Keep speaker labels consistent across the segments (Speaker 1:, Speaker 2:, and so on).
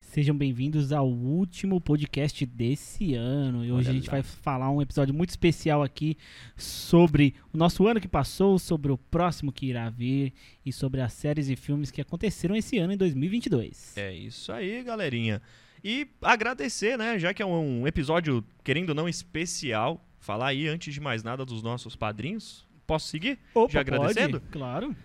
Speaker 1: Sejam bem-vindos ao último podcast desse ano. E hoje
Speaker 2: Olha
Speaker 1: a gente
Speaker 2: lá.
Speaker 1: vai falar um episódio muito especial aqui sobre o nosso ano que passou, sobre o próximo que irá vir e sobre as séries e filmes que aconteceram esse ano em 2022.
Speaker 2: É isso aí, galerinha. E agradecer, né? Já que é um episódio, querendo ou não, especial. Falar aí, antes de mais nada, dos nossos padrinhos. Posso seguir?
Speaker 1: Opa,
Speaker 2: Já agradecendo?
Speaker 1: pode? Claro.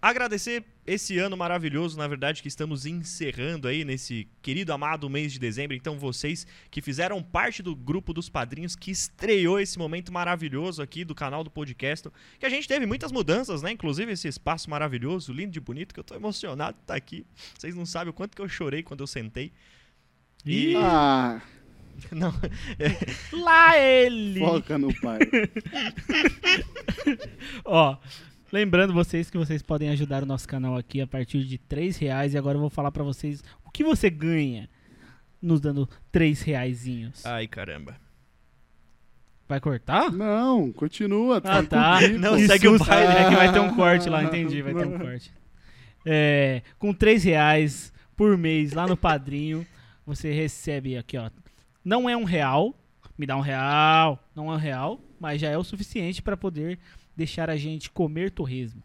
Speaker 2: Agradecer esse ano maravilhoso, na verdade, que estamos encerrando aí nesse querido, amado mês de dezembro. Então, vocês que fizeram parte do grupo dos padrinhos, que estreou esse momento maravilhoso aqui do canal do podcast, que a gente teve muitas mudanças, né? Inclusive esse espaço maravilhoso, lindo e bonito, que eu tô emocionado de estar aqui. Vocês não sabem o quanto que eu chorei quando eu sentei. E-
Speaker 1: E
Speaker 3: Ah,
Speaker 2: Não,
Speaker 1: lá ele!
Speaker 3: foca no pai.
Speaker 1: Ó, lembrando vocês que vocês podem ajudar o nosso canal aqui a partir de três reais. E agora eu vou falar pra vocês o que você ganha nos dando três reaisinhos.
Speaker 2: Ai, caramba.
Speaker 1: Vai cortar?
Speaker 3: Não, continua.
Speaker 1: Ah,
Speaker 3: com
Speaker 1: tá.
Speaker 3: bico.
Speaker 2: Não, segue o baile.
Speaker 1: É que vai ter um corte lá, entendi. Vai ter um corte. É, com três reais por mês lá no Padrinho, você recebe aqui, ó. Não é um real, me dá um real, não é um real, mas já é o suficiente pra poder deixar a gente comer torresmo.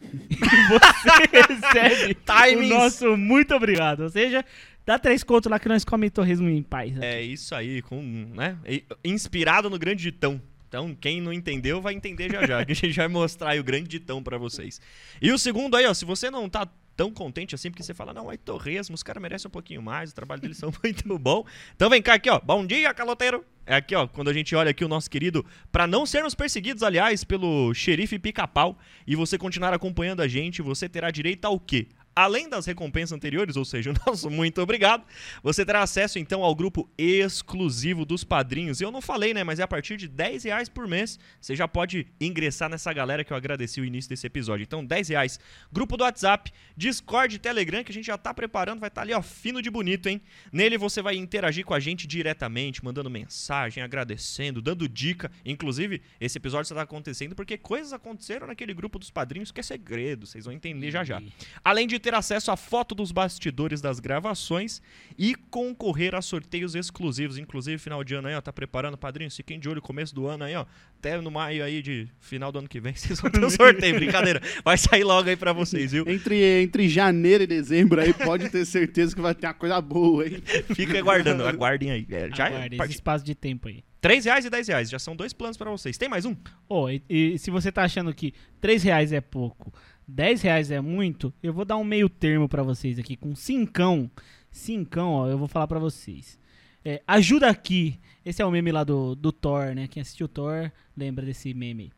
Speaker 1: E você recebe
Speaker 2: Timings.
Speaker 1: o nosso muito obrigado. Ou seja, dá três contos lá que nós comemos torresmo em paz.
Speaker 2: É isso aí, com, né? E- Inspirado no Grande Ditão. Então, quem não entendeu vai entender já já. que A gente vai mostrar aí o Grande Ditão pra vocês. E o segundo aí, ó, se você não tá tão contente assim, porque você fala, não, é torresmo, os caras merecem um pouquinho mais, o trabalho deles são muito bom. Então vem cá aqui, ó. Bom dia, caloteiro. É aqui, ó, quando a gente olha aqui o nosso querido, pra não sermos perseguidos, aliás, pelo xerife pica-pau, e você continuar acompanhando a gente, você terá direito ao quê? Além das recompensas anteriores, ou seja, o nosso muito obrigado, você terá acesso então ao grupo exclusivo dos padrinhos. Eu não falei, né? Mas é a partir de 10 reais por mês. Você já pode ingressar nessa galera que eu agradeci o início desse episódio. Então, 10 reais. Grupo do WhatsApp, Discord, Telegram, que a gente já tá preparando, vai estar ali, ó, fino de bonito, hein? Nele você vai interagir com a gente diretamente, mandando mensagem, agradecendo, dando dica. Inclusive, esse episódio está acontecendo porque coisas aconteceram naquele grupo dos padrinhos que é segredo. Vocês vão entender já já além de ter acesso à foto dos bastidores das gravações e concorrer a sorteios exclusivos, inclusive final de ano aí, ó, tá preparando, padrinho, fiquem de olho, começo do ano aí, ó, até no maio aí de final do ano que vem, vocês vão ter um sorteio, brincadeira, vai sair logo aí pra vocês, viu?
Speaker 3: Entre, entre janeiro e dezembro aí, pode ter certeza que vai ter uma coisa boa, hein?
Speaker 2: Fica aguardando, aguardem aí, É, já é
Speaker 1: Aguarde esse
Speaker 2: parte...
Speaker 1: espaço de tempo aí.
Speaker 2: 3 reais e 10 reais, já são dois planos pra vocês, tem mais um?
Speaker 1: Ó, e, e se você tá achando que 3 reais é pouco, 10 reais é muito, eu vou dar um meio termo pra vocês aqui, com cincão. Cincão, ó, eu vou falar pra vocês. É, ajuda aqui. Esse é o meme lá do, do Thor, né? Quem assistiu Thor lembra desse meme.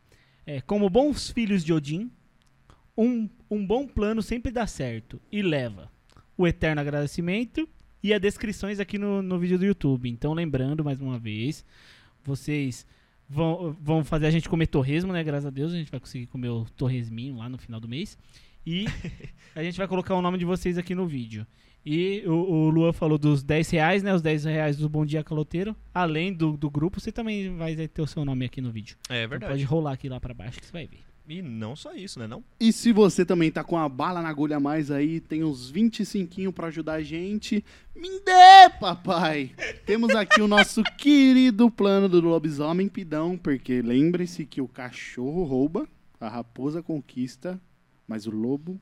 Speaker 1: É, como bons filhos de Odin, um, um bom plano sempre dá certo e leva o eterno agradecimento e as descrições aqui no, no vídeo do YouTube. Então, lembrando mais uma vez, vocês vão, vão fazer a gente comer torresmo, né? Graças a Deus, a gente vai conseguir comer o torresminho lá no final do mês. E a gente vai colocar o nome de vocês aqui no vídeo. E o, o Luan falou dos 10 reais, né? Os 10 reais do Bom Dia Caloteiro. Além do, do grupo, você também vai ter o seu nome aqui no vídeo.
Speaker 2: É
Speaker 1: Então pode rolar aqui lá pra baixo que você vai ver.
Speaker 2: E não só isso, né, não?
Speaker 3: E se você também tá com a bala na agulha a mais aí, tem uns 25 pra ajudar a gente. Me dê, papai! Temos aqui o nosso querido plano do lobisomem pidão, porque lembre-se que o cachorro rouba, a raposa conquista, mas o lobo,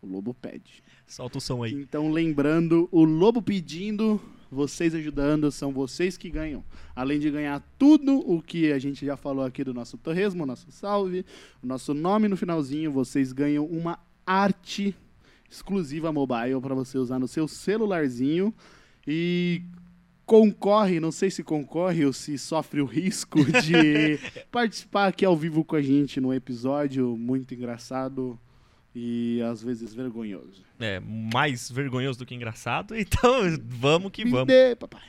Speaker 3: o lobo pede.
Speaker 2: Solta o som aí.
Speaker 3: Então, lembrando, o Lobo pedindo, vocês ajudando, são vocês que ganham. Além de ganhar tudo o que a gente já falou aqui do nosso torresmo, nosso salve, o nosso nome no finalzinho, vocês ganham uma arte exclusiva mobile para você usar no seu celularzinho e concorre, não sei se concorre ou se sofre o risco de participar aqui ao vivo com a gente num episódio muito engraçado e às vezes vergonhoso.
Speaker 2: É, mais vergonhoso do que engraçado, então vamos que
Speaker 3: Me
Speaker 2: vamos.
Speaker 3: dê, papai.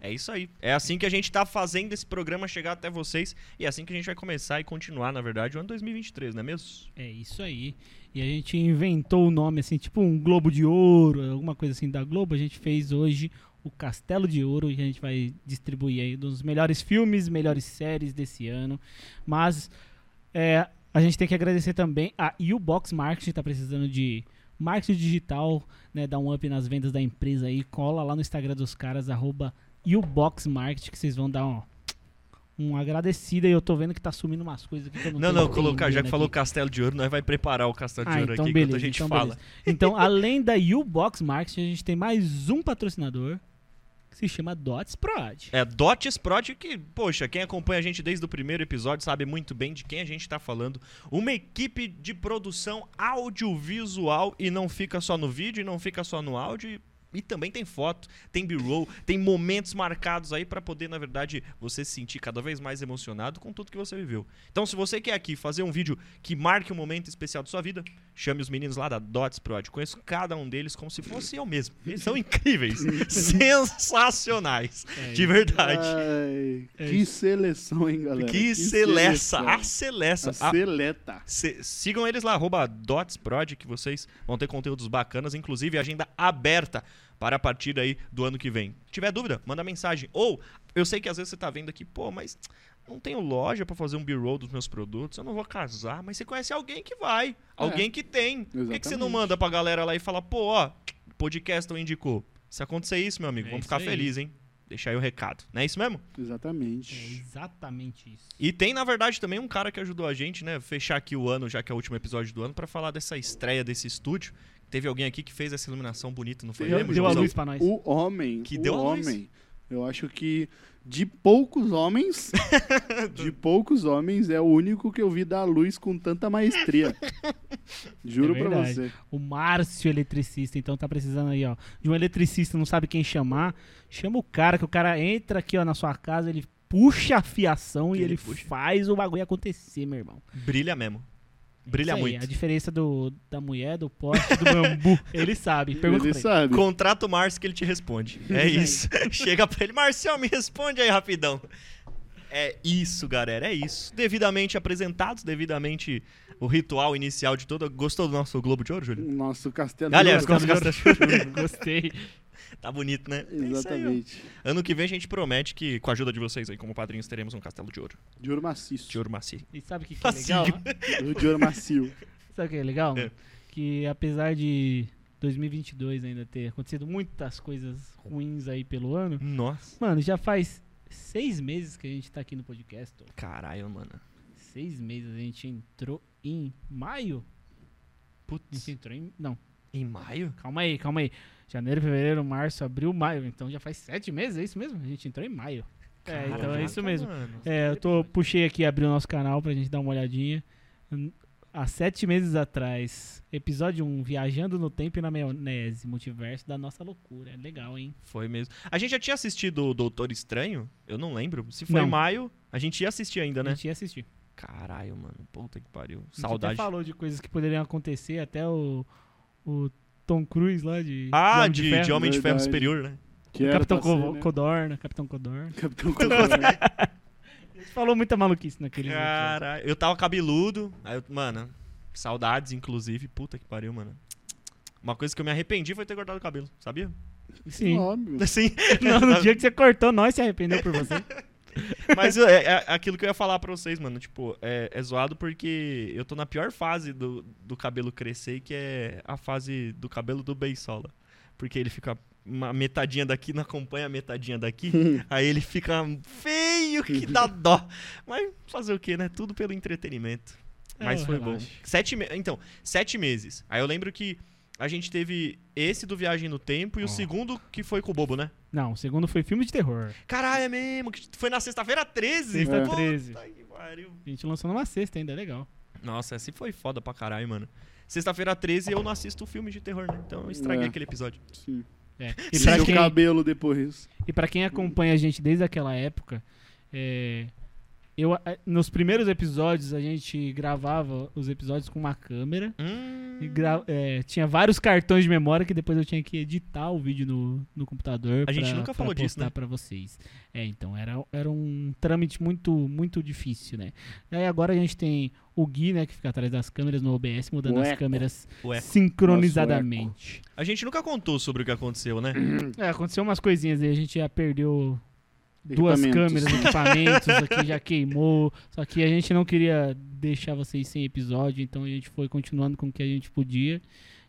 Speaker 2: É isso aí. É assim que a gente tá fazendo esse programa chegar até vocês e é assim que a gente vai começar e continuar, na verdade, o ano 2023, não é mesmo?
Speaker 1: É isso aí. E a gente inventou o nome, assim, tipo um Globo de Ouro, alguma coisa assim da Globo. A gente fez hoje o Castelo de Ouro e a gente vai distribuir aí dos melhores filmes, melhores séries desse ano. Mas é, a gente tem que agradecer também a Ubox Marketing, tá precisando de marketing digital, né? Dá um up nas vendas da empresa aí. Cola lá no Instagram dos caras, arroba uboxmarket, que vocês vão dar um, um agradecida. E eu tô vendo que tá sumindo umas coisas aqui que eu não
Speaker 2: Não,
Speaker 1: tô
Speaker 2: não, colocar, já
Speaker 1: entendendo
Speaker 2: que falou
Speaker 1: aqui.
Speaker 2: Castelo de Ouro, nós vai preparar o Castelo Tá de
Speaker 1: Ah,
Speaker 2: Ouro
Speaker 1: então
Speaker 2: aqui enquanto
Speaker 1: beleza.
Speaker 2: a gente
Speaker 1: então,
Speaker 2: fala.
Speaker 1: beleza. Então, além da Ubox Marketing, a gente tem mais um patrocinador que se chama Dots Prod.
Speaker 2: É, Dotes Prod, que, poxa, quem acompanha a gente desde o primeiro episódio sabe muito bem de quem a gente tá falando. Uma equipe de produção audiovisual e não fica só no vídeo, e não fica só no áudio. e- E também tem foto, tem b-roll, tem momentos marcados aí pra poder, na verdade, você se sentir cada vez mais emocionado com tudo que você viveu. Então, se você quer aqui fazer um vídeo que marque um momento especial da sua vida, chame os meninos lá da Dots Prod. Conheço cada um deles como se fosse eu mesmo. Eles são incríveis, sensacionais.
Speaker 1: É
Speaker 2: De verdade.
Speaker 3: Ai,
Speaker 1: É
Speaker 3: que seleção, hein, galera?
Speaker 2: que celeça, a
Speaker 3: seleção.
Speaker 2: celeça.
Speaker 3: A
Speaker 2: A-
Speaker 3: seleta.
Speaker 2: se- sigam eles lá, arroba dotsprod, que vocês vão ter conteúdos bacanas, inclusive agenda aberta para a partir aí do ano que vem. Tiver dúvida, manda mensagem. Ou, eu sei que às vezes você tá vendo aqui, pô, mas não tenho loja para fazer um b-roll dos meus produtos, eu não vou casar, mas você conhece alguém que vai,
Speaker 1: É.
Speaker 2: alguém que tem. Por que, que você não
Speaker 3: Exatamente.
Speaker 2: manda pra galera lá e fala, pô, ó, podcast eu indicou. Se acontecer isso, meu amigo,
Speaker 1: É
Speaker 2: vamos
Speaker 1: isso
Speaker 2: ficar
Speaker 1: aí.
Speaker 2: felizes, hein? Deixa aí o recado. Não é isso mesmo?
Speaker 1: É
Speaker 3: Exatamente.
Speaker 1: exatamente isso.
Speaker 2: E tem, na verdade, também um cara que ajudou a gente, né? Fechar aqui o ano, já que é o último episódio do ano, pra falar dessa estreia desse estúdio. Teve alguém aqui que fez essa iluminação bonita, não foi?
Speaker 3: Deu-
Speaker 2: mesmo,
Speaker 1: Deu a
Speaker 2: Joãozão?
Speaker 1: luz pra nós.
Speaker 3: O homem.
Speaker 2: Que
Speaker 3: o
Speaker 2: deu a luz.
Speaker 3: homem. Eu acho que de poucos homens, de poucos homens, é o único que eu vi dar a luz com tanta maestria. Juro
Speaker 1: É
Speaker 3: pra
Speaker 1: verdade.
Speaker 3: você.
Speaker 1: O Márcio eletricista, então tá precisando aí, ó, de um eletricista, não sabe quem chamar. Chama o cara, que o cara entra aqui, ó, na sua casa, ele puxa a fiação e
Speaker 2: Ele
Speaker 1: ele,
Speaker 2: puxa.
Speaker 1: faz o bagulho acontecer, meu irmão.
Speaker 2: Brilha mesmo. Brilha
Speaker 1: Isso aí, é
Speaker 2: muito.
Speaker 1: A diferença do, da mulher, do poste, do bambu. ele sabe. Pergunta
Speaker 3: Ele
Speaker 1: pra ele.
Speaker 3: sabe.
Speaker 2: Contrata o Márcio que ele te responde. É isso.
Speaker 1: Isso
Speaker 2: Chega pra ele, Marcial, me responde aí rapidão. É isso, galera, é isso. Devidamente apresentados, devidamente o ritual inicial de toda. Gostou do nosso Globo de Ouro, Júlio?
Speaker 3: Nosso castelo.
Speaker 2: Galera,
Speaker 3: Nosso
Speaker 2: ficou-
Speaker 3: castelo-
Speaker 1: Gostei.
Speaker 2: Tá bonito, né? É isso aí, ó.
Speaker 3: Exatamente.
Speaker 2: ano que vem a gente promete que, com a ajuda de vocês aí como padrinhos, teremos um castelo de ouro.
Speaker 3: De ouro maciço.
Speaker 2: De ouro macio.
Speaker 1: E sabe o que, que é
Speaker 2: Macio.
Speaker 1: legal?
Speaker 3: De ouro macio.
Speaker 1: Sabe o que é legal?
Speaker 2: É.
Speaker 1: Que apesar de 2022 ainda ter acontecido muitas coisas ruins aí pelo ano,
Speaker 2: Nossa.
Speaker 1: mano, já faz seis meses que a gente tá aqui no podcast. ó.
Speaker 2: Caralho, mano.
Speaker 1: Seis meses, a gente entrou em maio? A
Speaker 2: Putz.
Speaker 1: gente entrou em. Não,
Speaker 2: Em maio?
Speaker 1: calma aí, calma aí. Janeiro, fevereiro, março, abril, maio. Então já faz sete meses, é isso mesmo? A gente entrou em maio. É, então é isso mesmo.
Speaker 2: Mano.
Speaker 1: É, eu tô, puxei aqui, abri o nosso canal pra gente dar uma olhadinha. Hum, Há sete meses atrás, episódio 1, Viajando no Tempo e na Maionese, Multiverso da Nossa Loucura. É legal, hein?
Speaker 2: Foi mesmo. A gente já tinha assistido o Doutor Estranho? Eu não lembro. Se foi
Speaker 1: Não.
Speaker 2: em maio, a gente ia assistir ainda,
Speaker 1: A
Speaker 2: né?
Speaker 1: gente ia assistir.
Speaker 2: Caralho, mano. Puta que pariu.
Speaker 1: A gente até
Speaker 2: Saudade.
Speaker 1: falou de coisas que poderiam acontecer, até o, o Tom Cruise lá de...
Speaker 2: Ah,
Speaker 1: Homem
Speaker 2: de,
Speaker 1: Ferro.
Speaker 2: de Homem de Ferro
Speaker 3: Verdade.
Speaker 2: Superior, né?
Speaker 3: Que era
Speaker 1: Capitão
Speaker 3: pra ser,
Speaker 1: Co-
Speaker 3: né?
Speaker 1: Codorna, Capitão Codorna.
Speaker 3: Capitão né? Codorna.
Speaker 1: A gente falou muita maluquice naquele episódio.
Speaker 2: Caralho. Eu tava cabeludo. Aí eu, mano, saudades, inclusive. Puta que pariu, mano. Uma coisa que eu me arrependi foi ter cortado o cabelo, sabia? Assim.
Speaker 1: Sim.
Speaker 3: Óbvio.
Speaker 2: Sim.
Speaker 1: Não, no dia que você cortou, nós se arrependeu por você.
Speaker 2: Mas é, é aquilo que eu ia falar pra vocês, mano. Tipo, é, é zoado porque eu tô na pior fase do, do cabelo crescer, que é a fase do cabelo do Beisola. Porque ele fica uma metadinha daqui, não acompanha a metadinha daqui. aí ele fica feio que dá dó. Mas fazer o quê, né? Tudo pelo entretenimento.
Speaker 1: É,
Speaker 2: Mas
Speaker 1: eu
Speaker 2: foi
Speaker 1: relaxo.
Speaker 2: bom. Sete me... Então, sete meses. Aí eu lembro que a gente teve esse do Viagem no Tempo e o
Speaker 1: Ó.
Speaker 2: segundo que foi com o Bobo, né?
Speaker 1: Não, o segundo foi filme de terror.
Speaker 2: Caralho, é mesmo. que Foi na sexta-feira 13.
Speaker 1: Sexta
Speaker 2: Puta
Speaker 1: 13.
Speaker 2: que pariu.
Speaker 1: A gente lançou numa sexta ainda, é legal.
Speaker 2: Nossa, essa foi foda pra caralho, mano. Sexta-feira 13 eu não assisto filme de terror, né? Então eu estraguei
Speaker 3: É.
Speaker 2: aquele episódio.
Speaker 3: Sim.
Speaker 1: É. E,
Speaker 3: E
Speaker 1: pra
Speaker 3: o
Speaker 1: quem,
Speaker 3: cabelo depois.
Speaker 1: e pra quem acompanha a gente desde aquela época, é, eu, é, nos primeiros episódios a gente gravava os episódios com uma câmera.
Speaker 2: Hum.
Speaker 1: E gra- é, tinha vários cartões de memória que depois eu tinha que editar o vídeo no, no computador.
Speaker 2: A gente
Speaker 1: pra-
Speaker 2: nunca falou
Speaker 1: pra
Speaker 2: disso,
Speaker 1: postar
Speaker 2: né?
Speaker 1: Pra vocês. É, então era, era um trâmite muito muito difícil, né? E aí agora a gente tem o Gui, né, que fica atrás das câmeras no OBS, mudando
Speaker 3: O
Speaker 1: as
Speaker 3: eco.
Speaker 1: câmeras
Speaker 2: Ué.
Speaker 1: sincronizadamente.
Speaker 2: A gente nunca contou sobre o que aconteceu, né?
Speaker 1: É, aconteceu umas coisinhas aí, a gente já perdeu duas
Speaker 3: Equipamentos.
Speaker 1: câmeras, equipamentos, aqui já queimou. Só que a gente não queria deixar vocês sem episódio, então a gente foi continuando com o que a gente podia.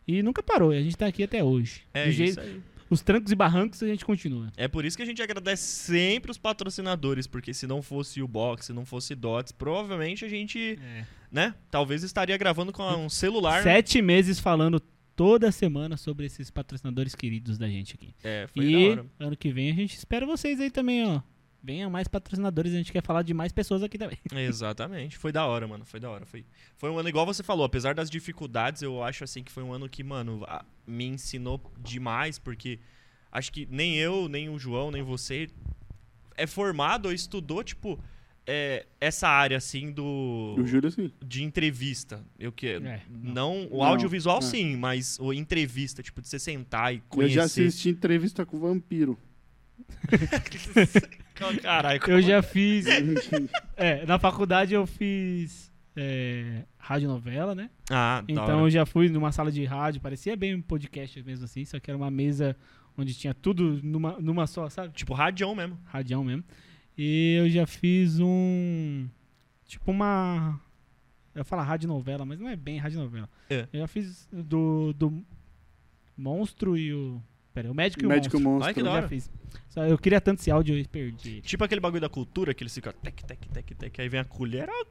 Speaker 1: E nunca parou, e a gente tá aqui até hoje.
Speaker 2: É
Speaker 1: Do
Speaker 2: isso
Speaker 1: jeito-
Speaker 2: aí.
Speaker 1: Os trancos e barrancos a gente continua.
Speaker 2: É por isso que a gente agradece sempre os patrocinadores, porque se não fosse o Box, se não fosse Dots, provavelmente a gente,
Speaker 1: É.
Speaker 2: né, talvez estaria gravando com um celular.
Speaker 1: Sete meses falando toda semana sobre esses patrocinadores queridos da gente aqui.
Speaker 2: É, foi
Speaker 1: e
Speaker 2: da hora.
Speaker 1: ano que vem a gente espera vocês aí também, ó. Venham mais patrocinadores, a gente quer falar de mais pessoas aqui também.
Speaker 2: Exatamente, foi da hora, mano, foi da hora, foi. Foi um ano igual você falou, apesar das dificuldades, eu acho assim que foi um ano que, mano, a- me ensinou demais, porque acho que nem eu, nem o João, nem você é formado ou estudou tipo é, essa área assim do
Speaker 3: O Júlio, sim.
Speaker 2: de entrevista. Eu que
Speaker 1: É,
Speaker 2: não, o
Speaker 3: Não,
Speaker 2: audiovisual
Speaker 3: é.
Speaker 2: sim, mas o entrevista, tipo de você sentar e
Speaker 3: Eu já
Speaker 2: conhecer.
Speaker 3: assisti entrevista com o vampiro.
Speaker 2: Caralho,
Speaker 1: Eu já fiz. é, na faculdade eu fiz é, rádio novela, né?
Speaker 2: Ah, da
Speaker 1: Então
Speaker 2: hora.
Speaker 1: eu já fui numa sala de rádio, parecia bem um podcast mesmo assim, só que era uma mesa onde tinha tudo numa, numa só, sabe?
Speaker 2: tipo radião mesmo.
Speaker 1: Radião mesmo. E eu já fiz um. Tipo uma. Eu ia falar rádio novela, mas não é bem rádio novela.
Speaker 2: É.
Speaker 1: Eu já fiz do, do Monstro e o. Pera, o Médico e o
Speaker 3: Médico
Speaker 1: é um Monstro.
Speaker 2: Ai, que da
Speaker 3: Monstro.
Speaker 1: Eu
Speaker 2: hora.
Speaker 1: já fiz. Só eu queria tanto esse áudio e perdi. ele.
Speaker 2: Tipo aquele bagulho da cultura que eles ficam tec, tec, tec, tec, aí vem a colher, ah,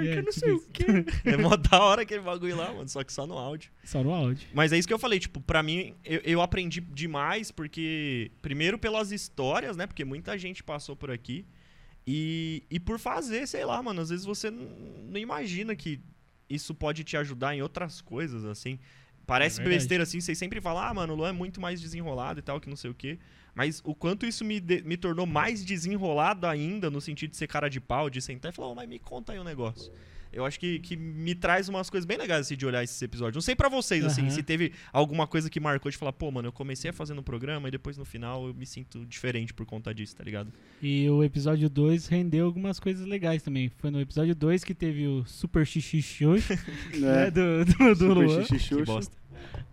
Speaker 1: É,
Speaker 2: que eu não
Speaker 1: tipo
Speaker 2: sei
Speaker 1: isso.
Speaker 2: o quê. É mó da hora aquele bagulho lá, mano, só que só no áudio.
Speaker 1: Só no áudio.
Speaker 2: Mas é isso que eu falei, tipo, pra mim, eu, eu aprendi demais, porque, primeiro pelas histórias, né, porque muita gente passou por aqui, e, e por fazer, sei lá, mano, às vezes você n- não imagina que isso pode te ajudar em outras coisas, assim. Parece
Speaker 1: É verdade.
Speaker 2: besteira assim, vocês sempre falam, ah, mano, o Luan é muito mais desenrolado e tal, que não sei o quê. Mas o quanto isso me, de- me tornou mais desenrolado ainda, no sentido de ser cara de pau, de sentar e falar, "Ô, mas me conta aí um negócio. Eu acho que, que me traz umas coisas bem legais assim, de olhar esses episódios. Não sei pra vocês, assim,
Speaker 1: Aham.
Speaker 2: se teve alguma coisa que marcou de falar, pô, mano, eu comecei a fazer no programa e depois no final eu me sinto diferente por conta disso, tá ligado?
Speaker 1: E o episódio 2 rendeu algumas coisas legais também. Foi no episódio 2 que teve o Super Xixi Xoxo, né,
Speaker 3: É.
Speaker 1: do, do, do
Speaker 3: Super
Speaker 1: Luan.
Speaker 3: xixi
Speaker 2: Que
Speaker 3: xoxo.
Speaker 2: bosta.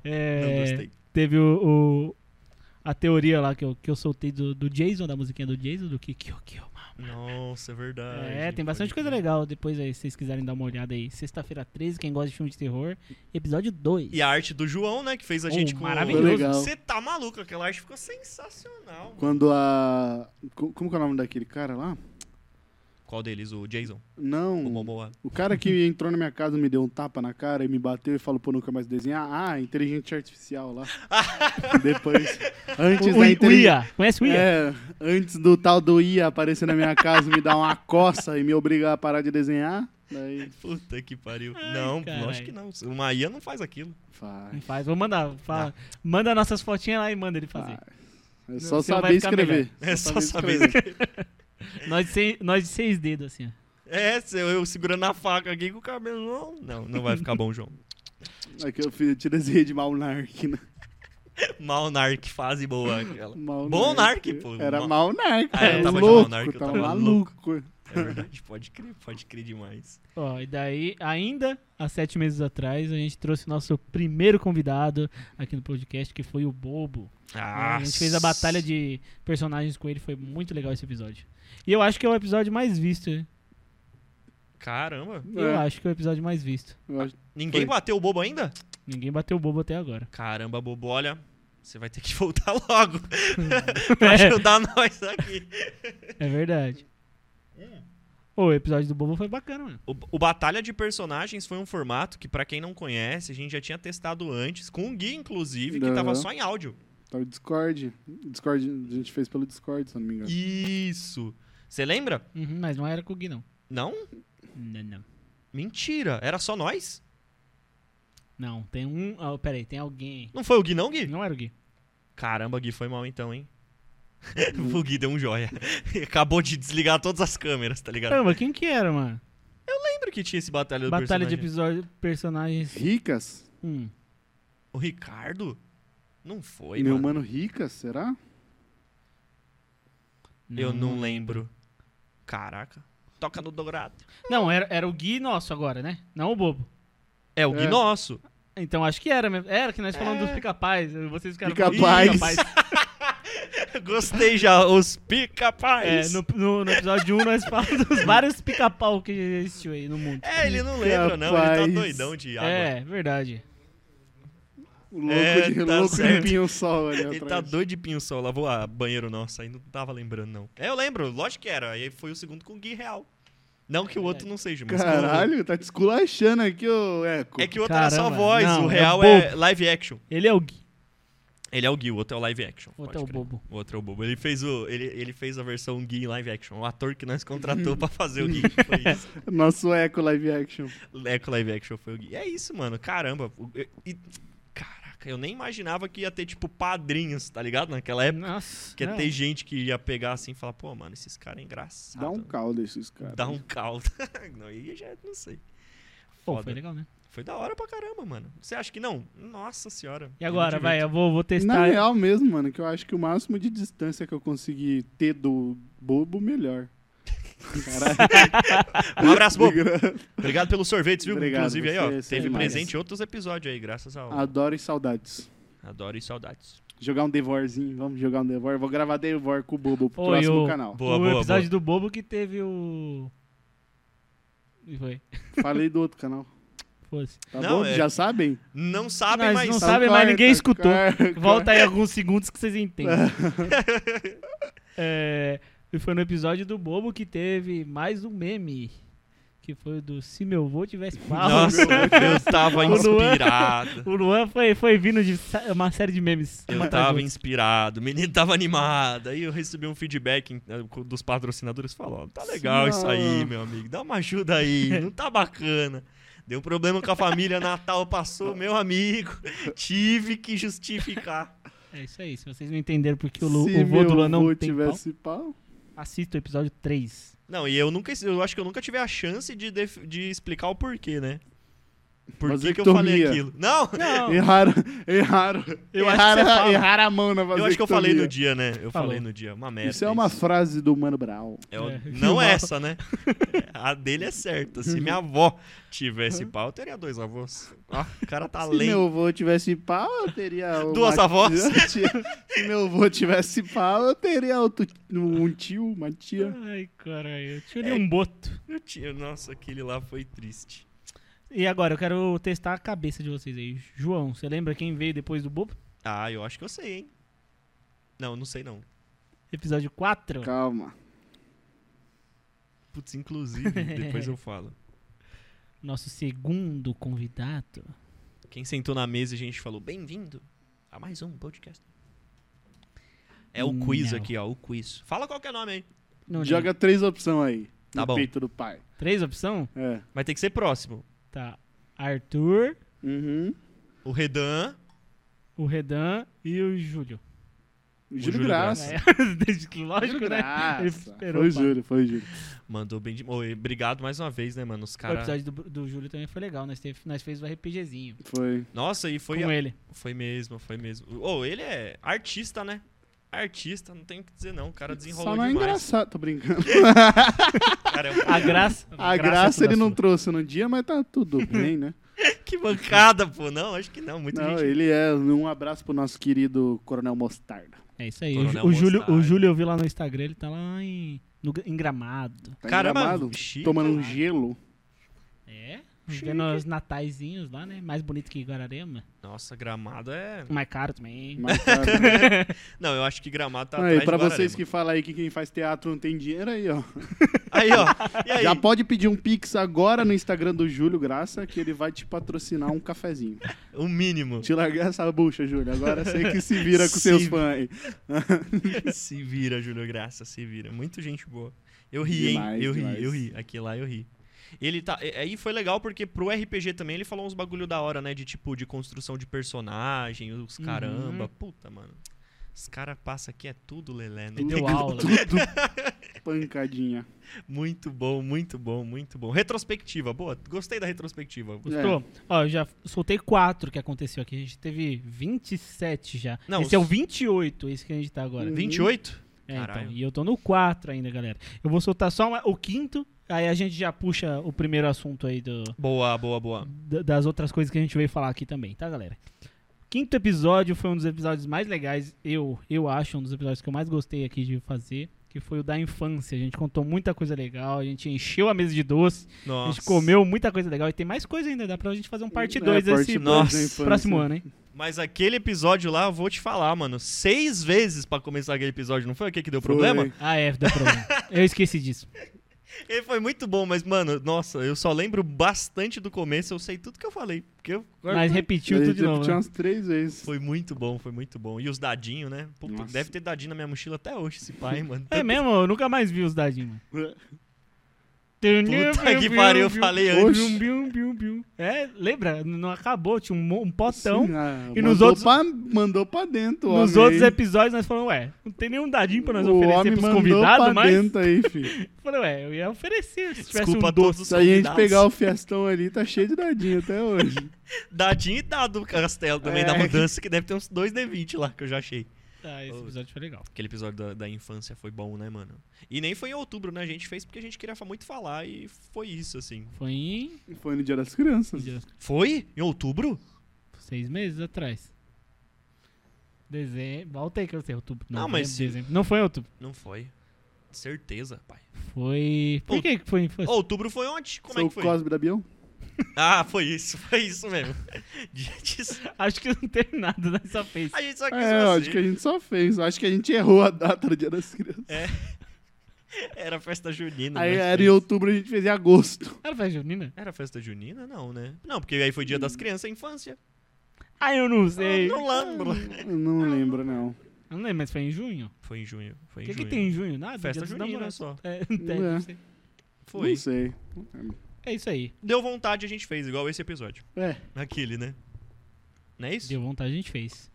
Speaker 1: É,
Speaker 2: Não gostei.
Speaker 1: teve o, o- a teoria lá que eu, que eu soltei do, do Jason, da musiquinha do Jason, do Kikyo Kyo.
Speaker 2: Nossa, é verdade.
Speaker 1: É, tem
Speaker 2: pode
Speaker 1: bastante coisa
Speaker 2: crer.
Speaker 1: legal depois aí, se vocês quiserem dar uma olhada aí. Sexta-feira 13, quem gosta de filme de terror, episódio 2.
Speaker 2: E a arte do João, né, que fez a
Speaker 1: Oh,
Speaker 2: gente com...
Speaker 1: maravilhoso.
Speaker 3: Legal.
Speaker 2: Você tá maluco, aquela arte ficou sensacional.
Speaker 3: Quando a. co- Como que é o nome daquele cara lá?
Speaker 2: Qual deles? O Jason? O
Speaker 3: Não.
Speaker 2: Momoa?
Speaker 3: O cara que entrou na minha casa, me deu um tapa na cara e me bateu e falou, pô, nunca mais desenhar. Ah, inteligente artificial lá. Depois. Antes
Speaker 1: o,
Speaker 3: da
Speaker 1: o, o
Speaker 3: inteligência.
Speaker 1: Ia, conhece o Ia?
Speaker 3: É, antes do tal do Ia aparecer na minha casa, me dar uma coça e me obrigar a parar de desenhar, daí
Speaker 2: Puta que pariu. não,
Speaker 1: caralho.
Speaker 2: lógico que não. Uma IA não faz aquilo.
Speaker 1: Não
Speaker 3: faz.
Speaker 1: Faz, vou mandar, fala,
Speaker 2: Ah.
Speaker 1: manda nossas fotinhas lá e manda ele fazer.
Speaker 3: faz. É só
Speaker 1: Você vai
Speaker 3: saber
Speaker 1: ficar
Speaker 3: escrever.
Speaker 2: É só saber
Speaker 1: Nós, de seis, nós de seis dedos, assim, ó.
Speaker 2: É, se eu, eu segurando a faca aqui com o cabelo. Não, não, não vai ficar bom, João.
Speaker 3: É que eu fiz, te desenhei de Malnark, né?
Speaker 2: Malnark, fase boa aquela.
Speaker 3: Malnark.
Speaker 2: Bom Narc, pô.
Speaker 3: Era
Speaker 2: Mal-
Speaker 3: Malnark.
Speaker 2: Ah, eu
Speaker 3: tava
Speaker 2: tava de
Speaker 3: louco,
Speaker 2: Malnark, eu
Speaker 3: tava,
Speaker 2: tava
Speaker 3: maluco.
Speaker 2: É verdade, pode crer, pode crer demais.
Speaker 1: Ó, e daí, ainda há sete meses atrás, a gente trouxe o nosso primeiro convidado aqui no podcast, que foi o Bobo. É,
Speaker 2: Ah,
Speaker 1: A gente fez a batalha de personagens com ele, foi muito legal esse episódio. E eu acho que é o episódio mais visto. né?
Speaker 2: Caramba.
Speaker 3: É.
Speaker 1: Eu acho que é o episódio mais visto.
Speaker 3: Eu acho-
Speaker 2: Ninguém
Speaker 3: Foi.
Speaker 2: bateu o bobo ainda?
Speaker 1: Ninguém bateu o Bobo até agora.
Speaker 2: Caramba, bobo, olha. Você vai ter que voltar logo pra ajudar nós aqui.
Speaker 1: É verdade. É. Ô, o episódio do Bobo foi bacana, mano.
Speaker 2: O, o Batalha de Personagens foi um formato que, pra quem não conhece, a gente já tinha testado antes, com o Gui, inclusive, que
Speaker 3: Aham.
Speaker 2: tava só em áudio.
Speaker 3: Tava Discord. Discord, a gente fez pelo Discord, se eu não me engano.
Speaker 2: Isso. Você lembra?
Speaker 1: Uhum, mas não era com o Gui, não.
Speaker 2: Não?
Speaker 1: Não, não.
Speaker 2: Mentira. Era só nós?
Speaker 1: Não, tem um. ah, peraí, tem alguém.
Speaker 2: Não foi o Gui, não, Gui?
Speaker 1: Não era o Gui.
Speaker 2: Caramba, Gui foi mal então, hein? o Gui deu um joia. Acabou de desligar todas as câmeras, tá ligado?
Speaker 1: Caramba, quem que era, mano?
Speaker 2: Lembra que tinha esse batalha do
Speaker 1: Batalha de
Speaker 2: personagem?
Speaker 1: episódio, personagens.
Speaker 3: Ricas?
Speaker 1: Hum.
Speaker 2: O Ricardo? Não foi,
Speaker 3: Meu
Speaker 2: mano.
Speaker 3: mano, Ricas, será?
Speaker 2: Eu não lembro. Caraca. Toca no dourado.
Speaker 1: Não, era, era o Gui nosso agora, né? Não o Bobo.
Speaker 2: É o Gui
Speaker 3: É.
Speaker 2: nosso.
Speaker 1: Então acho que era mesmo. Era que nós falamos
Speaker 2: É.
Speaker 1: dos pica-pais. Vocês ficaram
Speaker 3: Pica-pais.
Speaker 1: falando dos
Speaker 2: Gostei já, os
Speaker 1: É,
Speaker 2: pica-pais.
Speaker 1: no, no- no episódio 1 nós falamos dos vários pica-pau que existiu aí no mundo.
Speaker 2: É, ele não lembra, não. Ele tá
Speaker 3: Capaz.
Speaker 2: doidão de água.
Speaker 1: É, verdade.
Speaker 3: O louco,
Speaker 2: É,
Speaker 3: de,
Speaker 2: tá
Speaker 3: louco de
Speaker 2: certo.
Speaker 3: pinho-sol ali
Speaker 2: Ele tá
Speaker 3: atrás.
Speaker 2: doido de pinho sol, lavou a banheiro nosso, aí não tava lembrando, não. É, eu lembro, lógico que era. Aí foi o segundo com o Gui Real. Não que o outro não seja, mas. que o-
Speaker 3: Caralho, tá te esculachando aqui, ô Eco.
Speaker 2: É que o outro era só
Speaker 1: Caramba,
Speaker 2: voz,
Speaker 1: não,
Speaker 2: o
Speaker 1: é
Speaker 2: Real
Speaker 1: bobo.
Speaker 2: é, live action.
Speaker 1: Ele é o Gui.
Speaker 2: Ele é o Gui, o outro é o live action.
Speaker 1: Outro
Speaker 2: pode
Speaker 1: é o
Speaker 2: crer.
Speaker 1: bobo.
Speaker 2: O outro é o bobo. Ele fez, o, ele, ele fez a versão Gui em live action. O ator que nós contratou pra fazer o Gui. Foi isso.
Speaker 3: Nosso Eco live action.
Speaker 2: Eco Live Action foi o Gui. É isso, mano. Caramba. O- eu- e- caraca, eu nem imaginava que ia ter, tipo, padrinhos, tá ligado? Naquela época.
Speaker 1: Nossa.
Speaker 2: Que ia
Speaker 1: não.
Speaker 2: ter gente que ia pegar assim e falar, pô, mano, esses caras é engraçado.
Speaker 3: Dá um caldo esses
Speaker 2: cara.
Speaker 3: caras.
Speaker 2: Dá um caldo. não, aí já não sei.
Speaker 1: Pô,
Speaker 2: Foda.
Speaker 1: foi legal, né?
Speaker 2: Foi da hora pra caramba, mano. Você acha que não? Nossa senhora.
Speaker 1: E agora, vai, eu vou, vou
Speaker 3: Na
Speaker 1: testar.
Speaker 3: real mesmo, mano, que eu acho que o máximo de distância que eu consegui ter do bobo, melhor. Caralho.
Speaker 2: Um abraço, Bobo. Obrigado pelos sorvetes, viu?
Speaker 3: Obrigado,
Speaker 2: Inclusive aí, ó.
Speaker 3: você- você
Speaker 2: Teve
Speaker 3: é demais.
Speaker 2: presente em outros episódios aí, graças ao
Speaker 3: Adoro e saudades.
Speaker 2: Adoro e saudades.
Speaker 3: Jogar um Devorzinho, vamos jogar um Devor. Vou gravar Devor com o Bobo pro
Speaker 1: Oi,
Speaker 3: próximo
Speaker 1: ô.
Speaker 3: canal.
Speaker 2: Boa,
Speaker 1: o
Speaker 2: boa,
Speaker 1: episódio do Bobo que teve o. E foi.
Speaker 3: Falei do outro canal.
Speaker 1: Foda-se.
Speaker 3: Tá
Speaker 2: Não,
Speaker 3: bom?
Speaker 2: é-
Speaker 3: Já sabem?
Speaker 2: Não sabem,
Speaker 1: Nós
Speaker 2: mas.
Speaker 1: não sabem, mas ninguém escutou.
Speaker 3: corta.
Speaker 1: Volta aí alguns segundos que vocês entendem. É, e foi no episódio do Bobo que teve mais um meme. Que foi o do Se Meu Vô Tivesse Pau.
Speaker 2: Nossa, eu tava
Speaker 1: O Luan-
Speaker 2: inspirado.
Speaker 1: O Luan foi, foi vindo de sa- uma série de memes.
Speaker 2: Eu tava inspirado, o menino tava animado. Aí eu recebi um feedback em- eh, dos patrocinadores falou: "Ó, tá legal
Speaker 3: Sim,
Speaker 2: isso
Speaker 3: ó.
Speaker 2: aí, meu amigo, dá uma ajuda aí, não tá bacana. Deu um problema com a família, Natal passou, meu amigo, tive que justificar.
Speaker 1: É isso aí. Se vocês não entenderam porque o, Lu, o vô do Luan não tem pau,
Speaker 3: tivesse pau.
Speaker 1: assista o episódio 3.
Speaker 2: Não, e eu nunca, eu acho que eu nunca tive a chance de, def- de explicar o porquê, né? Por que, que eu falei
Speaker 3: Vasectomia.
Speaker 2: aquilo? Não,
Speaker 1: Não,
Speaker 3: Erraram, erraram.
Speaker 1: Eu acho que
Speaker 3: erraram,
Speaker 1: você fala.
Speaker 3: erraram a mão na
Speaker 2: eu acho que eu falei no
Speaker 3: vasectomia.
Speaker 2: dia, né? Eu
Speaker 1: Falou.
Speaker 2: falei no dia, uma merda.
Speaker 3: Isso é uma
Speaker 2: isso.
Speaker 3: frase do Mano Brown.
Speaker 2: É o-
Speaker 1: É.
Speaker 2: Não essa, né? A dele é certa. Se minha avó tivesse pau, eu teria dois avós. Ah, o cara tá
Speaker 3: Se
Speaker 2: lento.
Speaker 3: meu avô tivesse pau, eu teria. uma
Speaker 2: Duas
Speaker 3: tia-
Speaker 2: avós?
Speaker 3: Se meu avô tivesse pau, eu teria outro, um tio, uma tia.
Speaker 1: Ai, caralho. Eu tirei um boto.
Speaker 2: Eu tinha- Nossa, aquele lá foi triste.
Speaker 1: E agora, eu quero testar a cabeça de vocês aí. João, você lembra quem veio depois do Bobo?
Speaker 2: Ah, eu acho que eu sei, hein? Não, não sei não.
Speaker 1: Episódio 4?
Speaker 3: Calma.
Speaker 2: Putz, inclusive, depois eu falo.
Speaker 1: Nosso segundo convidado.
Speaker 2: Quem sentou na mesa e a gente falou, bem-vindo a mais um podcast. É o quiz
Speaker 1: Não.
Speaker 2: aqui, ó, o quiz. Fala qual que é o nome aí.
Speaker 1: Não
Speaker 3: Joga três opções aí.
Speaker 2: Tá
Speaker 3: no
Speaker 2: bom.
Speaker 3: peito do pai.
Speaker 1: lembro. Três opção?
Speaker 3: É.
Speaker 2: Vai ter que ser próximo.
Speaker 1: Tá. Arthur,
Speaker 3: Uhum.
Speaker 2: O Redan,
Speaker 1: o Redan e o Júlio.
Speaker 3: Júlio,
Speaker 2: Júlio
Speaker 3: Graça.
Speaker 2: Graça.
Speaker 1: É, desde que- lógico,
Speaker 3: Júlio
Speaker 1: né?
Speaker 3: Graça.
Speaker 1: Ele esperou,
Speaker 3: Foi o
Speaker 1: pá.
Speaker 3: Júlio, foi o Júlio.
Speaker 2: mandou bem de... Oi, Obrigado mais uma vez, né, mano? Os
Speaker 1: O
Speaker 2: caras...
Speaker 1: episódio do, do Júlio também foi legal. Nós, teve, nós fez o RPGzinho
Speaker 3: Foi.
Speaker 2: Nossa, e foi
Speaker 1: com ele.
Speaker 2: Foi mesmo, foi mesmo. Ô, ele é artista, né? Artista, não tem o que dizer não. O cara desenrolou
Speaker 3: Só não é
Speaker 2: demais.
Speaker 3: engraçado, tô brincando.
Speaker 2: Cara, é um-
Speaker 1: A graça.
Speaker 3: A,
Speaker 1: é
Speaker 3: graça, ele
Speaker 1: toda
Speaker 3: não
Speaker 1: sua.
Speaker 3: trouxe no dia, mas tá tudo bem, né?
Speaker 2: que bancada, pô. Não, acho que não. Muita
Speaker 3: Não,
Speaker 2: gente.
Speaker 3: ele é. Um abraço pro nosso querido Coronel Mostarda.
Speaker 1: É isso aí.
Speaker 2: Coronel
Speaker 1: O Ju- O Júlio, o
Speaker 2: Mostarda.
Speaker 1: Júlio eu vi lá no Instagram, ele tá lá em, no, em Gramado.
Speaker 3: Tá
Speaker 2: Caramba,
Speaker 3: engramado,
Speaker 2: chique,
Speaker 3: tomando um
Speaker 2: cara.
Speaker 3: gelo.
Speaker 1: É?
Speaker 2: Chique.
Speaker 1: Vendo os nataizinhos lá, né? Mais bonito que Guararema.
Speaker 2: Nossa, gramado é.
Speaker 1: Mais caro também.
Speaker 3: Mas, tá cara,
Speaker 2: Não, eu acho que gramado tá.
Speaker 3: aí,
Speaker 2: atrás
Speaker 3: pra
Speaker 2: do
Speaker 3: vocês que
Speaker 2: Guararema.
Speaker 3: falam aí que quem faz teatro não tem dinheiro, aí, ó.
Speaker 2: Aí, ó. E aí?
Speaker 3: Já pode pedir um pix agora no Instagram do Júlio Graça, que ele vai te patrocinar um cafezinho.
Speaker 2: O mínimo.
Speaker 3: Te largar essa bucha, Júlio. Agora sei que se vira com seus
Speaker 2: Se-
Speaker 3: fãs aí.
Speaker 2: se vira, Júlio Graça, se vira. Muito gente boa. Eu ri,
Speaker 3: Demais,
Speaker 2: hein? Eu
Speaker 3: demais.
Speaker 2: ri, eu ri. Aqui lá eu ri. Ele tá. e- Aí foi legal porque pro RPG também ele falou uns bagulho da hora, né? De tipo, de construção de personagem, os caramba.
Speaker 1: Uhum.
Speaker 2: Puta, mano. Os caras passam aqui, é tudo lelé.
Speaker 1: Ele
Speaker 2: Não
Speaker 1: deu
Speaker 2: tem
Speaker 1: aula.
Speaker 3: Pancadinha.
Speaker 2: Muito bom, muito bom, muito bom. Retrospectiva, boa. Gostei da retrospectiva.
Speaker 3: É.
Speaker 1: Gostou? Ó, eu já soltei quatro que aconteceu aqui. A gente teve 27 já.
Speaker 2: Não,
Speaker 1: esse é o
Speaker 2: os-
Speaker 1: 28, esse que a gente tá agora.
Speaker 3: Uhum.
Speaker 2: 28?
Speaker 1: É, então,
Speaker 2: Caralho.
Speaker 1: e eu tô no 4 ainda, galera. Eu vou soltar só uma- o quinto, aí a gente já puxa o primeiro assunto aí do,
Speaker 2: Boa, boa, boa.
Speaker 1: da- das outras coisas que a gente veio falar aqui também, tá, galera? Quinto episódio foi um dos episódios mais legais, eu, eu acho, um dos episódios que eu mais gostei aqui de fazer, que foi o da infância. A gente contou muita coisa legal, a gente encheu a mesa de doce,
Speaker 2: Nossa.
Speaker 1: a gente comeu muita coisa legal e tem mais coisa ainda, dá pra gente fazer um parte 2
Speaker 3: É, parte
Speaker 1: desse
Speaker 3: dois da
Speaker 2: Nossa.
Speaker 3: infância.
Speaker 1: próximo ano, hein?
Speaker 2: Mas aquele episódio lá, eu vou te falar, mano. Seis vezes pra começar aquele episódio, não foi o que que deu
Speaker 3: Foi.
Speaker 2: problema?
Speaker 1: Ah, é, deu problema. Eu esqueci disso.
Speaker 2: Ele foi muito bom, mas, mano, nossa, eu só lembro bastante do começo, eu sei tudo que eu falei. Porque eu...
Speaker 1: Mas repetiu
Speaker 3: Ele
Speaker 1: tudo de novo.
Speaker 3: repetiu
Speaker 1: né?
Speaker 3: tipo, umas três vezes.
Speaker 2: Foi muito bom, foi muito bom. E os dadinhos, né? Puta,
Speaker 3: Nossa.
Speaker 2: deve ter dadinho na minha mochila até hoje, esse pai, mano.
Speaker 1: É mesmo, eu nunca mais vi os dadinhos. mano.
Speaker 2: Puta que pariu, eu falei
Speaker 3: Oxe.
Speaker 1: Bium,
Speaker 2: antes.
Speaker 1: bium, bium, bium. É, lembra? n- Não acabou, tinha um, mo- um potão.
Speaker 3: Sim, ah,
Speaker 1: e nos
Speaker 3: mandou
Speaker 1: outros-
Speaker 3: pra- mandou pra dentro, o
Speaker 1: Nos
Speaker 3: homem,
Speaker 1: outros
Speaker 3: hein?
Speaker 1: episódios nós falamos, ué, não tem nenhum dadinho pra nós
Speaker 3: O homem
Speaker 1: oferecer pros
Speaker 3: mandou
Speaker 1: convidados,
Speaker 3: pra
Speaker 1: mas.
Speaker 3: dentro aí, filho.
Speaker 1: Eu falei, ué, eu ia oferecer se tivesse
Speaker 2: Desculpa
Speaker 1: um
Speaker 2: a
Speaker 1: doce.
Speaker 2: todos os
Speaker 3: Se a gente
Speaker 2: convidados.
Speaker 3: pegar o fiestão ali, tá cheio de dadinho até hoje.
Speaker 2: Dadinho e dado do castelo também,
Speaker 3: É.
Speaker 2: da mudança, que deve ter uns dois D20 lá, que eu já achei.
Speaker 1: Ah, esse episódio foi legal.
Speaker 2: Aquele episódio da, da infância foi bom, né, mano? E nem foi em outubro, né? A gente fez porque a gente queria fa- muito falar e foi isso, assim.
Speaker 1: Foi em
Speaker 3: E Foi no Dia das Crianças.
Speaker 2: é Foi? Em outubro?
Speaker 1: seis meses atrás. Dezembro. Volta aí que eu sei, outubro. Não,
Speaker 2: Não, mas se-
Speaker 1: dezembro. Não foi em outubro.
Speaker 2: Não foi. Certeza, pai.
Speaker 1: Foi. Por
Speaker 2: Out-
Speaker 1: que que foi em foi-
Speaker 2: Outubro foi ontem? Como
Speaker 3: Sou
Speaker 2: é que foi?
Speaker 3: o Cosme da Bião?
Speaker 2: Ah, foi isso, foi isso mesmo. Dia de-
Speaker 1: Acho que não teve nada nessa fez.
Speaker 2: a gente só quis
Speaker 3: É, eu
Speaker 2: você.
Speaker 3: acho que a gente só fez. Eu Acho que a gente errou a data do Dia das Crianças.
Speaker 2: Era festa junina.
Speaker 3: Aí
Speaker 2: né?
Speaker 3: era em outubro, a gente fez em agosto.
Speaker 1: Era festa junina?
Speaker 2: Era festa junina? Não, né? Não, porque aí foi dia das crianças, infância.
Speaker 1: Ah, eu não
Speaker 2: Eu
Speaker 1: sei.
Speaker 2: não lembro.
Speaker 3: Eu não lembro, não.
Speaker 1: Eu não lembro, mas foi em junho.
Speaker 2: Foi em junho. Foi
Speaker 1: O
Speaker 2: em
Speaker 1: que, que
Speaker 2: junho.
Speaker 1: tem em junho? Nada?
Speaker 2: Festa
Speaker 1: Dia dos
Speaker 2: junina
Speaker 1: Namorados.
Speaker 2: só.
Speaker 1: É, é, não
Speaker 3: É.
Speaker 1: sei.
Speaker 2: Foi.
Speaker 3: Não sei.
Speaker 1: É isso aí.
Speaker 2: Deu vontade, a gente fez, igual esse episódio.
Speaker 3: É,
Speaker 2: Aquele, né? Não é isso?
Speaker 1: Deu vontade, a gente fez.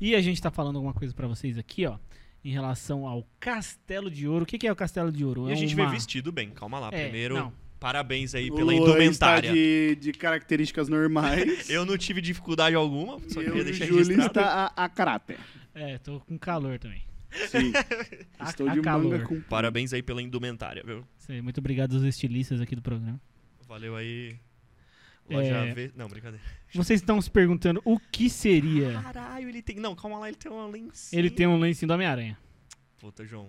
Speaker 1: E a gente tá falando alguma coisa pra vocês aqui, ó. Em relação ao Castelo de Ouro. O que, que é o Castelo de Ouro?
Speaker 2: E
Speaker 1: é
Speaker 2: a gente
Speaker 1: uma...
Speaker 2: veio vestido bem, calma lá.
Speaker 1: É,
Speaker 2: Primeiro,
Speaker 1: não.
Speaker 2: parabéns aí
Speaker 3: O
Speaker 2: pela
Speaker 3: Luan
Speaker 2: indumentária.
Speaker 3: Está tá de, de características normais.
Speaker 2: Eu não tive dificuldade alguma, só
Speaker 3: e
Speaker 2: queria
Speaker 3: eu, e o
Speaker 2: deixar
Speaker 3: Júlio
Speaker 2: registrado.
Speaker 3: está a, a caráter.
Speaker 1: É, tô com calor também.
Speaker 3: Sim.
Speaker 1: A-
Speaker 3: Estou
Speaker 1: a
Speaker 3: de
Speaker 1: calor.
Speaker 3: manga com
Speaker 2: Parabéns aí pela indumentária, viu?
Speaker 1: Isso aí, Muito obrigado aos estilistas aqui do programa.
Speaker 2: Valeu aí. Loja
Speaker 1: É.
Speaker 2: V. Não, brincadeira.
Speaker 1: Vocês estão se perguntando o que seria.
Speaker 2: Caralho, ele tem. Não, calma lá, ele tem uma
Speaker 1: É.
Speaker 2: lencinha.
Speaker 1: Ele tem um lencinho do Homem-Aranha.
Speaker 2: Puta, João.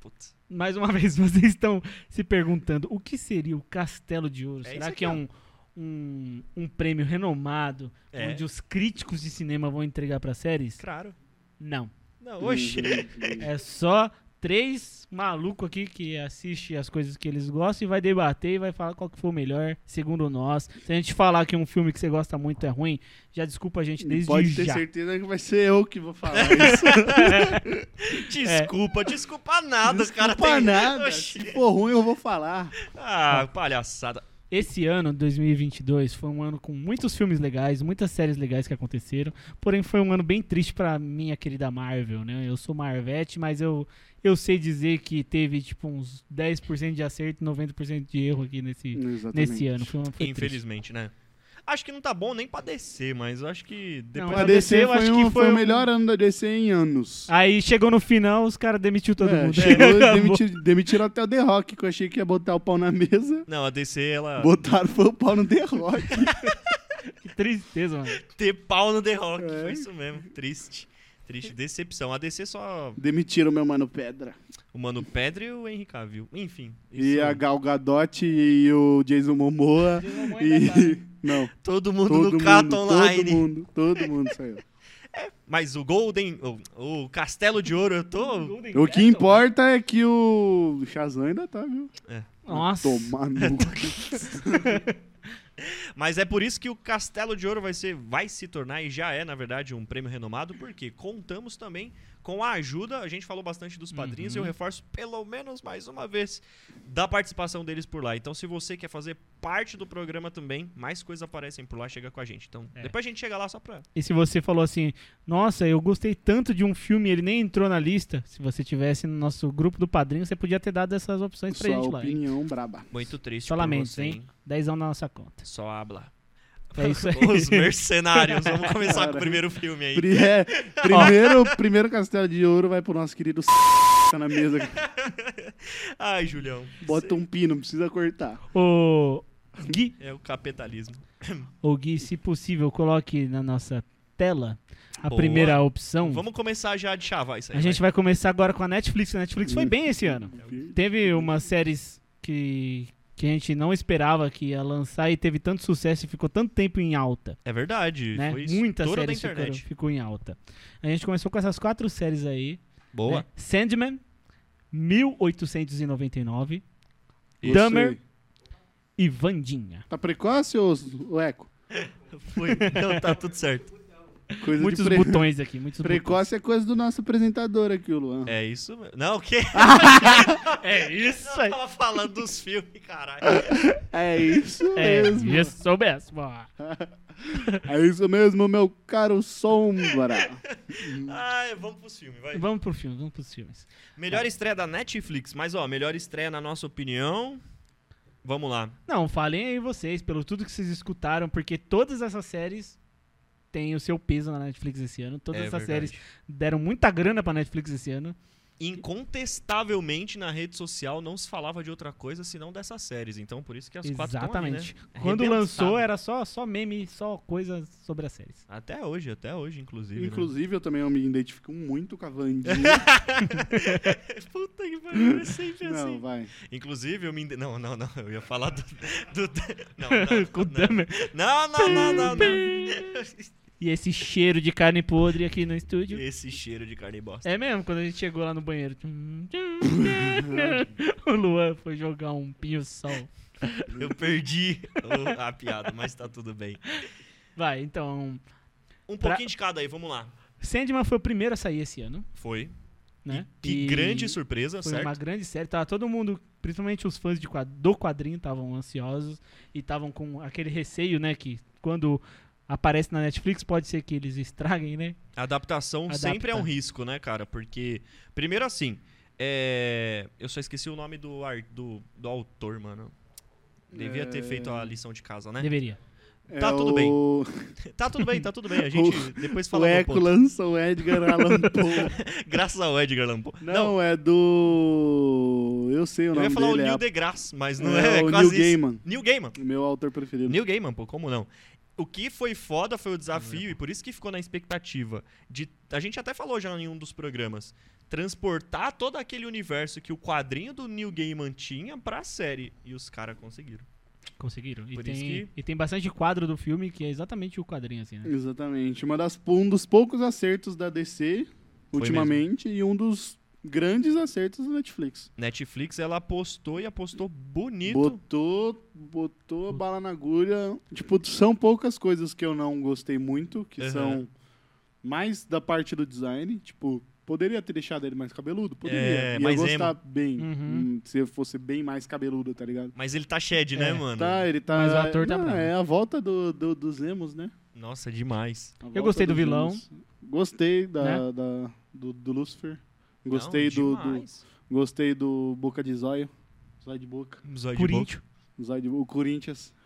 Speaker 2: Puta.
Speaker 1: Mais uma vez, vocês estão se perguntando o que seria o Castelo de Ouro?
Speaker 2: É
Speaker 1: Será
Speaker 2: isso
Speaker 1: que é
Speaker 2: aqui,
Speaker 1: um, um, um prêmio renomado
Speaker 2: É.
Speaker 1: onde os críticos de cinema vão entregar pra séries?
Speaker 2: Claro.
Speaker 1: Não.
Speaker 2: Não, oxe.
Speaker 3: Uhum.
Speaker 1: É só três malucos aqui que assiste as coisas que eles gostam e vai debater e vai falar qual que foi o melhor, segundo nós. Se a gente falar que um filme que você gosta muito é ruim, já desculpa a gente desde
Speaker 3: Pode ter
Speaker 1: já.
Speaker 3: certeza que vai ser eu que vou falar isso.
Speaker 2: Desculpa, desculpa nada, cara.
Speaker 3: Pra
Speaker 2: Tem...
Speaker 3: nada.
Speaker 2: Oxi.
Speaker 3: Se for ruim, eu vou falar.
Speaker 2: Ah, palhaçada.
Speaker 1: Esse ano, 2022, foi um ano com muitos filmes legais, muitas séries legais que aconteceram. Porém, foi um ano bem triste pra minha querida Marvel, né? Eu sou Marvete, mas eu, eu sei dizer que teve, tipo, uns 10% de acerto e 90% de erro aqui nesse,
Speaker 3: Exatamente.
Speaker 1: nesse ano. Foi, um- foi triste.
Speaker 2: Infelizmente, né? Acho que não tá bom nem pra descer, mas eu acho que depois.
Speaker 1: Não, Mas
Speaker 3: A
Speaker 1: a
Speaker 3: DC
Speaker 1: DC eu
Speaker 3: foi,
Speaker 1: acho
Speaker 3: um-
Speaker 1: que
Speaker 3: foi
Speaker 1: foi
Speaker 3: o
Speaker 1: um-
Speaker 3: melhor ano da DC em anos.
Speaker 1: Aí chegou no final, os caras demitiu todo
Speaker 3: É,
Speaker 1: mundo.
Speaker 3: chegou e
Speaker 1: Acabou.
Speaker 3: demitir- demitiram até o The Rock, que eu achei que ia botar o pau na mesa.
Speaker 2: Não, a DC, ela.
Speaker 3: Botaram foi o pau no The Rock.
Speaker 1: Que tristeza, mano.
Speaker 2: Ter pau no The Rock.
Speaker 3: É.
Speaker 2: Foi isso mesmo. Triste. Triste. Decepção. A DC só.
Speaker 3: demitiram meu mano Pedra.
Speaker 2: O Mano Pedro e o Henry Cavill. Enfim.
Speaker 3: E
Speaker 2: isso-
Speaker 3: a Gal Gadot e o Jason Momoa.
Speaker 1: um
Speaker 3: E... Não,
Speaker 2: Todo mundo
Speaker 3: todo
Speaker 2: no
Speaker 3: mundo,
Speaker 2: Cato Online.
Speaker 3: todo mundo, todo mundo saiu.
Speaker 2: Mas o Golden. O, o Castelo de Ouro, eu tô.
Speaker 3: O que importa é que o Shazam ainda tá, viu?
Speaker 1: Nossa. Tá
Speaker 3: Tomar no...
Speaker 2: Mas é por isso que o Castelo de Ouro vai ser, vai se tornar e já é, na verdade, um prêmio renomado, porque contamos também com a ajuda, a gente falou bastante dos padrinhos
Speaker 1: Uhum.
Speaker 2: e eu reforço pelo menos mais uma vez da participação deles por lá. Então, se você quer fazer parte do programa também, mais coisas aparecem por lá, chega com a gente. Então,
Speaker 1: É.
Speaker 2: depois a gente chega lá só pra.
Speaker 1: E se você falou assim, nossa, eu gostei tanto de um filme, ele nem entrou na lista. Se você tivesse no nosso grupo do padrinho, você podia ter dado essas opções pra
Speaker 3: Sua
Speaker 1: gente lá. hein?
Speaker 3: opinião braba.
Speaker 2: Muito triste.
Speaker 1: Só
Speaker 2: por
Speaker 1: lamento,
Speaker 2: você,
Speaker 1: hein? Dezão na nossa conta.
Speaker 2: Só habla.
Speaker 1: É isso aí.
Speaker 2: Os mercenários. Vamos começar com
Speaker 3: Cara.
Speaker 2: o primeiro filme aí.
Speaker 3: Pri- é, primeiro, primeiro castelo de ouro vai pro nosso querido c... tá na mesa.
Speaker 2: Ai, Julião.
Speaker 3: Bota um pino, não precisa cortar.
Speaker 1: Ô, Gui,
Speaker 2: É o capitalismo.
Speaker 1: ô Gui, se possível, coloque na nossa tela a
Speaker 2: Boa.
Speaker 1: primeira opção.
Speaker 2: Vamos começar já de chavar isso aí.
Speaker 1: Hum. a gente vai começar agora com a Netflix. A Netflix foi bem esse ano. Teve umas séries que que a gente não esperava que ia lançar e teve tanto sucesso e ficou tanto tempo em alta.
Speaker 2: É verdade.
Speaker 1: Né?
Speaker 2: Foi
Speaker 1: Muitas
Speaker 2: estouro da
Speaker 1: séries
Speaker 2: internet.
Speaker 1: ficaram- ficou em alta. A gente começou com essas quatro séries aí.
Speaker 2: Boa.
Speaker 1: né? Sandman, 1899
Speaker 3: Gostei.
Speaker 1: Dumber. e Vandinha.
Speaker 3: Tá precoce ou o eco?
Speaker 2: Foi. Então tá tudo certo.
Speaker 3: Coisa
Speaker 1: Muitos
Speaker 3: de pre-
Speaker 1: botões aqui, muitos botões.
Speaker 3: Precoce é coisa do nosso apresentador aqui, o Luan.
Speaker 2: É isso mesmo. Não, o quê?
Speaker 1: É isso
Speaker 2: Eu
Speaker 1: aí.
Speaker 2: tava falando dos filmes, caralho.
Speaker 3: É, isso
Speaker 1: É
Speaker 3: mesmo.
Speaker 1: isso mesmo.
Speaker 3: É isso mesmo, meu caro Sombra.
Speaker 2: Ai, vamos pros filmes, vai.
Speaker 1: Vamos pro filme, vamos pros filmes.
Speaker 2: Melhor estreia da Netflix, mas ó, melhor estreia na nossa opinião. Vamos lá.
Speaker 1: Não, falem aí vocês, pelo tudo que vocês escutaram, porque todas essas séries têm o seu peso na Netflix esse ano. Todas
Speaker 2: É
Speaker 1: essas
Speaker 2: verdade.
Speaker 1: séries deram muita grana pra Netflix esse ano.
Speaker 2: Incontestavelmente na rede social não se falava de outra coisa senão dessas séries. Então por isso que as quatro tão aí, né?
Speaker 1: Exatamente. Quando
Speaker 2: Arrebentadas.
Speaker 1: lançou era só, só meme, só coisa sobre as séries.
Speaker 2: Até hoje, até hoje, inclusive. né?
Speaker 3: Inclusive, eu também eu me identifico muito com a Vandinha.
Speaker 2: Puta que pariu, eu sempre
Speaker 3: Não,
Speaker 2: assim.
Speaker 3: vai.
Speaker 2: Inclusive, eu me. inde- Não, não, não. Eu ia falar do. do- Não, não,
Speaker 1: Com o
Speaker 2: não.
Speaker 1: Dahmer.
Speaker 2: Não, não, não, não, não.
Speaker 1: E esse cheiro de carne podre aqui no estúdio.
Speaker 2: Esse cheiro de carne e bosta.
Speaker 1: É mesmo, quando a gente chegou lá no banheiro. tum, tum, tum, o Luan foi jogar um pinho-sol.
Speaker 2: Eu perdi o- a piada, mas tá tudo bem.
Speaker 1: Vai, então.
Speaker 2: Um
Speaker 1: Pra-
Speaker 2: pouquinho de cada aí, vamos lá.
Speaker 1: Sandman foi o primeiro a sair esse ano,
Speaker 2: Foi.
Speaker 1: né?
Speaker 2: Que
Speaker 1: E
Speaker 2: grande surpresa,
Speaker 1: Foi
Speaker 2: Tá certo?
Speaker 1: uma grande série. Tava todo mundo, principalmente os fãs de quad- do quadrinho, estavam ansiosos e estavam com aquele receio, né? Que quando aparece na Netflix pode ser que eles estraguem, né?
Speaker 2: Adaptação
Speaker 1: Adapta.
Speaker 2: sempre é um risco, né, cara? Porque, primeiro assim, é... eu só esqueci o nome do, ar... do... do autor, mano. Devia ter
Speaker 1: É.
Speaker 2: feito a lição de casa, né?
Speaker 1: Deveria.
Speaker 2: Tá tudo bem.
Speaker 3: É O,
Speaker 2: Tá tudo bem, tá tudo bem. A gente depois
Speaker 3: o
Speaker 2: fala meu
Speaker 3: Eco
Speaker 2: ponto.
Speaker 3: lança o Edgar Allan Poe.
Speaker 2: Graças ao Edgar Lampo.
Speaker 3: Não,
Speaker 2: Não,
Speaker 3: é do... Eu sei o
Speaker 2: eu
Speaker 3: nome
Speaker 2: ia falar o
Speaker 3: dele. é
Speaker 2: Neil
Speaker 3: a-
Speaker 2: deGrasse, mas não é,
Speaker 3: é
Speaker 2: é
Speaker 3: o
Speaker 2: quase
Speaker 3: Neil
Speaker 2: isso.
Speaker 3: Gaiman.
Speaker 2: Neil Gaiman.
Speaker 3: Meu autor preferido.
Speaker 2: Neil Gaiman, pô, como não? O que foi foda foi o desafio, e por isso que ficou na expectativa. De, a gente até falou já em um dos programas. Transportar todo aquele universo que o quadrinho do Neil Gaiman tinha pra série. E os caras conseguiram.
Speaker 1: Conseguiram. E
Speaker 2: Por isso
Speaker 1: tem,
Speaker 2: que-
Speaker 1: e tem bastante quadro do filme que é exatamente o quadrinho, assim, né?
Speaker 3: Exatamente. Uma das, um dos poucos acertos da DC,
Speaker 2: Foi
Speaker 3: ultimamente, e um dos grandes acertos da Netflix.
Speaker 2: Netflix, ela apostou e apostou bonito.
Speaker 3: Botou, botou a bala na agulha. Tipo, são poucas coisas que eu não gostei muito, que
Speaker 2: Aham.
Speaker 3: são mais da parte do design. Tipo, poderia ter deixado ele mais cabeludo? Poderia.
Speaker 2: É,
Speaker 3: Ia
Speaker 2: mais
Speaker 3: gostar bem.
Speaker 1: Uhum.
Speaker 3: hum, Se eu fosse bem mais cabeludo, tá ligado?
Speaker 2: Mas ele tá shed, né,
Speaker 1: É,
Speaker 2: mano?
Speaker 3: Tá, ele tá.
Speaker 1: Mas o ator tá
Speaker 3: Não,
Speaker 1: bravo.
Speaker 3: É a volta do, do- dos emos, né?
Speaker 2: Nossa, demais.
Speaker 3: A volta
Speaker 1: gostei do
Speaker 3: dos
Speaker 1: vilão.
Speaker 3: emos. Gostei da,
Speaker 1: Né?
Speaker 3: da- do, do Lucifer. Gostei do,
Speaker 2: não,
Speaker 3: do- Gostei do Boca de Zóio. Zóio de Boca.
Speaker 2: do...
Speaker 1: Corinthians.
Speaker 3: Zóio de O Corinthians.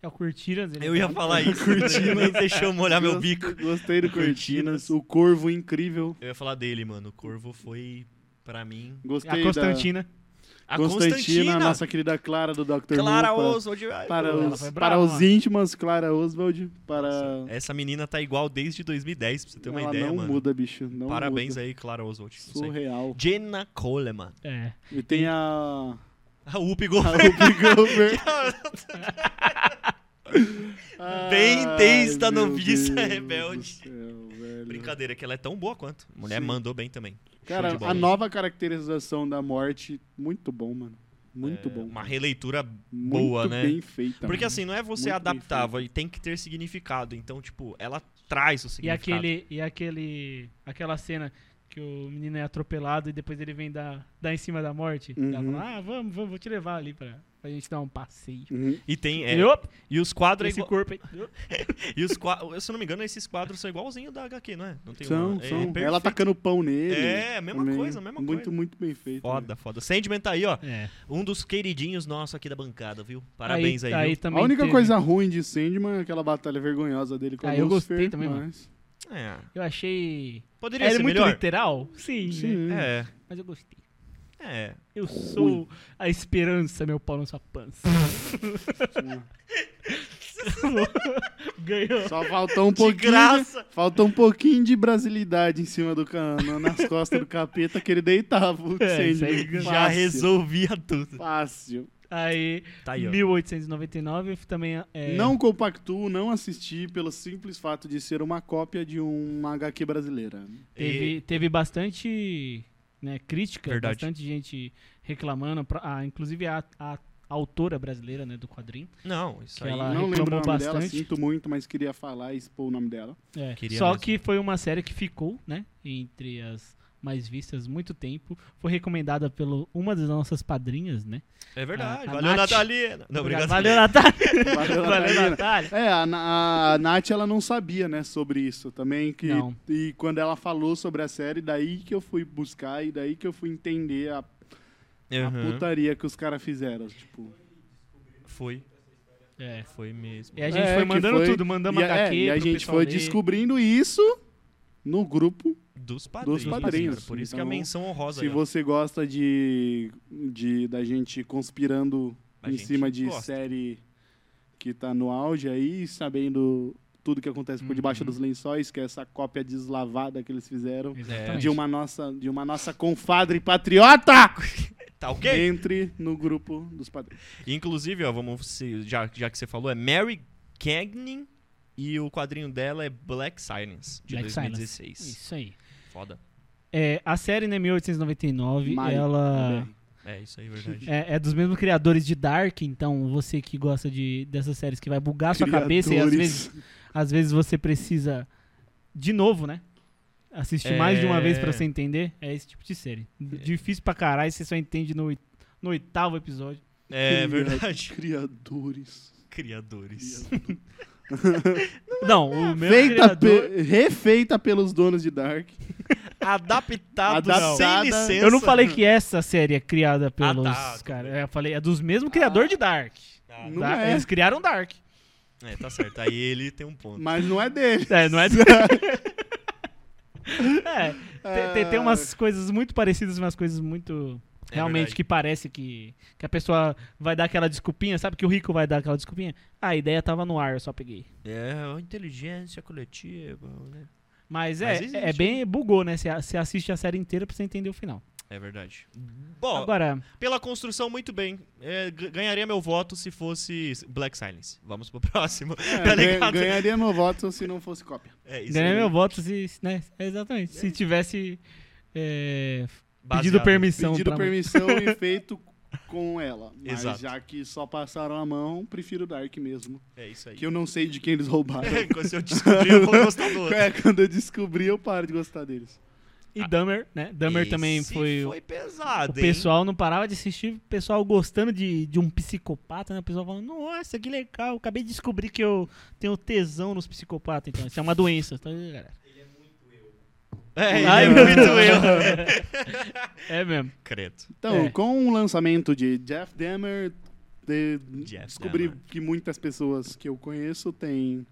Speaker 1: É o Curtiras. ele
Speaker 2: Eu ia
Speaker 1: tá-
Speaker 2: falar isso. Cortinas. Deixa eu molhar meu
Speaker 3: Gost-
Speaker 2: bico.
Speaker 3: Gostei do
Speaker 2: Cortinas.
Speaker 3: Cortinas. O Corvo incrível.
Speaker 2: Eu ia falar dele, mano. O Corvo foi, pra mim...
Speaker 1: É A
Speaker 3: Gostei
Speaker 1: Constantina.
Speaker 2: A
Speaker 3: da Constantina, a nossa querida Clara do Dr.
Speaker 2: Clara
Speaker 3: Who, para-
Speaker 2: Oswald. ai,
Speaker 3: Para
Speaker 2: pô,
Speaker 1: Ela
Speaker 3: os,
Speaker 1: foi brava,
Speaker 3: para os
Speaker 1: mano.
Speaker 3: íntimos, Clara Oswald. Para...
Speaker 2: Nossa, Essa menina tá igual desde 2010, pra você ter uma
Speaker 3: Ela
Speaker 2: ideia,
Speaker 3: não
Speaker 2: mano.
Speaker 3: muda, bicho. Não
Speaker 2: Parabéns
Speaker 3: muda.
Speaker 2: aí, Clara Oswald. Não sei.
Speaker 3: Surreal.
Speaker 2: Jenna Coleman.
Speaker 1: É.
Speaker 3: E tem a...
Speaker 2: A UP
Speaker 3: a
Speaker 2: Gover.
Speaker 3: Whoopi Goldberg.
Speaker 2: Bem
Speaker 3: Ai,
Speaker 2: tensa da
Speaker 3: meu
Speaker 2: noviça
Speaker 3: Deus do
Speaker 2: rebelde.
Speaker 3: céu, velho.
Speaker 2: Brincadeira, que ela é tão boa quanto. A Mulher
Speaker 3: Sim.
Speaker 2: mandou bem também.
Speaker 3: Cara,
Speaker 2: de bola.
Speaker 3: a nova caracterização da morte, muito bom, mano. Muito
Speaker 2: É,
Speaker 3: bom.
Speaker 2: Uma releitura
Speaker 3: muito
Speaker 2: boa, né?
Speaker 3: bem feita.
Speaker 2: Porque
Speaker 3: mano.
Speaker 2: assim, não é você
Speaker 3: Muito bem
Speaker 2: adaptar, vai- tem que ter significado. Então, tipo, ela traz o
Speaker 1: E
Speaker 2: significado.
Speaker 1: aquele. E aquele. Aquela cena que o menino é atropelado e depois ele vem dar, dar em cima da morte. E Ela
Speaker 3: Uhum.
Speaker 1: fala, ah, vamos, vamos, vou te levar ali pra, pra gente dar um passeio.
Speaker 3: Uhum.
Speaker 2: E tem. é,
Speaker 1: E, op,
Speaker 2: e os quadros. é
Speaker 1: esse
Speaker 2: igual-
Speaker 1: corpo aí.
Speaker 2: E os qua- Se eu não me engano, esses quadros são igualzinho da HQ, não é? Não tem
Speaker 3: São,
Speaker 2: uma- é
Speaker 3: são.
Speaker 2: perfeito.
Speaker 3: Ela tacando pão nele.
Speaker 2: É, a mesma coisa, a mesma
Speaker 3: muito,
Speaker 2: coisa.
Speaker 3: Muito, muito bem feito.
Speaker 2: Foda, foda. Sandman tá aí, ó.
Speaker 1: É.
Speaker 2: Um dos queridinhos nossos aqui da bancada, viu? Parabéns aí, viu?
Speaker 3: velho. A única coisa ruim de Sandman é aquela batalha vergonhosa dele com
Speaker 1: Ah,
Speaker 3: a
Speaker 1: eu
Speaker 3: Lucifer,
Speaker 1: gostei também, mano.
Speaker 3: mas...
Speaker 2: É.
Speaker 1: Eu achei.
Speaker 2: Poderia
Speaker 1: Era
Speaker 2: ser
Speaker 1: É, muito
Speaker 2: melhor.
Speaker 1: literal? Sim. né?
Speaker 3: Sim.
Speaker 2: É.
Speaker 1: Mas eu gostei.
Speaker 2: É.
Speaker 1: Eu sou a esperança, meu pau na sua pança. Ganhou.
Speaker 3: Só faltou um
Speaker 2: De
Speaker 3: pouquinho...
Speaker 2: graça.
Speaker 3: Faltou um pouquinho de brasilidade em cima do cano, nas costas do capeta que ele deitava o
Speaker 1: É, isso aí
Speaker 3: Sandman.
Speaker 2: Já
Speaker 3: Fácil,
Speaker 2: resolvia tudo.
Speaker 3: Fácil.
Speaker 1: Aí,
Speaker 2: Tá aí, ó.
Speaker 1: 1899 também é.
Speaker 3: Não compactuo, não assisti pelo simples fato de ser uma cópia de uma HQ brasileira.
Speaker 1: Teve, teve bastante né, crítica,
Speaker 2: Verdade.
Speaker 1: bastante gente reclamando, pra- ah, inclusive a, a autora brasileira né, do quadrinho.
Speaker 2: E- Não, isso
Speaker 1: que
Speaker 2: aí.
Speaker 1: ela- Ah,
Speaker 3: não lembro o
Speaker 1: reclamou
Speaker 3: nome dela,
Speaker 1: bastante.
Speaker 3: sinto muito, mas queria falar e expor o nome dela.
Speaker 1: É,
Speaker 2: Queria
Speaker 1: Só
Speaker 2: mesmo.
Speaker 1: que foi uma série que ficou né, entre as mais vistas muito tempo. Foi recomendada por uma das nossas padrinhas, né?
Speaker 2: É verdade.
Speaker 1: a- a
Speaker 2: Valeu,
Speaker 1: Nath-
Speaker 2: Natalina. Não, obrigado.
Speaker 1: Valeu, Natália.
Speaker 3: Valeu,
Speaker 1: Valeu,
Speaker 3: Natalina.
Speaker 1: Natália.
Speaker 3: É, a, Na- a Nath ela não sabia, né, sobre isso também. Que,
Speaker 1: Não.
Speaker 3: E quando ela falou sobre a série, daí que eu fui buscar e daí que eu fui entender a, a
Speaker 2: Uhum.
Speaker 3: putaria que os caras fizeram. Tipo,
Speaker 2: Foi,
Speaker 1: É.
Speaker 2: foi mesmo.
Speaker 1: E a gente
Speaker 3: É,
Speaker 1: foi
Speaker 3: que
Speaker 1: mandando
Speaker 3: foi-
Speaker 1: tudo, mandando
Speaker 3: e, a-
Speaker 1: HQ
Speaker 3: é, e a
Speaker 1: pro
Speaker 3: gente
Speaker 1: pessoal
Speaker 3: foi
Speaker 1: ler.
Speaker 3: descobrindo isso no grupo.
Speaker 2: Dos padrinhos. assim,
Speaker 3: padrinhos,
Speaker 2: cara. Por isso que
Speaker 3: então,
Speaker 2: a menção honrosa.
Speaker 3: Se
Speaker 2: aí, ó.
Speaker 3: você gosta de, de da gente conspirando
Speaker 2: A
Speaker 3: em
Speaker 2: gente
Speaker 3: cima de
Speaker 2: gosta.
Speaker 3: série que tá no auge aí, sabendo tudo que acontece por debaixo
Speaker 2: Uhum.
Speaker 3: dos lençóis, que é essa cópia deslavada que eles fizeram
Speaker 2: É.
Speaker 1: Exatamente.
Speaker 3: de uma nossa de uma nossa confadre patriota
Speaker 2: Tá ok?
Speaker 3: entre no grupo dos padrinhos.
Speaker 2: Inclusive, ó, vamos se- já, já que você falou, é Mary Gagnon e o quadrinho dela é Black Silence, de
Speaker 1: Black Silence.
Speaker 2: 2016.
Speaker 1: Isso aí.
Speaker 2: Foda.
Speaker 1: É, a série, né, 1899,
Speaker 3: Mari,
Speaker 1: ela.
Speaker 3: também.
Speaker 2: É, isso aí, verdade.
Speaker 1: É, é dos mesmos criadores de Dark, então você que gosta de, dessas séries que vai bugar a sua cabeça e às
Speaker 3: Criadores.
Speaker 1: vezes, às vezes você precisa, de novo, né? Assistir
Speaker 2: É.
Speaker 1: mais de uma vez pra você entender. É esse tipo de série. Difícil pra caralho, você só entende no, oit- no oitavo episódio.
Speaker 2: É,
Speaker 3: Cria-
Speaker 2: verdade.
Speaker 3: Criadores.
Speaker 2: Criadores. é
Speaker 1: Não, o meu
Speaker 3: Feita
Speaker 1: criador...
Speaker 3: pe- refeita pelos donos de Dark.
Speaker 2: Adaptado
Speaker 3: Adaptada.
Speaker 2: sem licença.
Speaker 1: Eu não falei que essa série é criada pelos...
Speaker 2: tá, tudo
Speaker 1: cara, eu falei, é dos mesmos criadores de Dark.
Speaker 2: Ah,
Speaker 3: Não
Speaker 1: Tá?
Speaker 3: é.
Speaker 1: Eles criaram Dark.
Speaker 2: é, tá certo. Aí ele tem um ponto.
Speaker 3: Mas não é dele.
Speaker 1: É, não é. é, te- te- tem, umas coisas muito parecidas, umas coisas muito.
Speaker 2: É
Speaker 1: Realmente
Speaker 2: verdade.
Speaker 1: que parece que, que a pessoa vai dar aquela desculpinha, sabe que o rico vai dar aquela desculpinha? Ah, a ideia tava no ar, eu só peguei.
Speaker 2: É, inteligência coletiva, né?
Speaker 1: Mas é,
Speaker 2: Mas existe,
Speaker 1: é bem. bugou, né? Você a- Você assiste a série inteira pra você entender o final.
Speaker 2: É verdade. Bom,
Speaker 1: Agora,
Speaker 2: pela construção, muito bem. É, g- ganharia meu voto se fosse Black Silence. Vamos pro próximo.
Speaker 3: É,
Speaker 2: tá
Speaker 3: ganha-
Speaker 2: ligado?
Speaker 3: ganharia meu voto se não fosse cópia.
Speaker 2: É isso
Speaker 1: ganhei
Speaker 2: aí.
Speaker 1: meu voto se. se- Né? Exatamente. Se tivesse. é, pedido
Speaker 2: Baseado.
Speaker 1: permissão.
Speaker 3: Pedido
Speaker 1: pra-
Speaker 3: permissão e feito com ela. Mas
Speaker 2: Exato.
Speaker 3: já que só passaram a mão, prefiro Dark mesmo.
Speaker 2: É isso aí.
Speaker 3: Que eu não sei de quem eles roubaram.
Speaker 2: Se eu descobrir, eu vou gostar do outro.
Speaker 3: É, quando eu descobri, eu paro de gostar deles.
Speaker 1: E Dummer, né? Dummer também
Speaker 2: Esse
Speaker 1: foi.
Speaker 2: Foi pesado,
Speaker 1: O pessoal não parava de assistir, o pessoal gostando de, de um psicopata, né? O pessoal falando, nossa, que legal, acabei de descobrir que eu tenho tesão nos psicopatas, então isso é uma doença. Tá, ligado, galera?
Speaker 2: Hein? É,
Speaker 1: Ai,
Speaker 2: é
Speaker 1: meu
Speaker 2: muito eu.
Speaker 1: É mesmo.
Speaker 2: Credo.
Speaker 3: Então,
Speaker 1: É.
Speaker 3: com o lançamento de Jeff Dahmer, de-
Speaker 2: Jeff
Speaker 3: descobri
Speaker 2: Dahmer.
Speaker 3: que muitas pessoas que eu conheço têm...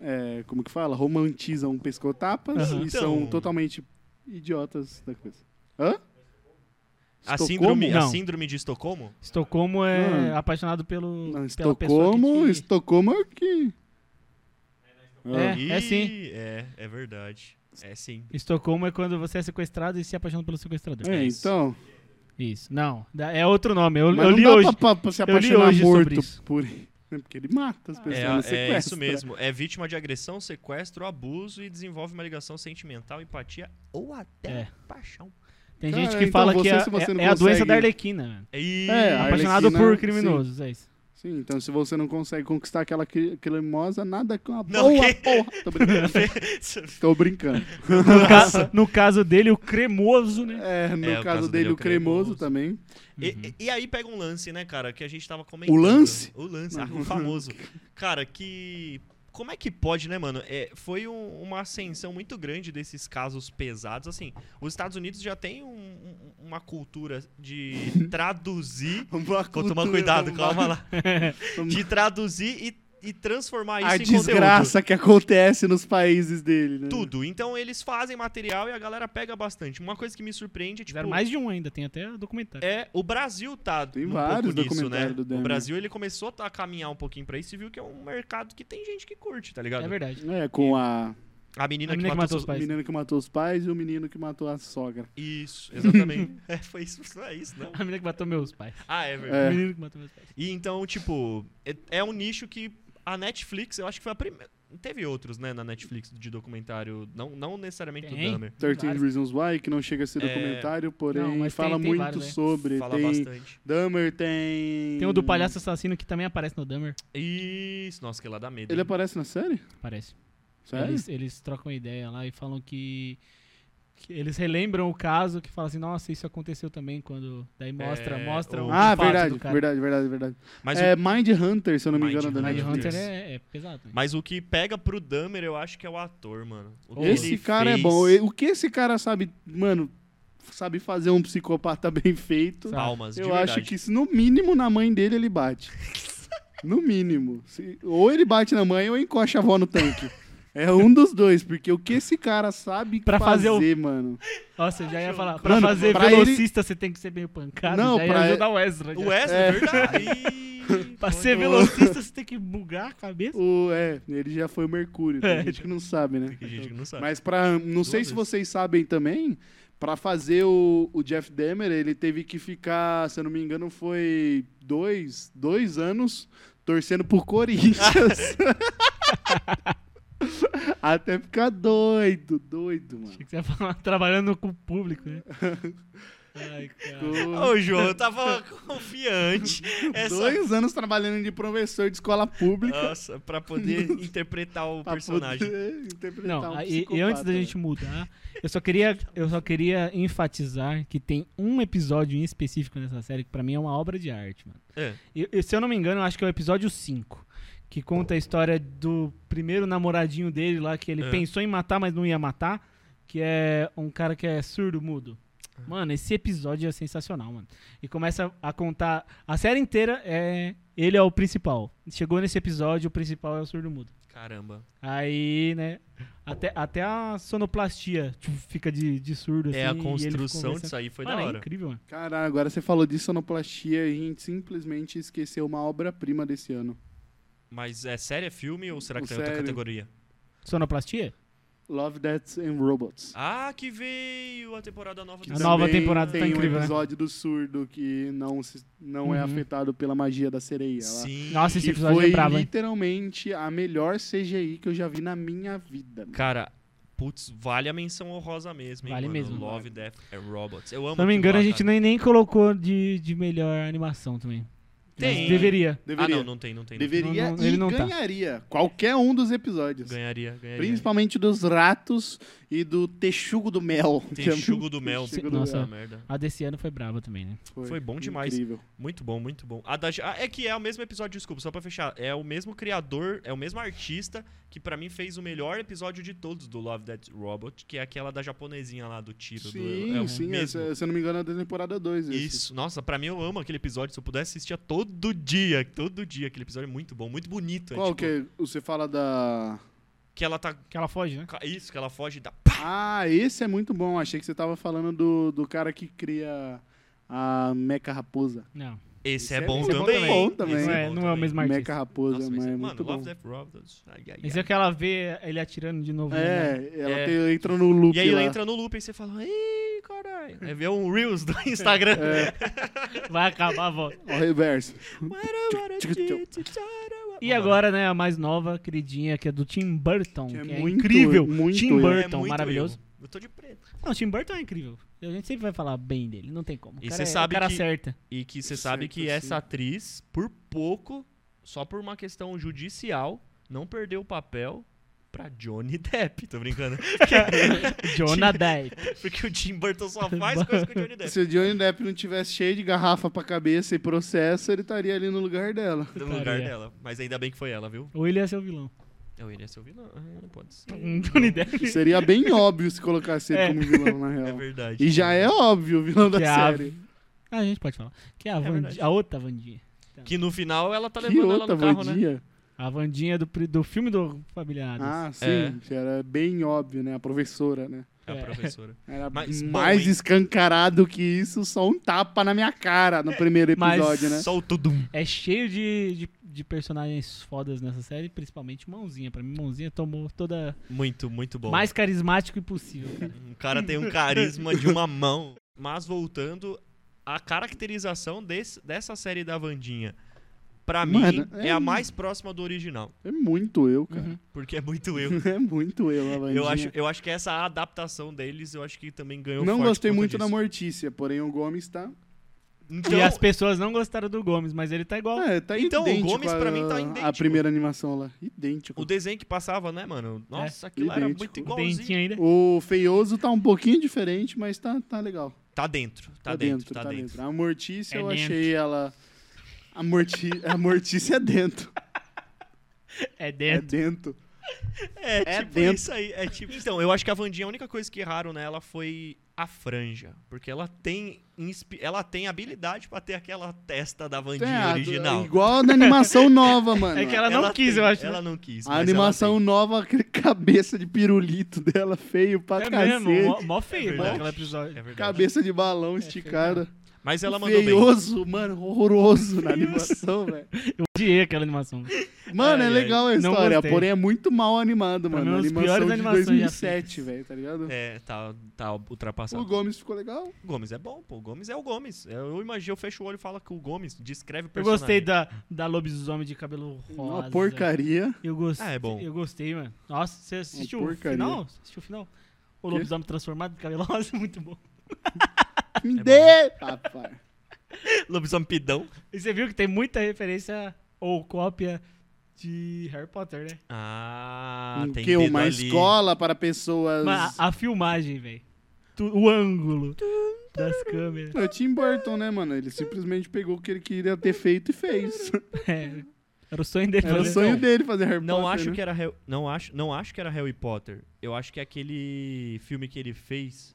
Speaker 3: é, como que fala? Romantizam pescotapas
Speaker 1: Aham.
Speaker 3: e
Speaker 2: Então-
Speaker 3: são totalmente idiotas da coisa. Hã?
Speaker 2: A
Speaker 3: Estocolmo?
Speaker 2: síndrome, a
Speaker 1: Não.
Speaker 2: síndrome de Estocolmo?
Speaker 1: Estocolmo é
Speaker 3: Hum.
Speaker 1: apaixonado pelo.
Speaker 3: Não,
Speaker 1: pela pessoa
Speaker 3: Estocolmo,
Speaker 1: que te-
Speaker 3: Estocolmo é que...
Speaker 1: É,
Speaker 2: Ih,
Speaker 3: Ah.
Speaker 1: é sim.
Speaker 2: É, é verdade. É sim.
Speaker 1: Estocolmo é quando você é sequestrado e se apaixona pelo sequestrador.
Speaker 3: É,
Speaker 2: isso.
Speaker 3: então...
Speaker 1: Isso. Não, dá- é outro nome. Eu,
Speaker 3: Mas
Speaker 1: eu
Speaker 3: não
Speaker 1: li
Speaker 3: dá
Speaker 1: hoje.
Speaker 3: pra- pra, pra se
Speaker 1: Eu li
Speaker 3: apaixonar
Speaker 1: hoje sobre
Speaker 3: morto
Speaker 1: isso.
Speaker 3: por ele. É Porque ele mata as pessoas,
Speaker 2: É,
Speaker 3: não
Speaker 2: é
Speaker 3: sequestra.
Speaker 2: isso mesmo. É vítima de agressão, sequestro, abuso e desenvolve uma ligação sentimental, empatia ou até
Speaker 1: É.
Speaker 2: paixão.
Speaker 1: Tem
Speaker 3: Cara,
Speaker 1: gente que
Speaker 3: então
Speaker 1: fala
Speaker 3: você,
Speaker 1: que é,
Speaker 3: se você não
Speaker 1: é- é a doença
Speaker 3: consegue-
Speaker 1: da Arlequina. mano.
Speaker 2: E...
Speaker 3: É, a-
Speaker 1: Apaixonado
Speaker 3: Arlequina,
Speaker 1: por criminosos, é isso.
Speaker 3: Sim, então se você não consegue conquistar aquela cri- cremosa, nada com a
Speaker 2: Não,
Speaker 3: boa
Speaker 2: que-
Speaker 3: porra. Tô brincando. Tô brincando.
Speaker 1: No, ca- no caso dele, o cremoso, né?
Speaker 3: É, no
Speaker 2: É,
Speaker 3: caso, dele, o cremoso, também.
Speaker 2: E, e aí pega um lance, né, cara, que a gente tava comentando.
Speaker 3: O lance?
Speaker 2: O lance, ah, o famoso. Cara, que. Como é que pode, né, mano? É, foi um- uma ascensão muito grande desses casos pesados. Assim, os Estados Unidos já tem um- um- uma cultura de traduzir.
Speaker 3: Uma
Speaker 2: Toma
Speaker 3: cultura
Speaker 2: cuidado, calma lá.
Speaker 3: vamos-
Speaker 2: De traduzir e, e transformar isso
Speaker 3: A
Speaker 2: em conteúdo.
Speaker 3: desgraça que acontece nos países dele, né?
Speaker 2: Tudo. Então eles fazem material e a galera pega bastante. Uma coisa que me surpreende é, tipo,
Speaker 1: Fizeram mais de um ainda, tem até documentário.
Speaker 2: É, o Brasil tá
Speaker 3: Tem
Speaker 2: um
Speaker 3: vários
Speaker 2: pouco nisso, né?
Speaker 3: documentários do
Speaker 2: o
Speaker 3: Dahmer.
Speaker 2: Brasil ele começou a tá- a caminhar um pouquinho pra isso e viu que é um mercado que tem gente que curte, tá ligado?
Speaker 1: É verdade.
Speaker 3: É, com a
Speaker 2: A menina,
Speaker 1: A menina
Speaker 2: que, matou seus
Speaker 1: pais.
Speaker 3: O menino que matou os pais e o menino que matou a sogra.
Speaker 2: Isso, exatamente. é, foi isso, não é isso, não.
Speaker 1: A menina que matou meus pais.
Speaker 2: Ah, é verdade.
Speaker 1: A
Speaker 3: É.
Speaker 1: menina que matou meus pais.
Speaker 2: E então, tipo, é, é um nicho que a Netflix, eu acho que foi a primeira. Teve outros, né, na Netflix de documentário, não, não necessariamente
Speaker 1: Tem.
Speaker 2: do Dahmer.
Speaker 3: 13
Speaker 1: Claro.
Speaker 3: Reasons Why, que não chega a ser
Speaker 2: É.
Speaker 3: documentário, porém
Speaker 1: Não, mas tem-
Speaker 3: fala
Speaker 1: tem
Speaker 3: muito
Speaker 1: vários, né?
Speaker 3: sobre.
Speaker 2: Fala
Speaker 3: tem
Speaker 2: bastante.
Speaker 3: Dahmer, tem.
Speaker 1: Tem o do palhaço assassino que também aparece no Dummer.
Speaker 2: Isso, nossa, que lá dá medo.
Speaker 3: Ele
Speaker 2: hein?
Speaker 3: é aparece na série?
Speaker 1: Parece.
Speaker 3: Sério?
Speaker 1: Eles, eles trocam ideia lá e falam que, que Eles relembram o caso que falam assim, nossa, isso aconteceu também quando. Daí mostra,
Speaker 2: É,
Speaker 1: mostra
Speaker 2: o-
Speaker 1: o.
Speaker 3: Ah,
Speaker 1: fato
Speaker 3: verdade,
Speaker 1: do cara.
Speaker 3: verdade, verdade, verdade.
Speaker 2: Mas,
Speaker 3: é
Speaker 2: o,
Speaker 3: Mind Hunter, se eu não me engano, da
Speaker 1: Mas
Speaker 2: Mindhunter.
Speaker 1: o Hunter
Speaker 3: Netflix.
Speaker 1: é, é pesado. né?
Speaker 2: mas o que pega pro Dahmer, eu acho que é o ator, mano. O que
Speaker 3: Esse
Speaker 2: ele
Speaker 3: cara é
Speaker 2: fez-
Speaker 3: bom. E O que esse cara sabe, mano, sabe fazer um psicopata bem feito?
Speaker 1: Sabe.
Speaker 2: Palmas, de
Speaker 3: Eu
Speaker 2: verdade.
Speaker 3: acho que se no mínimo na mãe dele ele bate. No mínimo. Se- ou ele bate na mãe ou encosta a avó no tanque. É um dos dois, porque o que esse cara sabe
Speaker 1: Pra fazer o-
Speaker 3: mano.
Speaker 1: Nossa, eu já ia falar. Pra
Speaker 3: Mano,
Speaker 1: fazer
Speaker 3: pra
Speaker 1: velocista você tem que ser meio pancado.
Speaker 3: Não,
Speaker 1: já ia
Speaker 3: pra-
Speaker 1: ajudar o Ezra. já.
Speaker 2: O Wesley, é.
Speaker 3: É.
Speaker 2: verdade. Ih,
Speaker 1: Pra ser
Speaker 2: foi-
Speaker 1: velocista você tem que bugar a cabeça.
Speaker 3: O, é, ele já foi o Mercúrio, tem
Speaker 1: É.
Speaker 3: gente que não sabe, né?
Speaker 2: Tem gente que não sabe.
Speaker 3: Mas pra. Não sei se
Speaker 2: vezes.
Speaker 3: vocês sabem também. Pra fazer o, o Jeff Demer, ele teve que ficar, se eu não me engano, foi dois, dois anos torcendo por Corinthians. Até ficar doido, doido, mano.
Speaker 1: Achei que você ia falar trabalhando com o público, né? Ai, cara.
Speaker 2: Ô, João, eu tava confiante. Essa...
Speaker 3: Dois anos trabalhando de professor de escola pública
Speaker 2: Nossa, pra poder interpretar o
Speaker 3: pra
Speaker 2: personagem.
Speaker 3: poder interpretar
Speaker 1: Não,
Speaker 3: um
Speaker 1: e, e antes da
Speaker 3: psicopata,
Speaker 1: gente mudar, eu só queria, eu só queria enfatizar que tem um episódio em específico nessa série que pra mim é uma obra de arte, mano.
Speaker 2: É.
Speaker 1: E- e se eu não me engano, eu acho que é o episódio 5, que conta a história do primeiro namoradinho dele lá que ele
Speaker 2: É.
Speaker 1: pensou em matar, mas não ia matar, que é um cara que é surdo mudo.
Speaker 2: Ah.
Speaker 1: Mano, esse episódio é sensacional, mano. E começa a contar a série inteira é ele é o principal. Chegou nesse episódio, o principal é o surdo mudo.
Speaker 2: Caramba.
Speaker 1: Aí, né? Até, até a sonoplastia tipo, fica de, de surdo.
Speaker 2: É, a
Speaker 1: assim, e eles ficam
Speaker 2: construção
Speaker 1: conversando.
Speaker 2: disso aí foi
Speaker 1: Mano,
Speaker 2: da
Speaker 1: é
Speaker 2: hora.
Speaker 1: incrível, mano.
Speaker 3: Cara, agora você falou de sonoplastia e a gente simplesmente esqueceu uma obra-prima desse ano.
Speaker 2: Mas é série, é filme ou será que
Speaker 3: O
Speaker 2: tem outra
Speaker 3: sério.
Speaker 2: categoria?
Speaker 1: Sonoplastia?
Speaker 3: Love, Death and Robots.
Speaker 2: Ah, que veio a temporada nova
Speaker 1: A nova
Speaker 3: Também
Speaker 1: temporada tá
Speaker 3: tem
Speaker 1: incrível,
Speaker 3: um
Speaker 1: né?
Speaker 3: episódio do surdo que não, se- não é
Speaker 1: Uhum.
Speaker 3: afetado pela magia da sereia. Ela-
Speaker 2: Sim.
Speaker 1: Nossa, esse
Speaker 3: Que
Speaker 1: episódio
Speaker 3: foi
Speaker 1: é brabo, hein?
Speaker 3: literalmente a melhor CGI que eu já vi na minha vida.
Speaker 2: Cara, putz, vale a menção honrosa mesmo, hein,
Speaker 1: Vale
Speaker 2: mano?
Speaker 1: mesmo.
Speaker 2: Love, Death and Robots. Eu amo
Speaker 1: Se não me
Speaker 2: aquilo
Speaker 1: engano, a
Speaker 2: lá,
Speaker 1: gente
Speaker 2: cara. Ah,
Speaker 1: nem, nem colocou de, de melhor animação também. Mas
Speaker 2: Tem.
Speaker 1: deveria.
Speaker 3: Deveria.
Speaker 2: Ah, não, não tem, não tem. não tem.
Speaker 3: Deveria
Speaker 1: Não, não,
Speaker 3: e
Speaker 1: ele não tá.
Speaker 3: ganharia qualquer um dos episódios.
Speaker 2: Ganharia, ganharia.
Speaker 3: Principalmente dos ratos e do texugo do mel. é
Speaker 2: Tem Chugo do Mel.
Speaker 3: Texugo
Speaker 1: do Nossa. Mel.
Speaker 2: Ah, merda.
Speaker 1: A desse ano foi braba também, né?
Speaker 2: Foi bom demais.
Speaker 3: Incrível.
Speaker 2: Muito bom, muito bom. A da- ah, é que é o mesmo episódio, desculpa, só pra fechar. É o mesmo criador, é o mesmo artista que pra mim fez o melhor episódio de todos do Love That Robot, que é aquela da japonesinha lá do tiro. do,
Speaker 3: Sim,
Speaker 2: é o
Speaker 3: sim.
Speaker 2: mesmo.
Speaker 3: é, Se se eu não me engano, é da temporada 2.
Speaker 2: Isso, nossa, pra mim eu amo aquele episódio. Se eu pudesse assistir é todo dia, todo dia. Aquele episódio é muito bom, muito bonito. é
Speaker 3: Qual
Speaker 2: tipo,
Speaker 3: que é? Você fala da.
Speaker 2: Que ela tá.
Speaker 1: Que ela foge, né?
Speaker 2: ca- Isso, que ela foge da.
Speaker 3: Ah, esse é muito bom. Achei que você tava falando do, do cara que cria a Meca Raposa.
Speaker 1: Não.
Speaker 2: Esse,
Speaker 3: Esse
Speaker 2: é,
Speaker 3: é
Speaker 2: bom
Speaker 3: muito bom
Speaker 2: também.
Speaker 3: também. Bom também.
Speaker 2: Esse
Speaker 1: Não é-
Speaker 2: bom
Speaker 1: não é o
Speaker 2: também.
Speaker 1: mesmo
Speaker 3: Meca
Speaker 1: artista.
Speaker 3: Raposa,
Speaker 2: Nossa,
Speaker 3: mas
Speaker 2: mas,
Speaker 3: é
Speaker 2: mano,
Speaker 3: muito
Speaker 2: Love
Speaker 3: bom.
Speaker 2: That Robot. Ai, ai,
Speaker 1: Esse
Speaker 2: ai.
Speaker 1: é que ela vê ele atirando de novo. né?
Speaker 3: É, ela
Speaker 2: É.
Speaker 3: tem- entra no loop
Speaker 2: E aí
Speaker 3: lá.
Speaker 2: ela entra no loop e você fala, ei, caralho. É ver um Reels do Instagram.
Speaker 3: É.
Speaker 2: É.
Speaker 1: Vai acabar a volta.
Speaker 3: Ó, reverso.
Speaker 2: É
Speaker 1: E agora, né, a mais nova, queridinha, que é do Tim Burton. Que
Speaker 3: Que
Speaker 1: é,
Speaker 3: é muito-
Speaker 1: incrível.
Speaker 3: muito
Speaker 1: Tim
Speaker 3: eu.
Speaker 2: É
Speaker 1: Burton,
Speaker 2: muito
Speaker 1: maravilhoso.
Speaker 2: eu. Eu tô de preto.
Speaker 1: Não, o Tim Burton é incrível. A gente sempre vai falar bem dele, não tem como. O
Speaker 2: E
Speaker 1: cara
Speaker 2: cê
Speaker 1: é-
Speaker 2: sabe
Speaker 1: o cara
Speaker 2: que-
Speaker 1: acerta.
Speaker 2: E que você
Speaker 3: Certo,
Speaker 2: sabe que
Speaker 3: sim.
Speaker 2: essa atriz, por pouco, só por uma questão judicial, não perdeu o papel pra Johnny Depp. Tô brincando.
Speaker 1: Jonah Depp.
Speaker 2: Porque o Tim Burton só faz coisa com o Johnny Depp.
Speaker 3: Se o Johnny Depp não tivesse cheio de garrafa pra cabeça e processo, ele estaria ali no lugar dela.
Speaker 2: No lugar
Speaker 1: Cara, é.
Speaker 2: dela. Mas ainda bem que foi ela, viu?
Speaker 1: Ou ele é seu vilão.
Speaker 2: Eu iria ser o vilão. Ah, Pode ser.
Speaker 1: Um Johnny Depp.
Speaker 3: Seria bem óbvio se colocasse ele
Speaker 1: É.
Speaker 3: como vilão, na
Speaker 2: É
Speaker 3: real.
Speaker 2: verdade.
Speaker 3: e já é óbvio o vilão da
Speaker 1: Que a-
Speaker 3: série.
Speaker 1: Ah, a gente pode falar. Que é a, Vandi-
Speaker 2: verdade.
Speaker 1: a outra Vandinha.
Speaker 2: Que no final ela tá
Speaker 3: Que
Speaker 2: levando ela
Speaker 3: outra
Speaker 2: no carro, né?
Speaker 3: vadia.
Speaker 1: A Vandinha do, pri- do filme do Familiares.
Speaker 3: Ah, sim.
Speaker 2: É.
Speaker 3: que Era bem óbvio, né? A professora, né?
Speaker 2: É a
Speaker 1: É.
Speaker 2: professora.
Speaker 3: Era
Speaker 2: Mas, bom,
Speaker 3: mais
Speaker 2: hein?
Speaker 3: escancarado que isso, só um tapa na minha cara no primeiro
Speaker 1: Mas
Speaker 3: episódio, né?
Speaker 2: Solta o dum.
Speaker 1: É cheio de, de, de personagens fodas nessa série, principalmente Mãozinha. Pra mim, Mãozinha tomou toda.
Speaker 2: Muito, muito bom.
Speaker 1: Mais carismático e possível, cara.
Speaker 2: O cara tem um carisma de uma mão. Mas voltando à caracterização desse- dessa série da Vandinha, pra
Speaker 3: Mano,
Speaker 2: mim é...
Speaker 3: é
Speaker 2: a
Speaker 3: um-
Speaker 2: mais próxima do original,
Speaker 3: É muito eu, cara.
Speaker 1: Uhum.
Speaker 2: porque é muito eu.
Speaker 3: É muito eu, a Vandinha.
Speaker 2: Eu acho, eu acho que essa adaptação deles, eu acho que também ganhou
Speaker 3: Não
Speaker 2: forte
Speaker 3: gostei
Speaker 2: por conta
Speaker 3: muito
Speaker 2: disso.
Speaker 3: da Mortícia, porém o Gomes tá.
Speaker 2: Então,
Speaker 1: E as pessoas não gostaram do Gomes, mas ele tá igual.
Speaker 3: É, tá
Speaker 2: Então, o
Speaker 3: idêntico
Speaker 2: Gomes, pra mim, tá
Speaker 3: a- A
Speaker 2: idêntico.
Speaker 3: primeira animação lá. Idêntico.
Speaker 2: o desenho que passava, né, mano? Nossa, aquilo era
Speaker 3: É. idêntico.
Speaker 2: muito
Speaker 1: o
Speaker 2: igualzinho.
Speaker 1: dentinho ainda.
Speaker 3: O feioso tá um pouquinho diferente, mas tá, tá legal.
Speaker 2: Tá dentro, tá, dentro, tá, dentro.
Speaker 3: A Mortícia
Speaker 1: É
Speaker 3: eu
Speaker 1: dentro.
Speaker 3: achei ela. A, morti... a Mortícia é dentro.
Speaker 1: É
Speaker 3: É
Speaker 1: dentro.
Speaker 3: dentro.
Speaker 2: É,
Speaker 3: É
Speaker 2: tipo
Speaker 3: dentro.
Speaker 2: isso aí. É tipo... Então, eu acho que a Vandinha, a única coisa que erraram nela foi a franja. Porque ela tem, inspi- ela tem habilidade pra ter aquela testa da Vandinha
Speaker 3: É, a-
Speaker 2: original.
Speaker 3: Igual na animação nova, mano.
Speaker 1: É que ela não quis,
Speaker 2: tem,
Speaker 1: eu acho.
Speaker 2: Ela não quis.
Speaker 3: A
Speaker 2: mas
Speaker 3: animação
Speaker 2: ela
Speaker 3: nova, aquele cabeça de pirulito dela, feio pra
Speaker 1: É
Speaker 3: cacete.
Speaker 1: mesmo, mó, mó
Speaker 2: tem.
Speaker 1: feio,
Speaker 2: É
Speaker 1: mano,
Speaker 2: verdade,
Speaker 1: aquele episódio.
Speaker 2: é verdade.
Speaker 3: Cabeça de balão esticada.
Speaker 2: Mas É, ela mandou bem.
Speaker 3: Feioso, mano, horroroso na animação, velho.
Speaker 1: Eu odiei aquela animação.
Speaker 3: Mano,
Speaker 2: Ai, ai.
Speaker 3: é legal a
Speaker 1: Não
Speaker 3: história,
Speaker 1: gostei.
Speaker 3: porém é muito mal animado,
Speaker 1: Pra mim,
Speaker 3: mano. A
Speaker 1: é um dos
Speaker 3: animação
Speaker 1: piores
Speaker 3: de
Speaker 1: animações já
Speaker 3: 2007,
Speaker 1: feitas.
Speaker 3: velho, tá ligado?
Speaker 2: É, tá, tá ultrapassado.
Speaker 3: O Gomes ficou legal.
Speaker 2: O Gomes é bom, pô. O Gomes é o Gomes. Eu imagino, eu fecho o olho e falo que o Gomes descreve o
Speaker 1: Eu
Speaker 2: personagem.
Speaker 1: gostei da, da lobisomem de cabelo rosa.
Speaker 3: Uma porcaria.
Speaker 1: Eu gostei.
Speaker 2: Ah, é bom.
Speaker 1: Eu gostei, mano. Nossa, você assistiu o
Speaker 3: porcaria.
Speaker 1: final? Você assistiu o final? O
Speaker 3: Quê?
Speaker 1: lobisomem transformado de cabelo rosa, é muito bom.
Speaker 3: Me
Speaker 2: É
Speaker 3: dê, papai.
Speaker 2: Lobisomem pidão.
Speaker 1: E você viu que tem muita referência ou cópia de Harry Potter, né?
Speaker 2: Ah, tem
Speaker 3: que
Speaker 2: dedo
Speaker 3: uma
Speaker 2: ali.
Speaker 3: escola para pessoas.
Speaker 1: Mas a, a filmagem, velho. Tu- O ângulo das câmeras.
Speaker 3: É o Tim Burton, né, mano? Ele simplesmente pegou o que ele queria ter feito e fez.
Speaker 1: É, era o sonho dele.
Speaker 3: Era o
Speaker 1: fazer.
Speaker 3: sonho dele fazer Harry
Speaker 2: então. Não
Speaker 3: Potter.
Speaker 2: acho
Speaker 3: né?
Speaker 2: que era Harry- não acho, não acho que era Harry Potter. Eu acho que é aquele filme que ele fez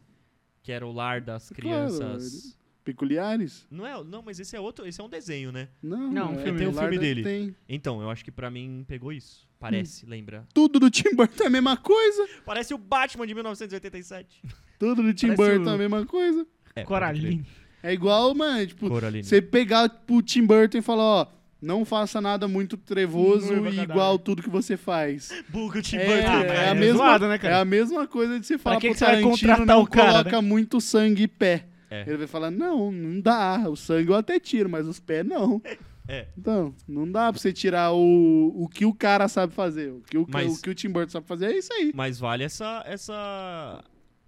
Speaker 2: que era o lar das
Speaker 3: Claro,
Speaker 2: crianças.
Speaker 3: Peculiares?
Speaker 2: Não é, não, mas esse é outro, esse é um desenho, né?
Speaker 3: Não,
Speaker 1: Não, um
Speaker 3: é,
Speaker 1: filme.
Speaker 3: tem
Speaker 1: Tem
Speaker 3: o
Speaker 1: o
Speaker 2: filme dele.
Speaker 3: Tem.
Speaker 2: Então, eu acho que pra mim pegou isso. Parece,
Speaker 3: Hum.
Speaker 2: lembra?
Speaker 3: Tudo do Tim Burton é a mesma coisa.
Speaker 2: Parece o Batman de 1987.
Speaker 3: Tudo do Tim
Speaker 1: Parece
Speaker 3: Burton é a
Speaker 1: o-
Speaker 3: mesma coisa.
Speaker 2: É, pode
Speaker 1: Coraline.
Speaker 3: É igual, mano, tipo,
Speaker 2: crer. Coraline.
Speaker 3: você pegar tipo, o Tim Burton e falar, ó, não faça nada muito trevoso
Speaker 1: Noiva
Speaker 3: e
Speaker 1: cadáver.
Speaker 3: igual tudo que você faz.
Speaker 2: Buga o Tim
Speaker 3: É,
Speaker 2: Burton,
Speaker 3: é
Speaker 2: cara.
Speaker 3: a mesma-
Speaker 1: zoado, né,
Speaker 3: É
Speaker 1: cara?
Speaker 3: a mesma coisa de você falar
Speaker 1: que
Speaker 3: pro
Speaker 1: que você vai
Speaker 3: Tarantino
Speaker 1: contratar
Speaker 3: não
Speaker 1: o cara, né?
Speaker 3: coloca muito sangue e pé.
Speaker 2: É.
Speaker 3: Ele vai falar, não, não dá. O sangue eu até tiro, mas os pés não.
Speaker 2: É.
Speaker 3: Então, não dá pra você tirar o, o que o cara sabe fazer. O que o,
Speaker 2: Mas-
Speaker 3: o que o Tim Burton sabe fazer é isso aí.
Speaker 2: Mas vale essa essa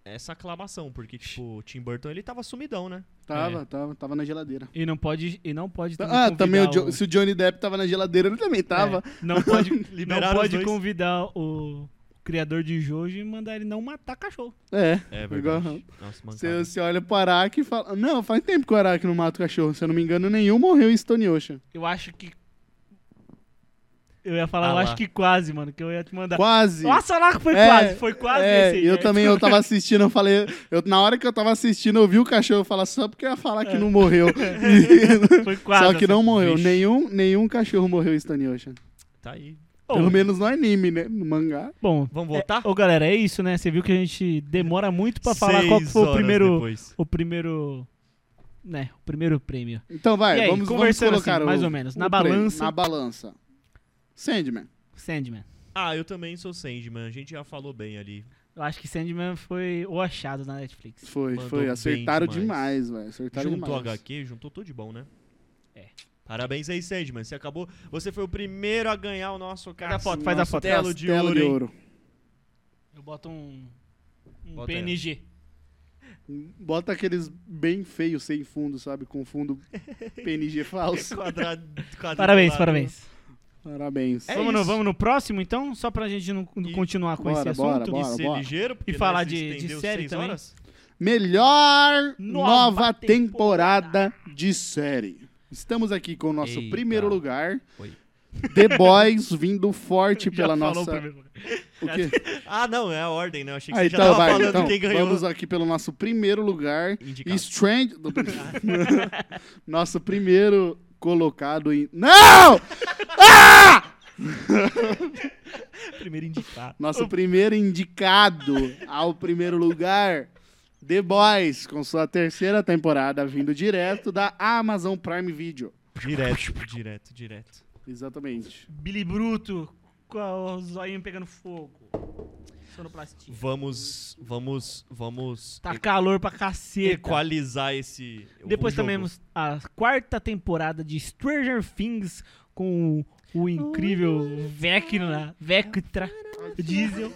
Speaker 2: essa aclamação, porque tipo, o Tim Burton ele tava sumidão, né?
Speaker 3: Tava, tava, tava na geladeira.
Speaker 1: E não pode. E não pode também
Speaker 3: Ah, também o
Speaker 1: É. convidar
Speaker 3: Jo- se o Johnny Depp tava na geladeira, ele também tava.
Speaker 1: É, não pode, não
Speaker 2: Liberaram os
Speaker 1: pode
Speaker 2: dois.
Speaker 1: convidar o criador de Jojo e mandar ele não matar cachorro.
Speaker 3: É.
Speaker 2: É
Speaker 3: Igual-
Speaker 2: verdade. Nossa, mancada.
Speaker 3: É, Você, você olha pro Araki e fala. Não, faz tempo que o Araki não mata o cachorro. Se eu não me engano, nenhum morreu em Stone Ocean.
Speaker 1: Eu acho que. Eu ia falar,
Speaker 2: Ah
Speaker 1: eu
Speaker 2: lá.
Speaker 1: acho que quase, mano, que eu ia te mandar.
Speaker 3: Quase.
Speaker 1: Nossa, lá que foi
Speaker 3: É,
Speaker 1: quase, foi quase
Speaker 3: é,
Speaker 1: esse aí,
Speaker 3: eu
Speaker 1: né?
Speaker 3: também, eu tava assistindo, eu falei, eu- na hora que eu tava assistindo, eu vi o cachorro falar só porque eu ia falar que não morreu.
Speaker 1: Foi quase. assim.
Speaker 3: só que não morreu,
Speaker 2: Vixe.
Speaker 3: nenhum, nenhum cachorro morreu em Stone Ocean.
Speaker 2: Tá aí.
Speaker 1: Bom,
Speaker 3: Pelo menos no anime, né, no mangá.
Speaker 1: Bom,
Speaker 2: Vamos
Speaker 1: é,
Speaker 2: voltar?
Speaker 1: ô galera, é isso, né? Você viu que a gente demora muito pra falar qual que
Speaker 2: Seis
Speaker 1: foi o
Speaker 2: horas
Speaker 1: primeiro,
Speaker 2: depois.
Speaker 1: o primeiro, né, o primeiro prêmio.
Speaker 3: Então vai,
Speaker 1: E aí,
Speaker 3: vamos, vamos
Speaker 1: conversando
Speaker 3: colocar
Speaker 1: assim,
Speaker 3: o-
Speaker 1: mais ou menos, na
Speaker 3: o prêmio,
Speaker 1: balança.
Speaker 3: Na balança. Sandman.
Speaker 1: Sandman.
Speaker 2: Ah, eu também sou Sandman. A gente já falou bem ali.
Speaker 1: Eu acho que Sandman foi o achado na Netflix.
Speaker 3: Foi,
Speaker 2: Mandou
Speaker 3: foi,
Speaker 2: bem
Speaker 3: acertaram demais,
Speaker 2: demais.
Speaker 3: velho, acertaram
Speaker 2: Juntou
Speaker 3: Tá demais.
Speaker 2: HQ, juntou tudo de bom, né?
Speaker 1: É.
Speaker 2: Parabéns aí, Sandman. Você acabou. Você foi o primeiro a ganhar o nosso
Speaker 1: Faz a
Speaker 2: castelo
Speaker 1: foto, faz a foto.
Speaker 2: Castelo de ouro. hein?
Speaker 1: Eu boto um, um
Speaker 2: Bota ela.
Speaker 1: PNG.
Speaker 3: Bota aqueles bem feios, sem fundo, sabe? Com fundo PNG falso.
Speaker 2: Quadrado, quadriculado.
Speaker 1: Parabéns, parabéns.
Speaker 3: Parabéns.
Speaker 2: É
Speaker 1: vamos, no,
Speaker 2: isso.
Speaker 1: vamos no próximo, então? Só pra gente não não
Speaker 2: E-
Speaker 1: continuar com
Speaker 3: Bora,
Speaker 1: esse
Speaker 3: bora,
Speaker 1: assunto.
Speaker 2: E
Speaker 3: bora.
Speaker 2: ser ligeiro, porque
Speaker 1: E falar
Speaker 2: nós se
Speaker 1: de- de
Speaker 2: estendeu
Speaker 1: série
Speaker 2: seis
Speaker 1: também.
Speaker 2: horas.
Speaker 3: Melhor nova,
Speaker 1: Nova
Speaker 3: temporada. de série. Estamos aqui com o nosso
Speaker 2: Eita.
Speaker 3: primeiro lugar.
Speaker 2: Oi.
Speaker 3: The Boys vindo forte
Speaker 1: Já
Speaker 3: pela
Speaker 1: falou
Speaker 3: nossa.
Speaker 1: o primeiro lugar.
Speaker 3: O quê?
Speaker 2: Ah, não, é a ordem, né? Eu achei que
Speaker 3: Ah,
Speaker 2: você já
Speaker 3: então
Speaker 2: tava
Speaker 3: vai.
Speaker 2: falando
Speaker 3: Então,
Speaker 2: quem ganhou.
Speaker 3: vamos aqui pelo nosso primeiro lugar.
Speaker 2: Indicado.
Speaker 3: Strange. nosso primeiro colocado em. Não!
Speaker 2: Primeiro indicado.
Speaker 3: Nosso primeiro indicado ao primeiro lugar, The Boys, com sua terceira temporada vindo direto da Amazon Prime Video.
Speaker 2: Direto, direto, direto.
Speaker 3: Exatamente.
Speaker 1: Billy Bruto com a- o zoinho pegando fogo. Sonoplastia.
Speaker 2: Vamos, vamos, vamos
Speaker 1: Tá calor pra caceta.
Speaker 2: equalizar esse. o
Speaker 1: Depois
Speaker 2: jogo.
Speaker 1: também temos a quarta temporada de Stranger Things com o, o incrível Vecna, Vectra, Diesel.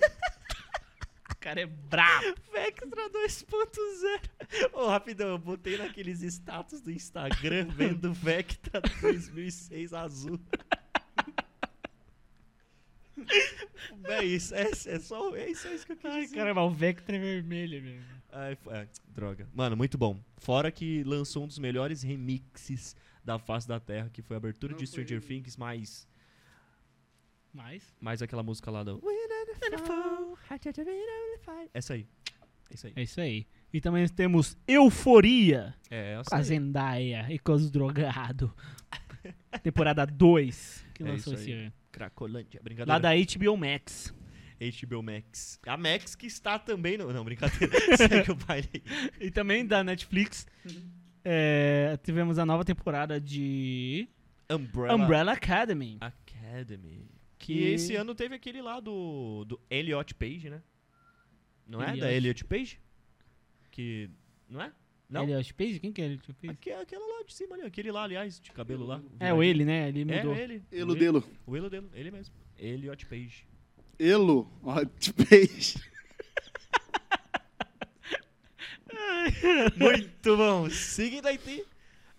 Speaker 1: O cara é brabo.
Speaker 2: Vectra 2.0. Ô, rapidão, eu botei naqueles status do Instagram vendo Vectra 2006 azul. é isso, é, é só é isso, é isso que eu quis
Speaker 1: Ai,
Speaker 2: dizer.
Speaker 1: caramba, o Vectra é vermelho mesmo.
Speaker 2: Ai, f- é, droga. Mano, muito bom. Fora que lançou um dos melhores remixes da face da Terra, que foi a abertura
Speaker 3: Não
Speaker 2: de
Speaker 3: foi
Speaker 2: Stranger
Speaker 3: ele.
Speaker 2: Things, mais,
Speaker 1: Mas
Speaker 2: mais aquela música lá do... Essa aí. Essa aí.
Speaker 1: é isso aí. E também temos Euforia
Speaker 2: É, essa
Speaker 1: com a
Speaker 2: aí.
Speaker 1: Zendaya e com os drogados. Temporada 2 que
Speaker 2: É
Speaker 1: lançou
Speaker 2: isso
Speaker 1: esse
Speaker 2: aí.
Speaker 1: ano.
Speaker 2: Cracolândia,
Speaker 1: Lá
Speaker 2: brincadeira.
Speaker 1: da HBO Max.
Speaker 2: HBO Max. A Max que está também no... Não, brincadeira. Segue o baile aí.
Speaker 1: E também da Netflix.
Speaker 2: Uhum.
Speaker 1: é, tivemos a nova temporada de
Speaker 2: Umbrella,
Speaker 1: Umbrella Academy.
Speaker 2: Academy. Que
Speaker 1: Que-
Speaker 2: esse ano teve aquele lá do, do Elliot Page, né? Não é? Da
Speaker 1: Elliot.
Speaker 2: Elliot Page? Que... Não é? Não?
Speaker 1: Elliot Page? Quem que é Elliot Page?
Speaker 2: Aque, aquela lá de cima ali, aquele lá, aliás, de cabelo lá.
Speaker 1: É o ele, né? Ele mudou.
Speaker 2: É ele.
Speaker 3: Elo delo.
Speaker 2: O Elo dele, ele mesmo. Elliot Page.
Speaker 3: Elo. Ó, de peixe.
Speaker 2: Muito bom. Seguindo aí tem...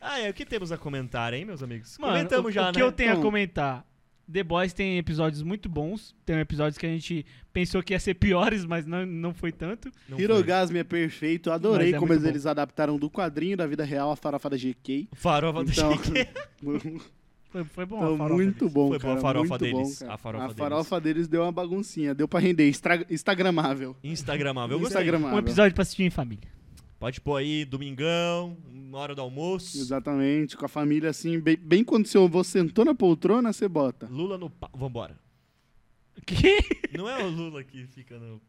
Speaker 2: Ah, é, o que temos a comentar, hein, meus amigos?
Speaker 1: Mano,
Speaker 2: Comentamos
Speaker 1: o,
Speaker 2: já,
Speaker 1: o
Speaker 2: né?
Speaker 1: que eu tenho a
Speaker 3: Então-
Speaker 1: comentar? The Boys tem episódios muito bons. Tem episódios que a gente pensou que ia ser piores, mas não, não foi tanto.
Speaker 2: Não foi.
Speaker 3: Hirogasm é perfeito. Adorei
Speaker 1: Mas é
Speaker 3: como
Speaker 1: muito bom.
Speaker 3: eles adaptaram do quadrinho da vida real a farofada GK.
Speaker 2: Farofa
Speaker 3: Então,
Speaker 2: do GQ.
Speaker 1: Foi, foi bom. a
Speaker 3: então
Speaker 1: farofa
Speaker 3: muito
Speaker 1: deles.
Speaker 3: bom,
Speaker 2: Foi boa
Speaker 3: cara.
Speaker 2: a farofa
Speaker 3: muito
Speaker 2: deles,
Speaker 3: Bom, cara.
Speaker 2: a farofa deles.
Speaker 3: deles deu uma baguncinha. Deu pra render. Estra- Instagramável.
Speaker 2: Instagramável. Eu gostei.
Speaker 3: Instagramável.
Speaker 1: Um episódio pra assistir em família.
Speaker 2: Pode pôr aí, domingão, uma hora do almoço.
Speaker 3: Exatamente. Com a família, assim, bem, bem quando seu avô sentou na poltrona, você bota.
Speaker 2: Lula no pau. Vambora.
Speaker 1: Que?
Speaker 2: Não é o Lula que fica no.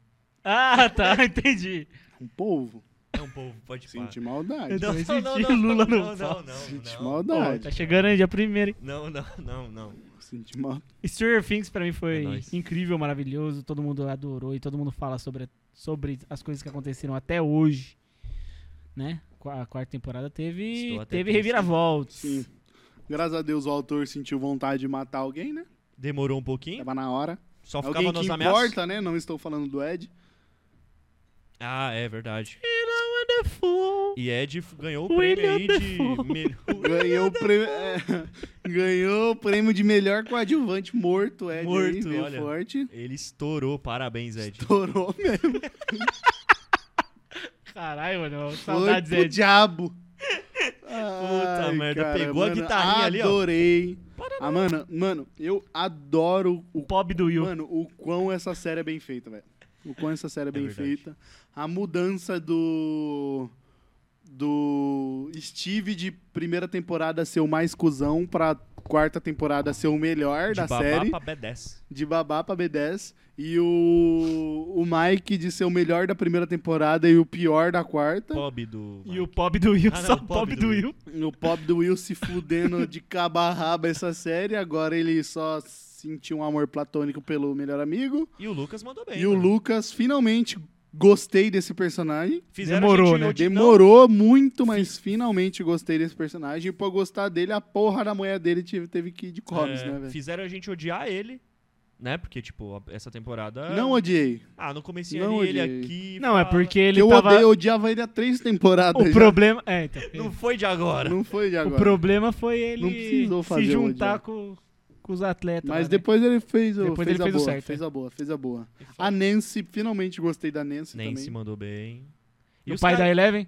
Speaker 1: Ah, tá. Entendi.
Speaker 3: Um polvo.
Speaker 2: É um povo, pode pôr.
Speaker 3: Sente maldade.
Speaker 1: Não existe Lula no pau.
Speaker 2: não, não, não,
Speaker 3: Sente
Speaker 2: não.
Speaker 1: Ó,
Speaker 3: maldade.
Speaker 1: tá chegando aí dia primeiro. hein?
Speaker 2: Não, não, não, não.
Speaker 3: Sente maldade.
Speaker 1: Stranger Things pra mim
Speaker 2: É
Speaker 1: foi
Speaker 2: nóis.
Speaker 1: incrível, maravilhoso. Todo mundo adorou e todo mundo fala sobre, sobre as coisas que aconteceram até hoje. Né? Qu- A quarta temporada teve,
Speaker 2: Estou até
Speaker 1: teve
Speaker 2: triste.
Speaker 1: reviravoltas.
Speaker 3: Sim. Graças a Deus o autor sentiu vontade de matar alguém, né?
Speaker 2: Demorou um pouquinho,
Speaker 3: Tava na hora.
Speaker 2: só
Speaker 3: Tá alguém
Speaker 2: ficava
Speaker 3: que
Speaker 2: nas
Speaker 3: importa,
Speaker 2: ameaças.
Speaker 3: né? Não estou falando do Ed.
Speaker 2: Ah, é verdade.
Speaker 1: Wonderful.
Speaker 2: E Ed f- ganhou o
Speaker 1: William
Speaker 2: prêmio aí de.
Speaker 1: Dafoe.
Speaker 2: melhor-
Speaker 3: Ganhou o prêmio, é, ganhou o prêmio de melhor coadjuvante morto, Ed. aí,
Speaker 2: Morto,
Speaker 3: veio
Speaker 2: olha.
Speaker 3: forte.
Speaker 2: Ele estourou, parabéns, Ed.
Speaker 3: Torou mesmo.
Speaker 1: Caralho, mano.
Speaker 3: Foi
Speaker 1: Saudades,
Speaker 3: pro
Speaker 1: Ed.
Speaker 3: diabo.
Speaker 2: Puta merda, pegou a
Speaker 3: mano,
Speaker 2: guitarrinha ali, ó.
Speaker 3: Adorei. Ah, mano, mano, eu adoro o
Speaker 1: Pob do Will.
Speaker 3: Mano, o quão essa série é bem feita, velho. O quão essa série é bem
Speaker 2: verdade.
Speaker 3: feita. A mudança do. Do Steve de primeira temporada ser o mais cuzão pra quarta temporada ser o melhor
Speaker 2: De
Speaker 3: da
Speaker 2: babá
Speaker 3: série.
Speaker 2: pra B10.
Speaker 3: De babá pra B10. E o, o Mike de ser o melhor da primeira temporada e o pior da quarta.
Speaker 2: Pob do.
Speaker 1: E o Pob do Will.
Speaker 2: Ah, não,
Speaker 1: só
Speaker 2: o
Speaker 1: o Pob do Will.
Speaker 3: O pobre do Will se fudendo de cabo a rabo essa série. Agora ele só sentiu um amor platônico pelo melhor amigo.
Speaker 2: E o Lucas mandou bem.
Speaker 3: E o
Speaker 2: mano.
Speaker 3: Lucas, finalmente, gostei desse personagem.
Speaker 2: Fizeram
Speaker 1: Demorou,
Speaker 2: a gente
Speaker 1: né?
Speaker 2: hoje- não,
Speaker 3: Demorou muito, mas finalmente gostei desse personagem. E pra gostar dele, a porra da mulher dele tive- teve que ir de Cobbs,
Speaker 2: É,
Speaker 3: né, velho?
Speaker 2: Fizeram a gente odiar ele, né? Porque, tipo, a- essa temporada.
Speaker 3: Não odiei.
Speaker 2: Ah, no comecinho
Speaker 3: não
Speaker 2: ali, ele
Speaker 3: odiei.
Speaker 2: aqui.
Speaker 1: Não, é
Speaker 2: fala-
Speaker 1: porque ele
Speaker 3: eu
Speaker 1: tava...
Speaker 3: odeio, odiava ele há três temporadas.
Speaker 1: O
Speaker 3: já.
Speaker 1: problema... É, então.
Speaker 2: Não foi de agora.
Speaker 3: Não foi de
Speaker 1: O
Speaker 3: agora.
Speaker 1: problema foi
Speaker 3: Não
Speaker 1: ele
Speaker 3: precisou fazer
Speaker 1: se
Speaker 3: o
Speaker 1: juntar
Speaker 3: odiar.
Speaker 1: com, com os atletas. lá,
Speaker 3: Mas
Speaker 1: né?
Speaker 3: depois ele fez, o-
Speaker 1: Depois
Speaker 3: fez
Speaker 1: ele
Speaker 3: a
Speaker 1: fez o
Speaker 3: boa.
Speaker 1: certo,
Speaker 3: Fez
Speaker 1: é.
Speaker 3: a boa, fez a boa. A Nancy, finalmente gostei da Nancy,
Speaker 2: Nem se
Speaker 3: também.
Speaker 2: mandou bem.
Speaker 1: E o
Speaker 2: os
Speaker 1: pai
Speaker 2: cara-
Speaker 1: da Eleven?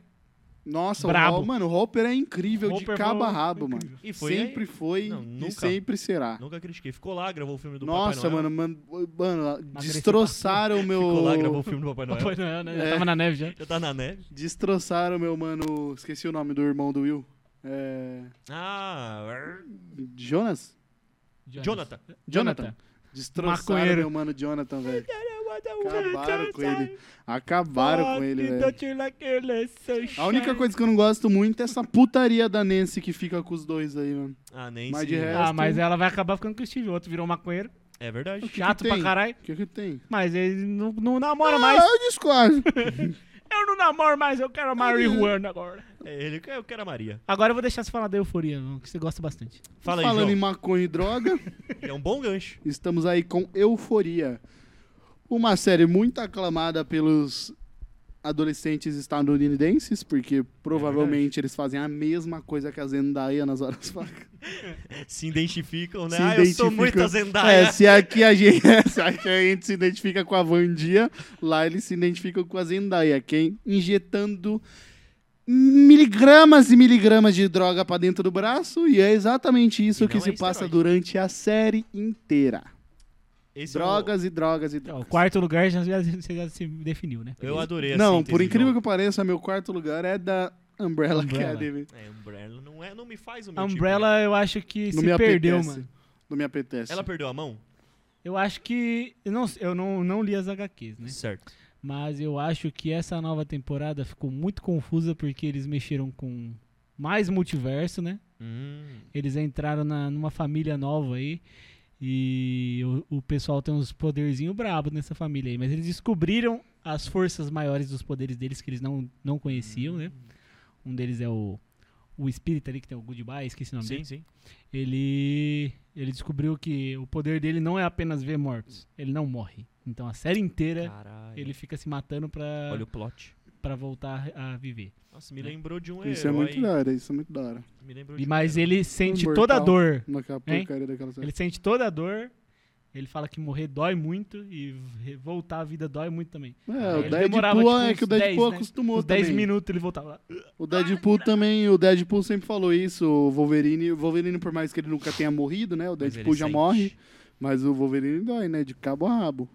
Speaker 3: Nossa,
Speaker 1: Brabo.
Speaker 3: o Hopper, mano, o Hopper é incrível
Speaker 1: Hopper foi
Speaker 3: de cabo a
Speaker 1: um-
Speaker 3: rabo,
Speaker 1: incrível.
Speaker 3: mano.
Speaker 2: E foi-
Speaker 3: sempre foi
Speaker 2: Não, nunca.
Speaker 3: e sempre será.
Speaker 2: Nunca critiquei. Ficou lá, gravou o filme do
Speaker 3: Nossa,
Speaker 2: Papai Noel.
Speaker 3: mano, man- mano, destroçaram o meu.
Speaker 2: Ficou lá, gravou o filme do Papai Noel.
Speaker 1: Papai Noel, né?
Speaker 3: É.
Speaker 1: Já tava na neve já.
Speaker 2: Já tá na neve.
Speaker 3: Destroçaram o meu, mano. Esqueci o nome do irmão do Will. É.
Speaker 2: Ah, arr.
Speaker 3: Jonas?
Speaker 2: Jonathan.
Speaker 3: Jonathan. Destroçaram
Speaker 1: Maconheiro.
Speaker 2: É
Speaker 3: meu mano Jonathan, velho.
Speaker 1: um
Speaker 3: Acabaram com ele. Acabaram com ele, velho.
Speaker 1: velho.
Speaker 3: A única coisa que eu não gosto muito é essa putaria da Nancy que fica com os dois aí, mano.
Speaker 2: Ah, nem
Speaker 3: Mas
Speaker 2: sei.
Speaker 3: de resto-
Speaker 1: Ah, mas ela vai acabar ficando com o Steve. O outro virou um maconheiro.
Speaker 2: É verdade.
Speaker 1: Chato pra
Speaker 3: tem?
Speaker 1: caralho.
Speaker 3: O que que tem?
Speaker 1: Mas ele não, não namora mais.
Speaker 3: Ah, eu discordo.
Speaker 1: Eu não namoro mais, eu quero a Marijuana agora.
Speaker 2: É ele que eu quero a Maria.
Speaker 1: Agora eu vou deixar você falar da euforia, João, que você gosta bastante.
Speaker 2: Fala aí,
Speaker 3: Falando
Speaker 2: João.
Speaker 3: em maconha e droga,
Speaker 2: É um bom gancho.
Speaker 3: Estamos aí com Euforia, uma série muito aclamada pelos adolescentes estadunidenses,
Speaker 2: É
Speaker 3: porque provavelmente eles fazem a mesma coisa que a Zendaya nas horas vagas.
Speaker 2: Se identificam, né?
Speaker 3: Se
Speaker 2: ah, eu sou
Speaker 3: identificam.
Speaker 2: muito a
Speaker 3: É,
Speaker 2: Zendaya.
Speaker 3: se aqui a gente, se aqui a gente se identifica com a Vandia, lá eles se identificam com a Zendaya, quem injetando miligramas e miligramas de droga pra dentro do braço, e é exatamente isso
Speaker 2: E
Speaker 3: que
Speaker 2: não
Speaker 3: se
Speaker 2: é
Speaker 3: passa
Speaker 2: esteroide.
Speaker 3: durante a série inteira.
Speaker 2: Esse é o-
Speaker 3: drogas e drogas e
Speaker 1: Ó,
Speaker 3: drogas.
Speaker 1: É, O quarto lugar já, já, você já se definiu, né?
Speaker 2: Eu adorei a
Speaker 3: Não,
Speaker 2: síntese,
Speaker 3: por incrível
Speaker 2: João.
Speaker 3: que pareça, meu quarto lugar é da
Speaker 1: Umbrella.
Speaker 3: Umbrella, Academy.
Speaker 2: É, Umbrella não, é, não me faz o
Speaker 1: A
Speaker 2: meu tipo, né?
Speaker 1: Umbrella, eu acho que
Speaker 3: Não
Speaker 1: se
Speaker 3: me
Speaker 1: perdeu,
Speaker 3: apetece.
Speaker 1: mano.
Speaker 3: Não me apetece.
Speaker 2: Ela perdeu a mão?
Speaker 1: Eu acho que. Eu, não, eu não, não li as HQs, né?
Speaker 2: Certo.
Speaker 1: Mas eu acho que essa nova temporada ficou muito confusa porque eles mexeram com mais multiverso, né?
Speaker 2: Hum,
Speaker 1: Eles entraram na, numa família nova aí. E o, o pessoal tem uns poderzinho brabo nessa família aí. Mas eles descobriram as forças maiores dos poderes deles que eles não, não conheciam, né? Um deles é o. O espírito ali que tem o Goodbye, esqueci o nome
Speaker 2: Hum, sim,
Speaker 1: dele.
Speaker 2: sim.
Speaker 1: Ele, ele descobriu que o poder dele não é apenas ver mortos. Ele não morre. Então a série
Speaker 2: É,
Speaker 1: inteira
Speaker 2: Caralho.
Speaker 1: ele fica se matando pra,
Speaker 2: Olha o plot.
Speaker 1: pra voltar a viver.
Speaker 2: Nossa, me lembrou de um
Speaker 3: Isso é
Speaker 2: herói.
Speaker 3: muito da hora, isso é muito da hora.
Speaker 2: Me lembrou
Speaker 1: E,
Speaker 2: de um
Speaker 1: mas
Speaker 2: herói.
Speaker 1: ele sente
Speaker 3: Imortal.
Speaker 1: toda a dor.
Speaker 3: Naquela
Speaker 1: Hein?
Speaker 3: porcaria daquela série.
Speaker 1: Ele sente toda a dor. Ele fala que morrer dói muito e v- voltar à vida dói muito também.
Speaker 3: É, o
Speaker 1: Ele
Speaker 3: Deadpool
Speaker 1: demorava, tipo,
Speaker 3: é que o
Speaker 1: uns
Speaker 3: Deadpool
Speaker 1: 10, né?
Speaker 3: acostumou
Speaker 1: Uns 10
Speaker 3: também.
Speaker 1: minutos ele voltava lá.
Speaker 3: O Deadpool também, o Deadpool sempre falou isso, o Wolverine, o Wolverine por mais que ele nunca tenha morrido, né? O
Speaker 2: Mas
Speaker 3: Deadpool
Speaker 2: ele
Speaker 3: já
Speaker 2: sente
Speaker 3: morre, mas o Wolverine dói, né? De cabo a rabo.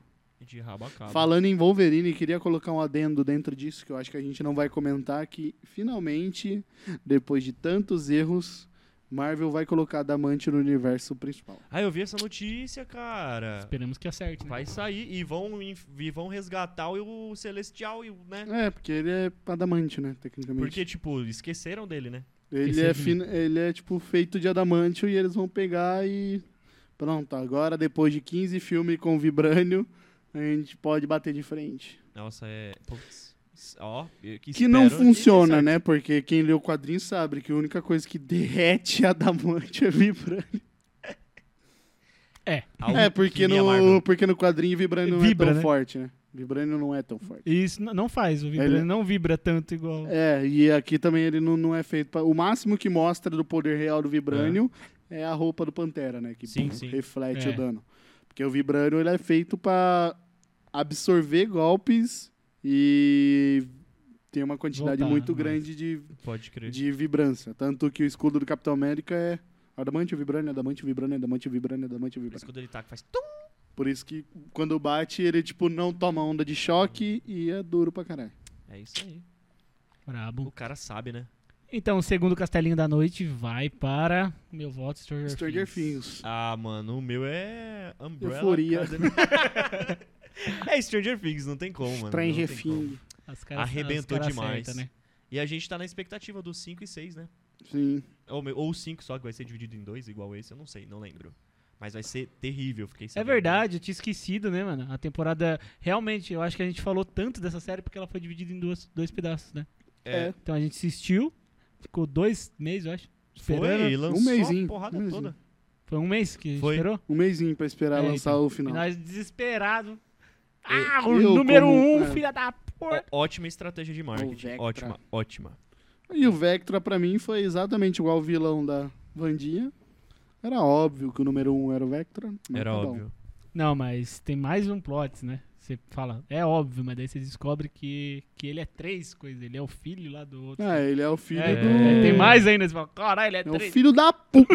Speaker 2: De rabo a cabo.
Speaker 3: Falando em Wolverine, queria colocar um adendo dentro disso, que eu acho que a gente não vai comentar, que finalmente, depois de tantos erros, Marvel vai colocar Adamante no universo principal.
Speaker 2: Ah, eu vi essa notícia, cara.
Speaker 1: Esperamos que acerte. né?
Speaker 2: Vai sair e vão, inf- e vão resgatar o o Celestial, e o- né?
Speaker 3: É, porque ele é adamante, né, tecnicamente.
Speaker 2: Porque, tipo, esqueceram dele, né?
Speaker 3: ele
Speaker 1: esse
Speaker 3: é,
Speaker 1: é-
Speaker 3: fin- ele é, tipo, feito de adamante e eles vão pegar e... Pronto, agora, depois de 15 filmes com Vibrânio, a gente pode bater de frente.
Speaker 2: Nossa, é. Putz. Ó, eu que,
Speaker 3: Que não
Speaker 2: espero dê
Speaker 3: funciona,
Speaker 2: certo.
Speaker 3: né? Porque quem lê o quadrinho sabe que a única coisa que derrete adamante é Vibrânio. É,
Speaker 2: Alquimia
Speaker 3: né? porque
Speaker 2: Marvel.
Speaker 3: no, porque no quadrinho Vibrânio não
Speaker 1: Vibra,
Speaker 3: é tão
Speaker 1: né?
Speaker 3: forte, né? Vibrânio não é tão forte.
Speaker 1: E Isso n- não faz, o vibra,
Speaker 3: Ele-
Speaker 1: ele não vibra tanto igual.
Speaker 3: É, e aqui também ele não, não é feito pra... O máximo que mostra do poder real do Vibrânio é, a roupa do Pantera, né? Que
Speaker 2: Sim,
Speaker 3: pum,
Speaker 2: sim.
Speaker 3: reflete
Speaker 1: É.
Speaker 3: o dano. Porque o Vibrânio ele é feito pra absorver golpes e tem uma quantidade
Speaker 1: Voltar, né?
Speaker 3: muito
Speaker 1: mas-
Speaker 3: grande de,
Speaker 2: Pode crer.
Speaker 3: de vibrância. Tanto que o escudo do Capitão América é adamante, vibrânio, é adamante, vibrânio, adamante, vibrânio, é adamante,
Speaker 2: Por isso
Speaker 3: vibrânio.
Speaker 2: quando ele tá, que faz. Tum!
Speaker 3: Por isso que quando bate, ele, tipo, não toma onda de choque e é duro pra caralho.
Speaker 2: É isso aí. O
Speaker 1: Brabo.
Speaker 2: cara sabe, né?
Speaker 1: Então, o segundo Castelinho da Noite vai para meu voto, Stranger,
Speaker 3: Stranger Things.
Speaker 2: Ah, mano, o meu é. Umbrella.
Speaker 3: Euforia.
Speaker 2: Academy. é Stranger Things, não tem como, mano. não
Speaker 3: Stranger
Speaker 2: tem como.
Speaker 3: Things.
Speaker 1: As caras- as
Speaker 2: Arrebentou
Speaker 1: caras
Speaker 2: demais.
Speaker 1: acertam, né?
Speaker 2: E a gente tá na expectativa dos 5 e 6, né?
Speaker 3: Sim.
Speaker 2: Ou, me- ou 5 só, que vai ser dividido em dois, igual esse, eu não sei, não lembro. Mas vai ser terrível, fiquei
Speaker 1: É
Speaker 2: sabendo.
Speaker 1: verdade, eu tinha esquecido, né, mano? A temporada. Realmente, eu acho que a gente falou tanto dessa série porque ela foi dividida em duas, dois pedaços, né?
Speaker 2: É,
Speaker 3: É.
Speaker 1: Então a gente assistiu, ficou dois meses, eu acho.
Speaker 2: foi,
Speaker 1: Esperando.
Speaker 2: e lançou
Speaker 3: mesinho,
Speaker 2: a porrada
Speaker 3: um mesinho.
Speaker 2: toda.
Speaker 1: Foi um mês que a gente
Speaker 2: Foi.
Speaker 1: esperou?
Speaker 3: Um mêsinho pra esperar
Speaker 1: É,
Speaker 3: lançar
Speaker 1: então.
Speaker 3: o
Speaker 1: E
Speaker 3: final.
Speaker 1: nós desesperados. Ah, o
Speaker 3: eu
Speaker 1: número
Speaker 3: como-
Speaker 1: um,
Speaker 3: é.
Speaker 1: filha da porra.
Speaker 2: Ó- ótima estratégia de marketing.
Speaker 3: Vectra.
Speaker 2: Ótima, ótima.
Speaker 3: E o Vectra, pra mim, foi exatamente igual o vilão da Vandinha. Era óbvio que o número um era o Vectra. mas
Speaker 2: Era
Speaker 3: tá bom.
Speaker 2: óbvio.
Speaker 1: Não, mas tem mais um plot, né? Você fala, é óbvio, mas daí você descobre que, que ele é três coisas. Ele é o filho lá do outro.
Speaker 3: Ah, ele é o filho
Speaker 1: É,
Speaker 3: do...
Speaker 1: é, tem mais ainda. Você fala, caralho, ele é,
Speaker 3: É o
Speaker 1: três.
Speaker 3: filho da puta.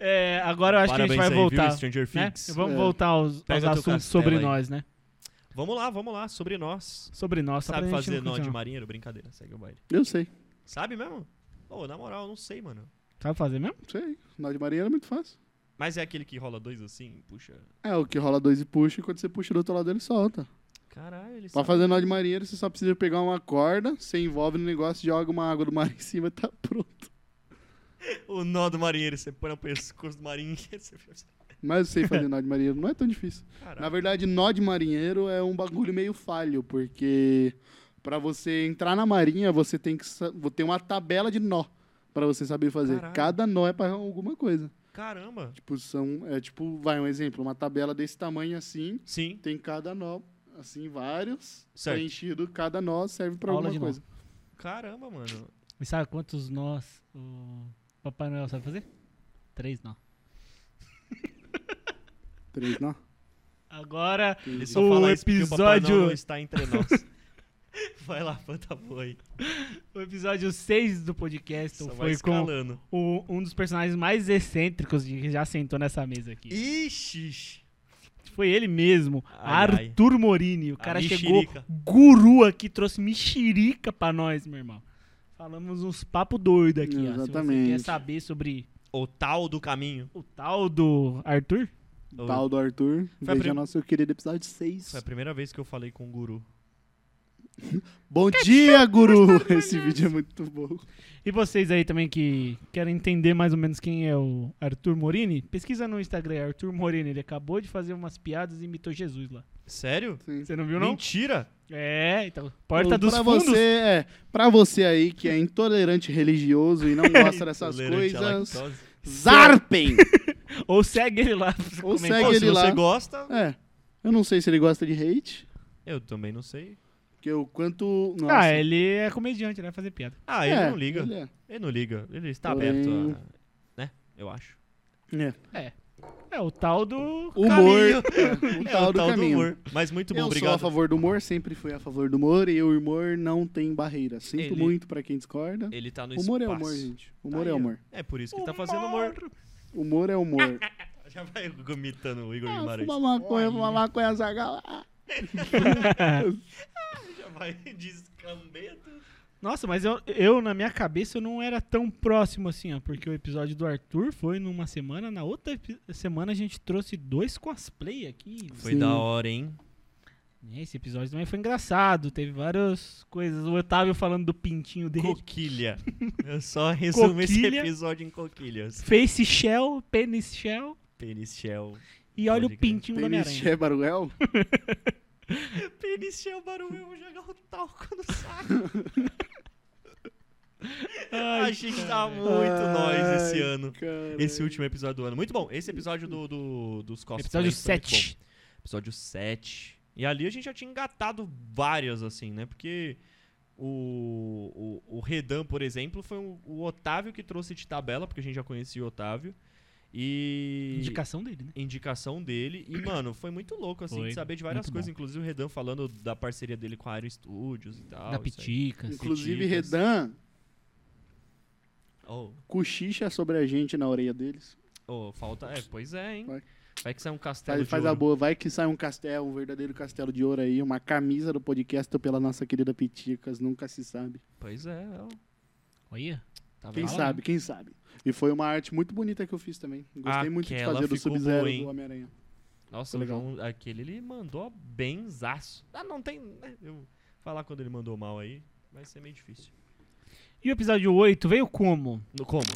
Speaker 1: É, agora eu acho que
Speaker 2: Parabéns
Speaker 1: a gente vai
Speaker 2: aí, viu,
Speaker 1: voltar.
Speaker 2: Stranger
Speaker 1: né?
Speaker 2: Things.
Speaker 1: Vamos
Speaker 3: É.
Speaker 1: voltar aos, aos
Speaker 2: Pega teu
Speaker 1: assuntos
Speaker 2: castelo
Speaker 1: sobre
Speaker 2: aí.
Speaker 1: nós, né?
Speaker 2: Vamos lá, vamos lá, sobre nós.
Speaker 1: Sobre nós. só
Speaker 2: Sabe
Speaker 1: pra gente
Speaker 2: fazer
Speaker 1: não
Speaker 2: nó de
Speaker 1: continuar.
Speaker 2: marinheiro? Brincadeira, segue o baile.
Speaker 3: Eu sei,
Speaker 2: Sabe mesmo? Ô, na moral, eu não sei, mano.
Speaker 1: Sabe fazer mesmo?
Speaker 3: sei. Nó de Maria era muito fácil.
Speaker 2: Mas é aquele que rola dois assim, puxa.
Speaker 3: É o que rola dois e puxa, e quando você puxa do outro lado ele solta.
Speaker 2: Caralho, ele
Speaker 3: Pra fazer nó de marinheiro, você só precisa pegar uma corda, você envolve no negócio, joga uma água do mar em cima e tá pronto.
Speaker 2: O nó do marinheiro, você põe no pescoço do marinheiro. Você... assim,
Speaker 3: Mas eu sei fazer nó de marinheiro, não é tão difícil.
Speaker 2: Caralho.
Speaker 3: Na verdade, nó de marinheiro é um bagulho meio falho, porque pra você entrar na marinha, você tem que sa- ter uma tabela de nó pra você saber fazer.
Speaker 2: Caralho.
Speaker 3: Cada nó é pra alguma coisa.
Speaker 2: Caramba.
Speaker 3: Tipo, são, é tipo, vai um exemplo, uma tabela desse tamanho assim,
Speaker 2: Sim.
Speaker 3: tem cada nó, assim, vários,
Speaker 2: Certo.
Speaker 3: preenchido, cada nó serve pra
Speaker 1: Aula de
Speaker 3: alguma
Speaker 1: nó.
Speaker 3: coisa.
Speaker 2: Caramba, mano.
Speaker 1: E sabe quantos nós o Papai Noel sabe fazer? Três nós.
Speaker 3: Três nó?
Speaker 1: Agora
Speaker 2: Ele
Speaker 3: Entendi.
Speaker 2: só
Speaker 1: O
Speaker 2: fala isso porque o Papai Noel
Speaker 1: episódio-
Speaker 2: não está entre nós. Vai lá, planta boa aí.
Speaker 1: o episódio 6 do podcast
Speaker 2: Só vai
Speaker 1: Então foi com
Speaker 2: escalando.
Speaker 1: o- um dos personagens mais excêntricos de- que já sentou nessa mesa aqui.
Speaker 2: Ixi.
Speaker 1: Foi ele mesmo,
Speaker 2: Ai, ai.
Speaker 1: Arthur Morini. O
Speaker 2: A
Speaker 1: cara chegou
Speaker 2: mexerica.
Speaker 1: guru aqui, trouxe mexerica pra nós, meu irmão. Falamos uns papo doido aqui, ó. Se você quer
Speaker 3: Exatamente.
Speaker 1: saber sobre
Speaker 2: O tal do caminho.
Speaker 1: o tal do Arthur,
Speaker 3: Tal do Arthur.
Speaker 2: Foi a
Speaker 3: Veja
Speaker 2: prim-
Speaker 3: nosso querido episódio 6.
Speaker 2: Foi a primeira vez que eu falei com o guru.
Speaker 3: Bom dia, guru! Esse vídeo é muito bom.
Speaker 1: E vocês aí também que querem entender mais ou menos quem é o Arthur Morini, pesquisa no Instagram, é Arthur Morini. Ele acabou de fazer umas piadas e imitou Jesus lá.
Speaker 2: Sério?
Speaker 3: Sim.
Speaker 1: Você não viu, não?
Speaker 2: Mentira.
Speaker 1: É, então. Porta
Speaker 3: Então,
Speaker 1: dos
Speaker 3: pra
Speaker 1: fundos.
Speaker 3: Você, é, pra você aí que é intolerante religioso e não gosta dessas
Speaker 2: Intolerante à
Speaker 3: coisas,
Speaker 2: lactose.
Speaker 3: zarpem!
Speaker 1: Ou segue ele lá. pra é você
Speaker 3: Ou
Speaker 1: comentar.
Speaker 3: Segue
Speaker 2: Ou, se
Speaker 3: ele lá.
Speaker 2: você gosta,
Speaker 3: é, eu não sei se ele gosta de hate,
Speaker 2: eu também não sei.
Speaker 3: porque o quanto... Nossa,
Speaker 1: Ah, ele é comediante, ele vai fazer piada.
Speaker 2: Ah,
Speaker 3: É,
Speaker 2: ele não liga. Ele,
Speaker 3: Ele é.
Speaker 2: não liga. Ele está
Speaker 3: Porém-
Speaker 2: aberto a... Né? Eu acho.
Speaker 3: É.
Speaker 1: É, o tal do.
Speaker 2: Caminho.
Speaker 3: Humor, é, o
Speaker 2: É,
Speaker 3: tal do caminho.
Speaker 2: humor. Mas muito bom,
Speaker 3: eu sou a
Speaker 2: obrigado.
Speaker 3: favor do humor, sempre fui a favor do humor, e o humor não tem barreira. Sinto
Speaker 2: Ele-
Speaker 3: muito pra quem discorda.
Speaker 2: Ele tá no
Speaker 3: Humor é
Speaker 2: espaço.
Speaker 3: humor, gente. Humor
Speaker 2: Aí,
Speaker 3: é
Speaker 2: ó.
Speaker 3: humor.
Speaker 2: É por isso que tá fazendo humor.
Speaker 3: Humor é humor.
Speaker 2: Já vai gomitando o Igor
Speaker 3: Ah,
Speaker 2: Guimarães.
Speaker 3: fuma maconha, fuma maconha, zagal. Ah.
Speaker 2: Já vai descambendo.
Speaker 1: Nossa, mas eu, eu, na minha cabeça, eu não era tão próximo assim, ó. Porque o episódio do Arthur foi numa semana. Na outra epi- semana a gente trouxe dois cosplay aqui.
Speaker 2: Foi
Speaker 3: Sim.
Speaker 2: da hora, hein?
Speaker 1: Né, Esse episódio também foi engraçado, teve várias coisas. O Otávio falando do pintinho dele.
Speaker 2: Coquilha. Eu só resumo esse
Speaker 1: Coquilha.
Speaker 2: episódio em coquilhas.
Speaker 1: Face shell, penis shell
Speaker 2: Pênis shell.
Speaker 1: e olha
Speaker 2: Pode
Speaker 1: o
Speaker 2: crer.
Speaker 1: pintinho do
Speaker 3: Tênis
Speaker 1: Homem-Aranha.
Speaker 3: é Baruel?
Speaker 2: Pênis shell, barulho, eu vou jogar o talco no saco. A
Speaker 1: Ai,
Speaker 2: gente
Speaker 1: cara.
Speaker 2: tá muito nós esse ano.
Speaker 3: Cara.
Speaker 2: Esse último episódio do ano. Muito bom. Esse episódio do, do- dos cosplays.
Speaker 1: Episódio
Speaker 2: foi muito
Speaker 1: 7.
Speaker 2: bom. Episódio 7. E ali a gente já tinha engatado várias, assim, né? Porque o, o, o Redan, por exemplo, foi o, o Otávio que trouxe de tabela, porque a gente já conhecia o Otávio. E.
Speaker 1: Indicação dele, né?
Speaker 2: indicação dele. E, mano, foi muito louco, assim,
Speaker 1: Foi,
Speaker 2: de saber de várias
Speaker 1: muito
Speaker 2: coisas.
Speaker 1: bom.
Speaker 2: Inclusive o Redan falando da parceria dele com a Aero Studios e tal.
Speaker 1: da
Speaker 2: Ah, isso aí.
Speaker 1: Piticas.
Speaker 3: Inclusive,
Speaker 2: Dicas.
Speaker 3: Redan
Speaker 2: Oh,
Speaker 3: cochicha sobre a gente na orelha deles.
Speaker 2: oh, falta. É, pois é, hein?
Speaker 3: Vai.
Speaker 2: Vai que sai um castelo
Speaker 3: Ele
Speaker 2: de
Speaker 3: faz a
Speaker 2: ouro.
Speaker 3: boa, vai que sai um castelo, um verdadeiro castelo de ouro aí, uma camisa do podcast pela nossa querida Piticas, nunca se sabe.
Speaker 2: Pois é, ó,
Speaker 1: Olha.
Speaker 2: tá
Speaker 3: Quem
Speaker 2: vendo?
Speaker 3: sabe, quem sabe. E foi uma arte muito bonita que eu fiz também. Gostei muito de
Speaker 2: Aquela
Speaker 3: fazer do
Speaker 2: ficou
Speaker 3: Sub-Zero
Speaker 2: boa, hein?
Speaker 3: do Homem-Aranha.
Speaker 2: Nossa,
Speaker 3: Tá
Speaker 2: o
Speaker 3: legal.
Speaker 2: João, aquele ele mandou benzaço. Ah, não tem. Né? Eu falar quando ele mandou mal aí vai ser meio difícil.
Speaker 1: E o episódio 8 veio como?
Speaker 2: No como?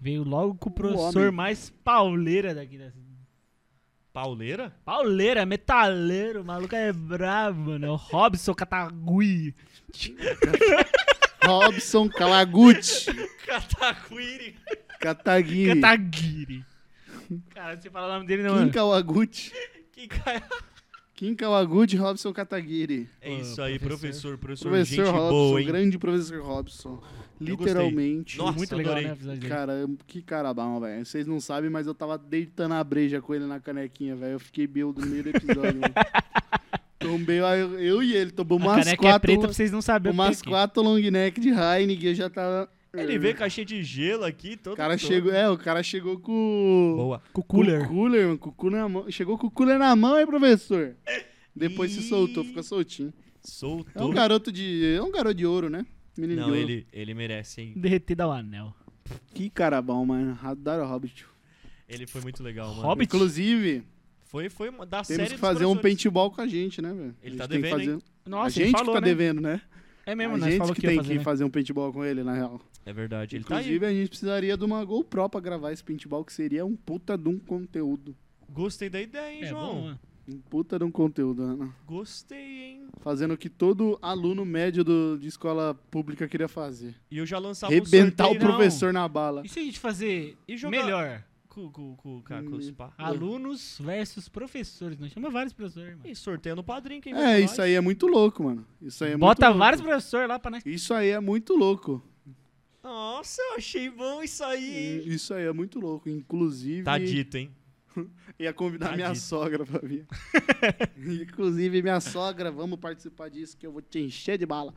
Speaker 1: Veio logo com o
Speaker 3: homem.
Speaker 1: professor mais pauleira daqui da
Speaker 2: Pauleira?
Speaker 1: Pauleira, metaleiro, o maluco é brabo, né? O Robson Catagui.
Speaker 3: Robson Calaguti,
Speaker 2: Catacuiri!
Speaker 3: Kataguiri,
Speaker 1: Cataguiri. Cara, você fala o nome dele, não é?
Speaker 3: Kim
Speaker 1: mano.
Speaker 3: Kawaguchi,
Speaker 2: Que cara.
Speaker 3: Kim Kawaguchi, Robson Kataguiri.
Speaker 2: É
Speaker 1: Ô,
Speaker 2: isso aí,
Speaker 1: professor.
Speaker 2: professor. Professor,
Speaker 3: Professor
Speaker 2: gente
Speaker 3: Robson,
Speaker 2: boa, hein?
Speaker 3: grande professor Robson.
Speaker 2: Eu gostei.
Speaker 3: Literalmente.
Speaker 2: Nossa,
Speaker 1: Muito legal,
Speaker 2: adorei.
Speaker 1: né? o episódio dele.
Speaker 3: Cara, que cara bom, velho. Vocês não sabem, mas eu tava deitando a breja com ele na canequinha, velho. Eu fiquei bêbado no meio do episódio, mano. Tombei, eu, eu e ele, tomou
Speaker 1: a
Speaker 3: umas
Speaker 1: caneca é
Speaker 3: quatro,
Speaker 1: preta pra vocês não saberem o
Speaker 3: umas
Speaker 1: que é.
Speaker 3: quatro long neck de Heineken, eu já tava...
Speaker 2: Ele veio com a cheia de gelo aqui, todo
Speaker 3: O cara
Speaker 2: todo.
Speaker 3: chegou, é, o cara chegou com...
Speaker 2: Boa.
Speaker 1: Com o
Speaker 3: com o
Speaker 1: cooler.
Speaker 3: cooler, mano, com o cooler na mão. Chegou com o cooler na mão, hein, professor? Depois se
Speaker 2: Ih.
Speaker 3: soltou, ficou soltinho. É
Speaker 2: Soltou.
Speaker 3: um garoto de... É um garoto de ouro, né? Menino de
Speaker 2: Não,
Speaker 3: ouro.
Speaker 2: ele, ele merece, hein?
Speaker 1: Derretida ao anel.
Speaker 3: Que cara bom, mano. Adoro o Hobbit.
Speaker 2: Ele foi muito legal, mano.
Speaker 1: Hobbit?
Speaker 3: Inclusive,
Speaker 2: Foi, foi uma da série
Speaker 3: temos que
Speaker 2: dos
Speaker 3: fazer um
Speaker 2: professores.
Speaker 3: paintball com a gente, né, velho?
Speaker 2: Ele
Speaker 3: A gente
Speaker 2: tá
Speaker 3: tem que
Speaker 2: devendo,
Speaker 3: fazer-
Speaker 2: hein?
Speaker 1: Nossa,
Speaker 3: a gente
Speaker 1: ele falou,
Speaker 3: que tá
Speaker 1: né?
Speaker 3: devendo, né?
Speaker 1: É mesmo,
Speaker 3: a
Speaker 1: né? Ele
Speaker 3: gente
Speaker 1: falou que,
Speaker 3: tem
Speaker 1: ia fazer,
Speaker 3: que
Speaker 1: né?
Speaker 3: fazer um paintball com ele, na real.
Speaker 2: É verdade, ele
Speaker 3: Inclusive,
Speaker 2: tá
Speaker 3: a gente precisaria de uma GoPro pra gravar esse paintball, que seria um puta de um conteúdo.
Speaker 2: aí. Gostei da ideia, hein,
Speaker 1: É,
Speaker 2: João?
Speaker 1: bom, né?
Speaker 3: Um puta de um conteúdo, Ana.
Speaker 2: Gostei, hein?
Speaker 3: Fazendo o que todo aluno médio do- de escola pública queria fazer.
Speaker 2: E eu já lançava
Speaker 3: Rebentar
Speaker 2: um
Speaker 3: o
Speaker 2: sorteio.
Speaker 1: pro-
Speaker 3: professor na bala.
Speaker 1: E se a gente fazer
Speaker 2: E jogar-
Speaker 1: melhor?
Speaker 2: Com, com, com, cara, com
Speaker 3: Hum.
Speaker 2: os pa-
Speaker 1: Alunos versus professores. Nós chama vários professores, mano.
Speaker 2: E sorteio no padrinho, quem
Speaker 3: É, isso aí é muito louco, mano. Isso aí é
Speaker 1: Bota
Speaker 3: muito
Speaker 1: vários
Speaker 3: louco.
Speaker 1: professores lá pra nós.
Speaker 3: Isso aí é muito louco.
Speaker 2: Nossa, eu achei bom isso aí.
Speaker 3: Isso aí é muito louco. Inclusive,
Speaker 2: Tá dito, hein?
Speaker 3: ia convidar
Speaker 2: tá
Speaker 3: minha
Speaker 2: dito.
Speaker 3: sogra pra vir. Inclusive, minha sogra, vamos participar disso que eu vou te encher de bala.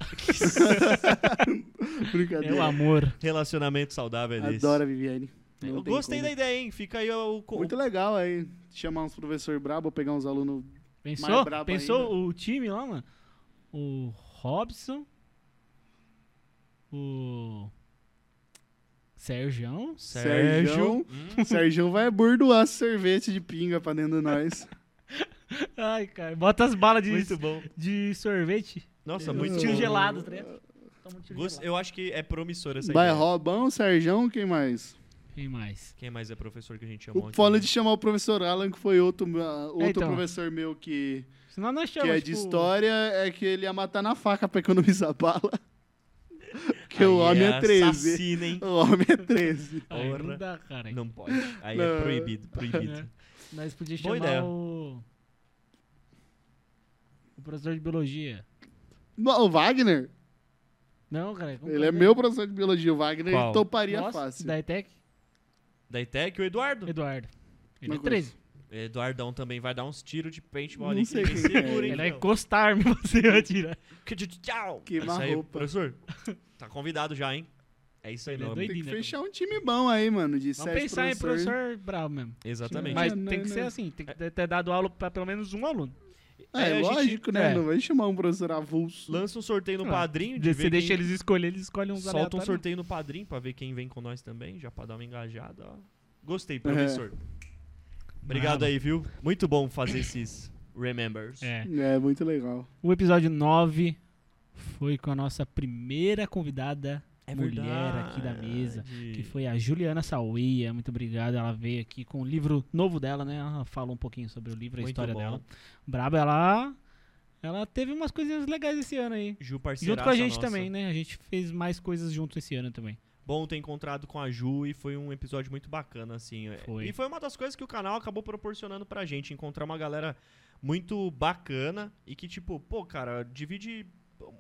Speaker 1: É o
Speaker 3: Brincadeira.
Speaker 1: amor.
Speaker 2: Relacionamento saudável é desse.
Speaker 3: Adoro a Viviane. Não
Speaker 2: É, Eu
Speaker 3: tem
Speaker 2: gostei
Speaker 3: como.
Speaker 2: da ideia, hein? Fica aí o... o-
Speaker 3: Muito legal aí. Chamar uns professor brabo, pegar uns alunos.
Speaker 1: Pensou?
Speaker 3: Mais brabo
Speaker 1: Pensou o time lá, mano? O Robson. O. Sérgio.
Speaker 2: Sérgio. Hum.
Speaker 3: Sérgio. Sérgio vai bordoar sorvete de pinga pra dentro de nós.
Speaker 1: Ai, cara. Bota as balas de,
Speaker 2: Muito bom.
Speaker 1: de sorvete.
Speaker 2: Nossa,
Speaker 1: Um
Speaker 2: muito
Speaker 1: tiro
Speaker 2: bom.
Speaker 1: gelado, tá ligado? Toma um tiro
Speaker 2: Gost-
Speaker 1: gelado.
Speaker 2: Eu acho que é promissor essa
Speaker 3: Vai
Speaker 2: ideia.
Speaker 3: Robão, Sérgio, quem mais?
Speaker 1: Quem mais?
Speaker 2: Quem mais é professor que a gente chamou
Speaker 3: O
Speaker 2: aqui?
Speaker 3: foda de chamar o professor Alan, que foi outro, ah, outro
Speaker 1: então.
Speaker 3: professor meu que,
Speaker 1: Senão nós
Speaker 3: que
Speaker 1: chamamos.
Speaker 3: é de
Speaker 1: tipo,
Speaker 3: história, é que ele ia matar na faca pra economizar bala. Porque o homem é 13.
Speaker 2: Assassina, hein?
Speaker 3: O homem é 13.
Speaker 1: Ai,
Speaker 2: Porra.
Speaker 1: não dá, cara.
Speaker 2: Não pode. Aí é
Speaker 3: Não.
Speaker 2: proibido,
Speaker 1: É.
Speaker 2: proibido.
Speaker 1: Nós podíamos
Speaker 2: Boa
Speaker 1: chamar
Speaker 2: ideia.
Speaker 1: o. O professor de biologia.
Speaker 3: No- O Wagner,
Speaker 1: Não, cara. como
Speaker 3: ele
Speaker 1: que
Speaker 3: é meu professor de biologia. O Wagner
Speaker 2: Qual?
Speaker 3: toparia
Speaker 1: Nossa,
Speaker 3: fácil.
Speaker 1: Da ETEC?
Speaker 2: Da ITEC, o Eduardo.
Speaker 1: Eduardo. Ele
Speaker 3: Não
Speaker 1: é
Speaker 3: conheço.
Speaker 1: 13.
Speaker 2: Eduardão também vai dar uns tiros de paintball
Speaker 3: Não
Speaker 2: ali que
Speaker 3: sei
Speaker 2: ninguém
Speaker 3: quem é.
Speaker 2: segura, hein?
Speaker 1: Ele vai
Speaker 2: meu?
Speaker 1: encostar me você vai atirar.
Speaker 2: Que de- Tchau!
Speaker 3: Que
Speaker 2: É isso aí,
Speaker 3: marroupa.
Speaker 2: Professor, tá convidado já, hein? É isso aí,
Speaker 1: Ele é
Speaker 2: meu amigo.
Speaker 1: doido.
Speaker 3: Tem que
Speaker 1: né,
Speaker 3: fechar um time bom aí, mano, de
Speaker 1: Vamos
Speaker 3: sete
Speaker 1: pensar em
Speaker 3: professores.
Speaker 1: professor bravo mesmo.
Speaker 2: Exatamente.
Speaker 1: Mas
Speaker 3: Não,
Speaker 1: tem
Speaker 3: não,
Speaker 1: que ser
Speaker 3: não.
Speaker 1: assim, tem que ter- ter dado aula pra pelo menos um aluno.
Speaker 2: Aí
Speaker 3: É,
Speaker 2: a gente
Speaker 3: lógico, né?
Speaker 1: é.
Speaker 3: Não vai chamar um professor avulso.
Speaker 2: Lança um sorteio no
Speaker 1: Ah,
Speaker 2: padrinho. De
Speaker 1: Você
Speaker 2: ver
Speaker 1: deixa
Speaker 2: quem-
Speaker 1: eles escolher, eles escolhem uns
Speaker 2: Solta um
Speaker 1: aleatórios.
Speaker 2: sorteio no padrinho pra ver quem vem com nós também, já pra dar uma engajada. ó. Gostei, professor. Obrigado
Speaker 1: É. Bravo.
Speaker 2: aí, viu? Muito bom fazer esses remembers.
Speaker 1: Ah, É.
Speaker 3: É, muito legal.
Speaker 1: O episódio 9 foi com a nossa primeira convidada
Speaker 2: É
Speaker 1: mulher aqui da mesa, que foi a Juliana Sauia. Muito obrigado. Ela veio aqui com o livro novo dela, né? Ela falou um pouquinho sobre o livro, a
Speaker 2: Muito
Speaker 1: história
Speaker 2: bom.
Speaker 1: dela. Braba, ela ela teve umas coisinhas legais esse ano aí.
Speaker 2: Ju parceiraça
Speaker 1: Junto com a gente
Speaker 2: nossa.
Speaker 1: também, né? A gente fez mais coisas junto esse ano também.
Speaker 2: Bom ter encontrado com a Ju e foi um episódio muito bacana, assim. É,
Speaker 1: Foi.
Speaker 2: E foi uma das coisas que o canal acabou proporcionando pra gente, encontrar uma galera muito bacana e que, tipo, pô, cara, divide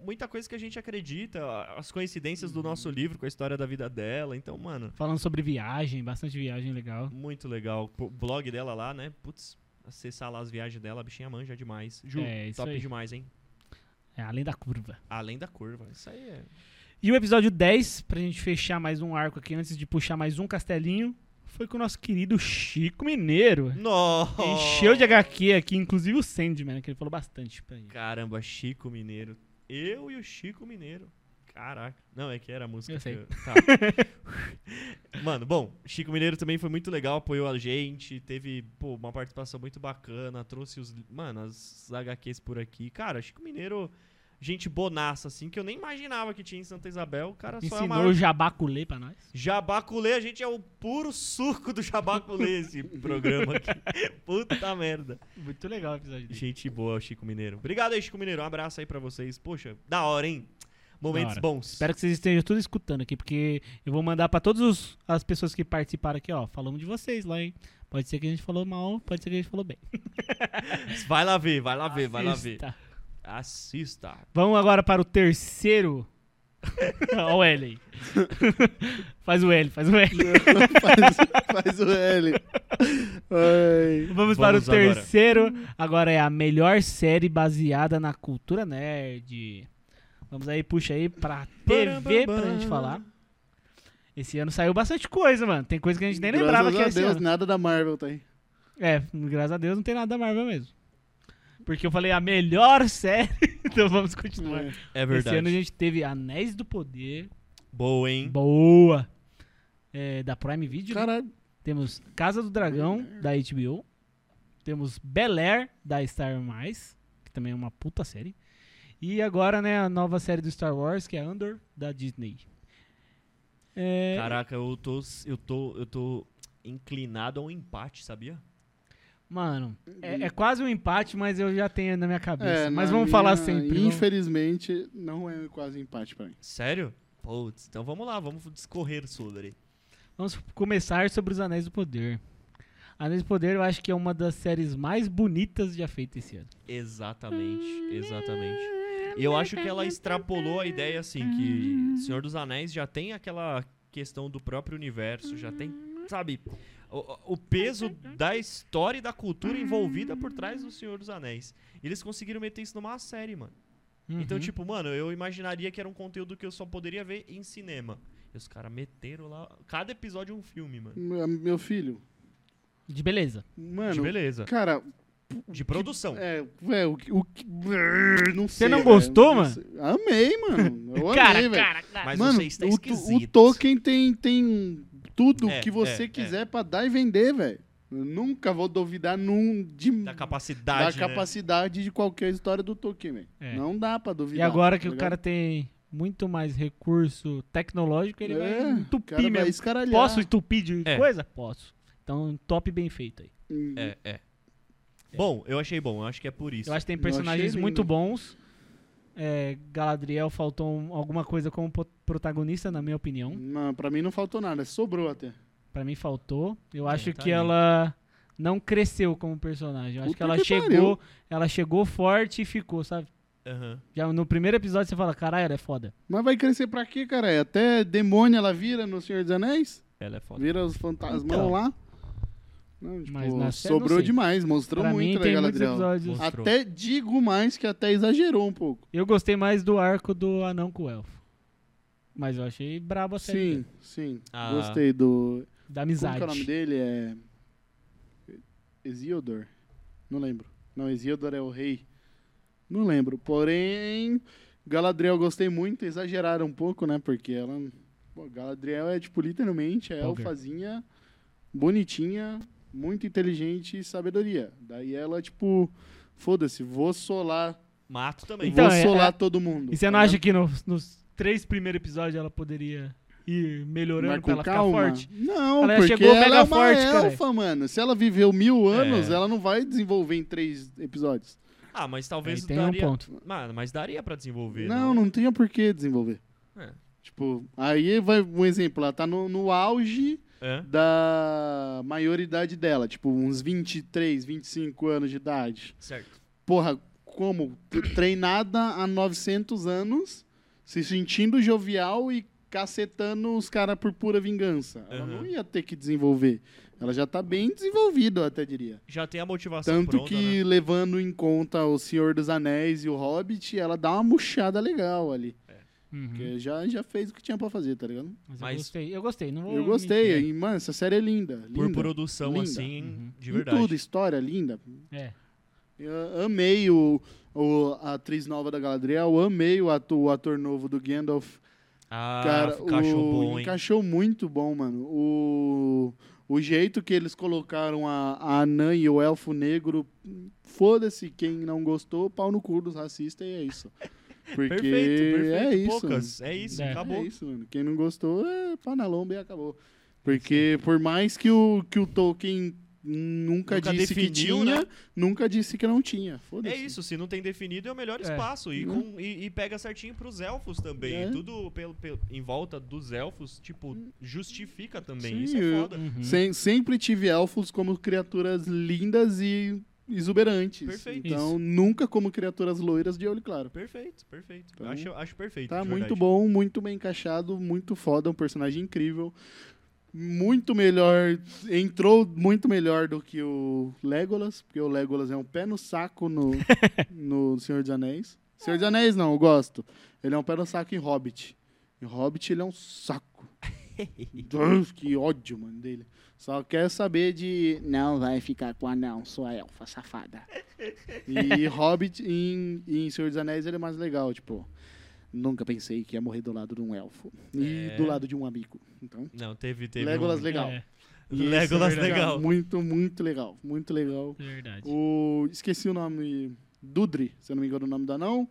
Speaker 2: muita coisa que a gente acredita, as coincidências do nosso livro com a história da vida dela. Então, mano,
Speaker 1: Falando sobre viagem, bastante viagem legal.
Speaker 2: muito legal. O blog dela lá, né? Putz, acessar lá as viagens dela, a bichinha manja demais. Ju,
Speaker 1: É, isso
Speaker 2: top
Speaker 1: aí.
Speaker 2: demais, hein?
Speaker 1: É, além da curva.
Speaker 2: Além da curva. Isso aí é.
Speaker 1: E o episódio 10, pra gente fechar mais um arco aqui, antes de puxar mais um castelinho, foi com o nosso querido Chico Mineiro.
Speaker 2: Nossa!
Speaker 1: Encheu de HQ aqui, inclusive o Sandman, né, que ele falou bastante pra gente.
Speaker 2: Caramba, Chico Mineiro. Eu e o Chico Mineiro. Caraca. Não, é que era a música.
Speaker 1: Eu
Speaker 2: que
Speaker 1: sei.
Speaker 2: tá. Mano, bom, Chico Mineiro também foi muito legal, apoiou a gente, teve pô, uma participação muito bacana, trouxe os. Mano, as HQs por aqui. Cara, Chico Mineiro, gente bonaça, assim, que eu nem imaginava que tinha em Santa Isabel. O cara só é o
Speaker 1: Ensinou
Speaker 2: maior
Speaker 1: o jabaculê pra nós.
Speaker 2: Jabaculê, a gente é o puro suco do jabaculê esse programa aqui. Puta merda.
Speaker 1: Muito legal o episódio dele.
Speaker 2: Gente boa, Chico Mineiro. Obrigado aí, Chico Mineiro. Um abraço aí pra vocês. Poxa, da hora, hein? Momentos
Speaker 1: hora.
Speaker 2: bons.
Speaker 1: Espero que vocês estejam tudo escutando aqui, porque eu vou mandar pra todas os- as pessoas que participaram aqui, ó. Falamos de vocês lá, hein? Pode ser que a gente falou mal, pode ser que a gente falou bem.
Speaker 2: Vai lá ver, vai lá ver, vai lá ver.
Speaker 1: Assista.
Speaker 2: Assista.
Speaker 1: Vamos agora para o terceiro. Olha o L aí. faz o L, faz o L.
Speaker 3: faz, faz o L. Ai.
Speaker 1: Vamos, para o
Speaker 2: Vamos agora.
Speaker 1: terceiro. Agora. é a melhor série baseada na cultura nerd. Vamos aí, puxa aí pra TV pra gente falar. Esse ano saiu bastante coisa, mano. Tem coisa que a gente nem lembrava
Speaker 3: Graças
Speaker 1: que era
Speaker 3: a
Speaker 1: esse
Speaker 3: Deus,
Speaker 1: ano.
Speaker 3: nada da Marvel tá aí.
Speaker 1: É, graças a Deus não tem nada da Marvel mesmo. Porque eu falei a melhor série, então vamos continuar.
Speaker 2: É
Speaker 3: É.
Speaker 1: Esse ano a
Speaker 2: verdade.
Speaker 1: gente teve Anéis do Poder,
Speaker 2: Boa, hein?
Speaker 1: Boa. É, da Prime Video. né?
Speaker 3: Caralho,
Speaker 1: Temos Casa do Dragão, da HBO. Temos Bel Air, da Star Mais, que também é uma puta série. E agora, né, a nova série do Star Wars, que é Andor, da Disney. É,
Speaker 2: Caraca, eu tô, eu tô, eu tô inclinado a um empate, sabia?
Speaker 1: Mano, é, é quase um empate, mas eu já tenho na minha cabeça.
Speaker 3: É,
Speaker 1: mas
Speaker 3: na
Speaker 1: vamos falar
Speaker 3: minha,
Speaker 1: sempre. vamos-
Speaker 3: Infelizmente, não é quase empate pra mim.
Speaker 2: Sério? Putz, então vamos lá, vamos discorrer sobre.
Speaker 1: Vamos começar sobre os Anéis do Poder. Anéis do Poder eu acho que é uma das séries mais bonitas já feita esse ano.
Speaker 2: Exatamente, exatamente. E eu acho que ela extrapolou a ideia, assim, que Senhor dos Anéis já tem aquela questão do próprio universo, já tem, sabe, o, o peso da história e da cultura envolvida por trás do Senhor dos Anéis. E eles conseguiram meter isso numa série, mano. Então,
Speaker 1: Uhum.
Speaker 2: tipo, mano, eu imaginaria que era um conteúdo que eu só poderia ver em cinema. E os caras meteram lá, cada episódio é um filme, mano.
Speaker 3: M- Meu filho,
Speaker 1: De beleza.
Speaker 2: De
Speaker 3: mano,
Speaker 2: beleza.
Speaker 3: cara,
Speaker 2: De produção.
Speaker 3: é, é o que. o que- Não sei.
Speaker 1: não
Speaker 3: velho,
Speaker 1: gostou,
Speaker 3: não
Speaker 1: mano?
Speaker 3: sei. Amei, mano. Eu amei,
Speaker 1: cara,
Speaker 3: velho.
Speaker 1: cara, cara.
Speaker 2: Mas
Speaker 3: mano,
Speaker 2: você está
Speaker 3: o, to- o
Speaker 2: esquisito.
Speaker 3: Tolkien tem, tem tudo
Speaker 2: É,
Speaker 3: que você
Speaker 2: é,
Speaker 3: quiser pra dar e vender, velho. Eu Nunca vou duvidar num, de,
Speaker 2: Da
Speaker 3: da
Speaker 2: capacidade, né?
Speaker 3: capacidade de qualquer história do Tolkien, velho.
Speaker 1: É.
Speaker 3: Não dá pra
Speaker 1: E
Speaker 3: duvidar.
Speaker 1: agora que
Speaker 3: tá
Speaker 1: o cara tem muito mais recurso tecnológico, ele
Speaker 3: É,
Speaker 1: vai
Speaker 3: o cara
Speaker 1: entupir
Speaker 3: vai
Speaker 1: mesmo.
Speaker 3: escaralhar.
Speaker 1: Posso entupir de
Speaker 2: É.
Speaker 1: coisa? Posso. Então, top bem feito aí.
Speaker 3: Hum,
Speaker 2: É, é. Bom, eu achei bom, eu acho que é por isso.
Speaker 1: Eu acho que tem
Speaker 3: Eu achei
Speaker 1: personagens
Speaker 3: lindo.
Speaker 1: muito bons. É, Galadriel faltou um- alguma coisa como po- protagonista, na minha opinião.
Speaker 3: Não, pra mim não faltou nada, sobrou até.
Speaker 1: Pra mim faltou. Eu acho
Speaker 2: tá
Speaker 1: que
Speaker 2: aí.
Speaker 1: ela não cresceu como personagem. Eu acho
Speaker 3: Puta
Speaker 1: que ela
Speaker 3: que
Speaker 1: chegou,
Speaker 3: pariu.
Speaker 1: ela chegou forte e ficou, sabe?
Speaker 2: Aham.
Speaker 1: Já no primeiro episódio você fala, caralho, ela é foda.
Speaker 3: Mas vai crescer pra quê, cara? É Até demônio ela vira no Senhor dos Anéis?
Speaker 2: Ela é foda.
Speaker 3: Vira os fantasmão
Speaker 1: Então.
Speaker 3: lá? Não, tipo,
Speaker 1: Mas na série, não
Speaker 3: sobrou
Speaker 1: sei.
Speaker 3: demais, mostrou
Speaker 1: pra mim
Speaker 3: muito, né,
Speaker 1: tem muitos
Speaker 3: Galadriel?
Speaker 1: episódios.
Speaker 2: Mostrou.
Speaker 3: Até digo mais que até exagerou um pouco.
Speaker 1: Eu gostei mais do arco do anão com o elfo. Mas eu achei brabo a série
Speaker 3: Sim,
Speaker 1: dele,
Speaker 3: sim.
Speaker 2: Ah.
Speaker 3: Gostei do.
Speaker 1: da
Speaker 3: Como
Speaker 1: amizade.
Speaker 3: que é o nome dele? É. Isildur. Não lembro. Não, Isildur é o rei. Não lembro. Porém, Galadriel eu gostei muito, exageraram um pouco, né? Porque ela. Pô, Galadriel é, tipo, literalmente é
Speaker 1: Poker.
Speaker 3: alfazinha, bonitinha, muito inteligente e sabedoria. Daí ela, tipo, foda-se, vou solar.
Speaker 2: Mato também.
Speaker 1: Então,
Speaker 3: vou
Speaker 1: é-
Speaker 3: solar
Speaker 1: é-
Speaker 3: todo mundo.
Speaker 1: E você
Speaker 3: tá
Speaker 1: não acha
Speaker 3: ligado?
Speaker 1: que no- nos três primeiros episódios ela poderia ir melhorando
Speaker 3: Mas
Speaker 1: pra
Speaker 3: com
Speaker 1: ela
Speaker 3: calma.
Speaker 1: ficar forte?
Speaker 3: Não,
Speaker 1: Ela
Speaker 3: porque
Speaker 1: chegou
Speaker 3: ela
Speaker 1: mega
Speaker 3: é uma
Speaker 1: forte, cara.
Speaker 3: elfa, mano. Se ela viveu mil anos,
Speaker 2: É.
Speaker 3: ela não vai desenvolver em três episódios.
Speaker 2: Ah, mas
Speaker 1: Aí
Speaker 2: talvez
Speaker 1: tem um
Speaker 2: daria.
Speaker 1: ponto.
Speaker 2: Mano, mas daria pra desenvolver.
Speaker 3: não, não tinha por que desenvolver.
Speaker 2: É.
Speaker 3: Tipo, aí vai um exemplo, ela tá no, no auge
Speaker 2: Hã?
Speaker 3: da maioridade dela, tipo, uns 23, 25 anos de idade.
Speaker 2: Certo.
Speaker 3: Porra, como? T- Treinada há 900 anos, se sentindo jovial e cacetando os caras por pura vingança. Ela
Speaker 2: Aham.
Speaker 3: não ia ter que desenvolver. Ela já tá bem desenvolvida, eu até diria.
Speaker 2: Já tem a motivação
Speaker 3: Tanto
Speaker 2: pronta,
Speaker 3: que,
Speaker 2: né?
Speaker 3: levando em conta o Senhor dos Anéis e o Hobbit, ela dá uma murchada legal ali.
Speaker 1: Uhum.
Speaker 3: Porque já, já fez o que tinha pra fazer, tá ligado?
Speaker 1: Mas,
Speaker 2: Mas-
Speaker 1: eu gostei. Eu gostei. Não vou
Speaker 3: Eu gostei.
Speaker 1: mentir.
Speaker 3: E, mano, essa série é linda.
Speaker 2: Por
Speaker 3: linda.
Speaker 2: produção,
Speaker 3: linda.
Speaker 2: assim,
Speaker 1: Uhum.
Speaker 2: de
Speaker 3: Em
Speaker 2: verdade.
Speaker 3: tudo, história linda.
Speaker 1: É.
Speaker 3: Eu amei o, o- a atriz nova da Galadriel, amei o ator, o ator novo do Gandalf.
Speaker 2: Ah,
Speaker 3: Cara,
Speaker 2: cachorro
Speaker 3: o-
Speaker 2: bom, hein?
Speaker 3: encaixou muito bom, mano. O, o jeito que eles colocaram a, a Anã e o Elfo Negro, foda-se quem não gostou, pau no cu dos racistas e é isso. Porque
Speaker 2: Perfeito, perfeito.
Speaker 3: é isso. mano.
Speaker 2: Poucas. É isso,
Speaker 1: É.
Speaker 2: acabou.
Speaker 3: É isso, mano. Quem não gostou é pá na lomba e acabou. Porque por mais que o, que o Tolkien nunca,
Speaker 2: Nunca
Speaker 3: disse
Speaker 2: definiu,
Speaker 3: que tinha,
Speaker 2: né?
Speaker 3: nunca disse que não tinha. Foda-se.
Speaker 2: É isso, se não tem definido é o melhor
Speaker 1: É.
Speaker 2: espaço. E,
Speaker 3: Né?
Speaker 2: com- e- e pega certinho pros elfos também.
Speaker 3: É. Uhum.
Speaker 2: Tudo pelo, pelo- em volta dos elfos, tipo, justifica também.
Speaker 3: Sim,
Speaker 2: isso é
Speaker 3: eu-
Speaker 2: foda.
Speaker 1: Uhum.
Speaker 3: Sem- sempre tive elfos como criaturas lindas e exuberantes.
Speaker 2: Perfeito.
Speaker 3: Então, nunca como criaturas loiras de olho claro.
Speaker 2: Perfeito, perfeito.
Speaker 3: Então,
Speaker 2: acho, acho perfeito.
Speaker 3: Tá
Speaker 2: de
Speaker 3: muito
Speaker 2: verdade.
Speaker 3: bom, muito bem encaixado, muito foda, um personagem incrível. Muito melhor, entrou muito melhor do que o Legolas, porque o Legolas é um pé no saco no, no Senhor dos Anéis. Senhor dos Anéis não, eu gosto. Ele é um pé no saco em Hobbit. Em Hobbit ele é um saco. Deus, que ódio, mano, dele. Só quer saber de. Não vai ficar com anão, sua elfa safada. E Hobbit em, em Senhor dos Anéis ele é mais legal, tipo. Nunca pensei que ia morrer do lado de um elfo. E
Speaker 2: É.
Speaker 3: do lado de um amigo. Então.
Speaker 2: Não, teve, teve.
Speaker 3: Legolas
Speaker 2: um-
Speaker 3: legal.
Speaker 1: É.
Speaker 3: E esse
Speaker 2: Legolas
Speaker 3: é verdade,
Speaker 2: legal.
Speaker 3: Muito, muito legal. Muito legal.
Speaker 1: Verdade.
Speaker 3: O... Esqueci o nome. Dudri, se eu não me engano o nome da não.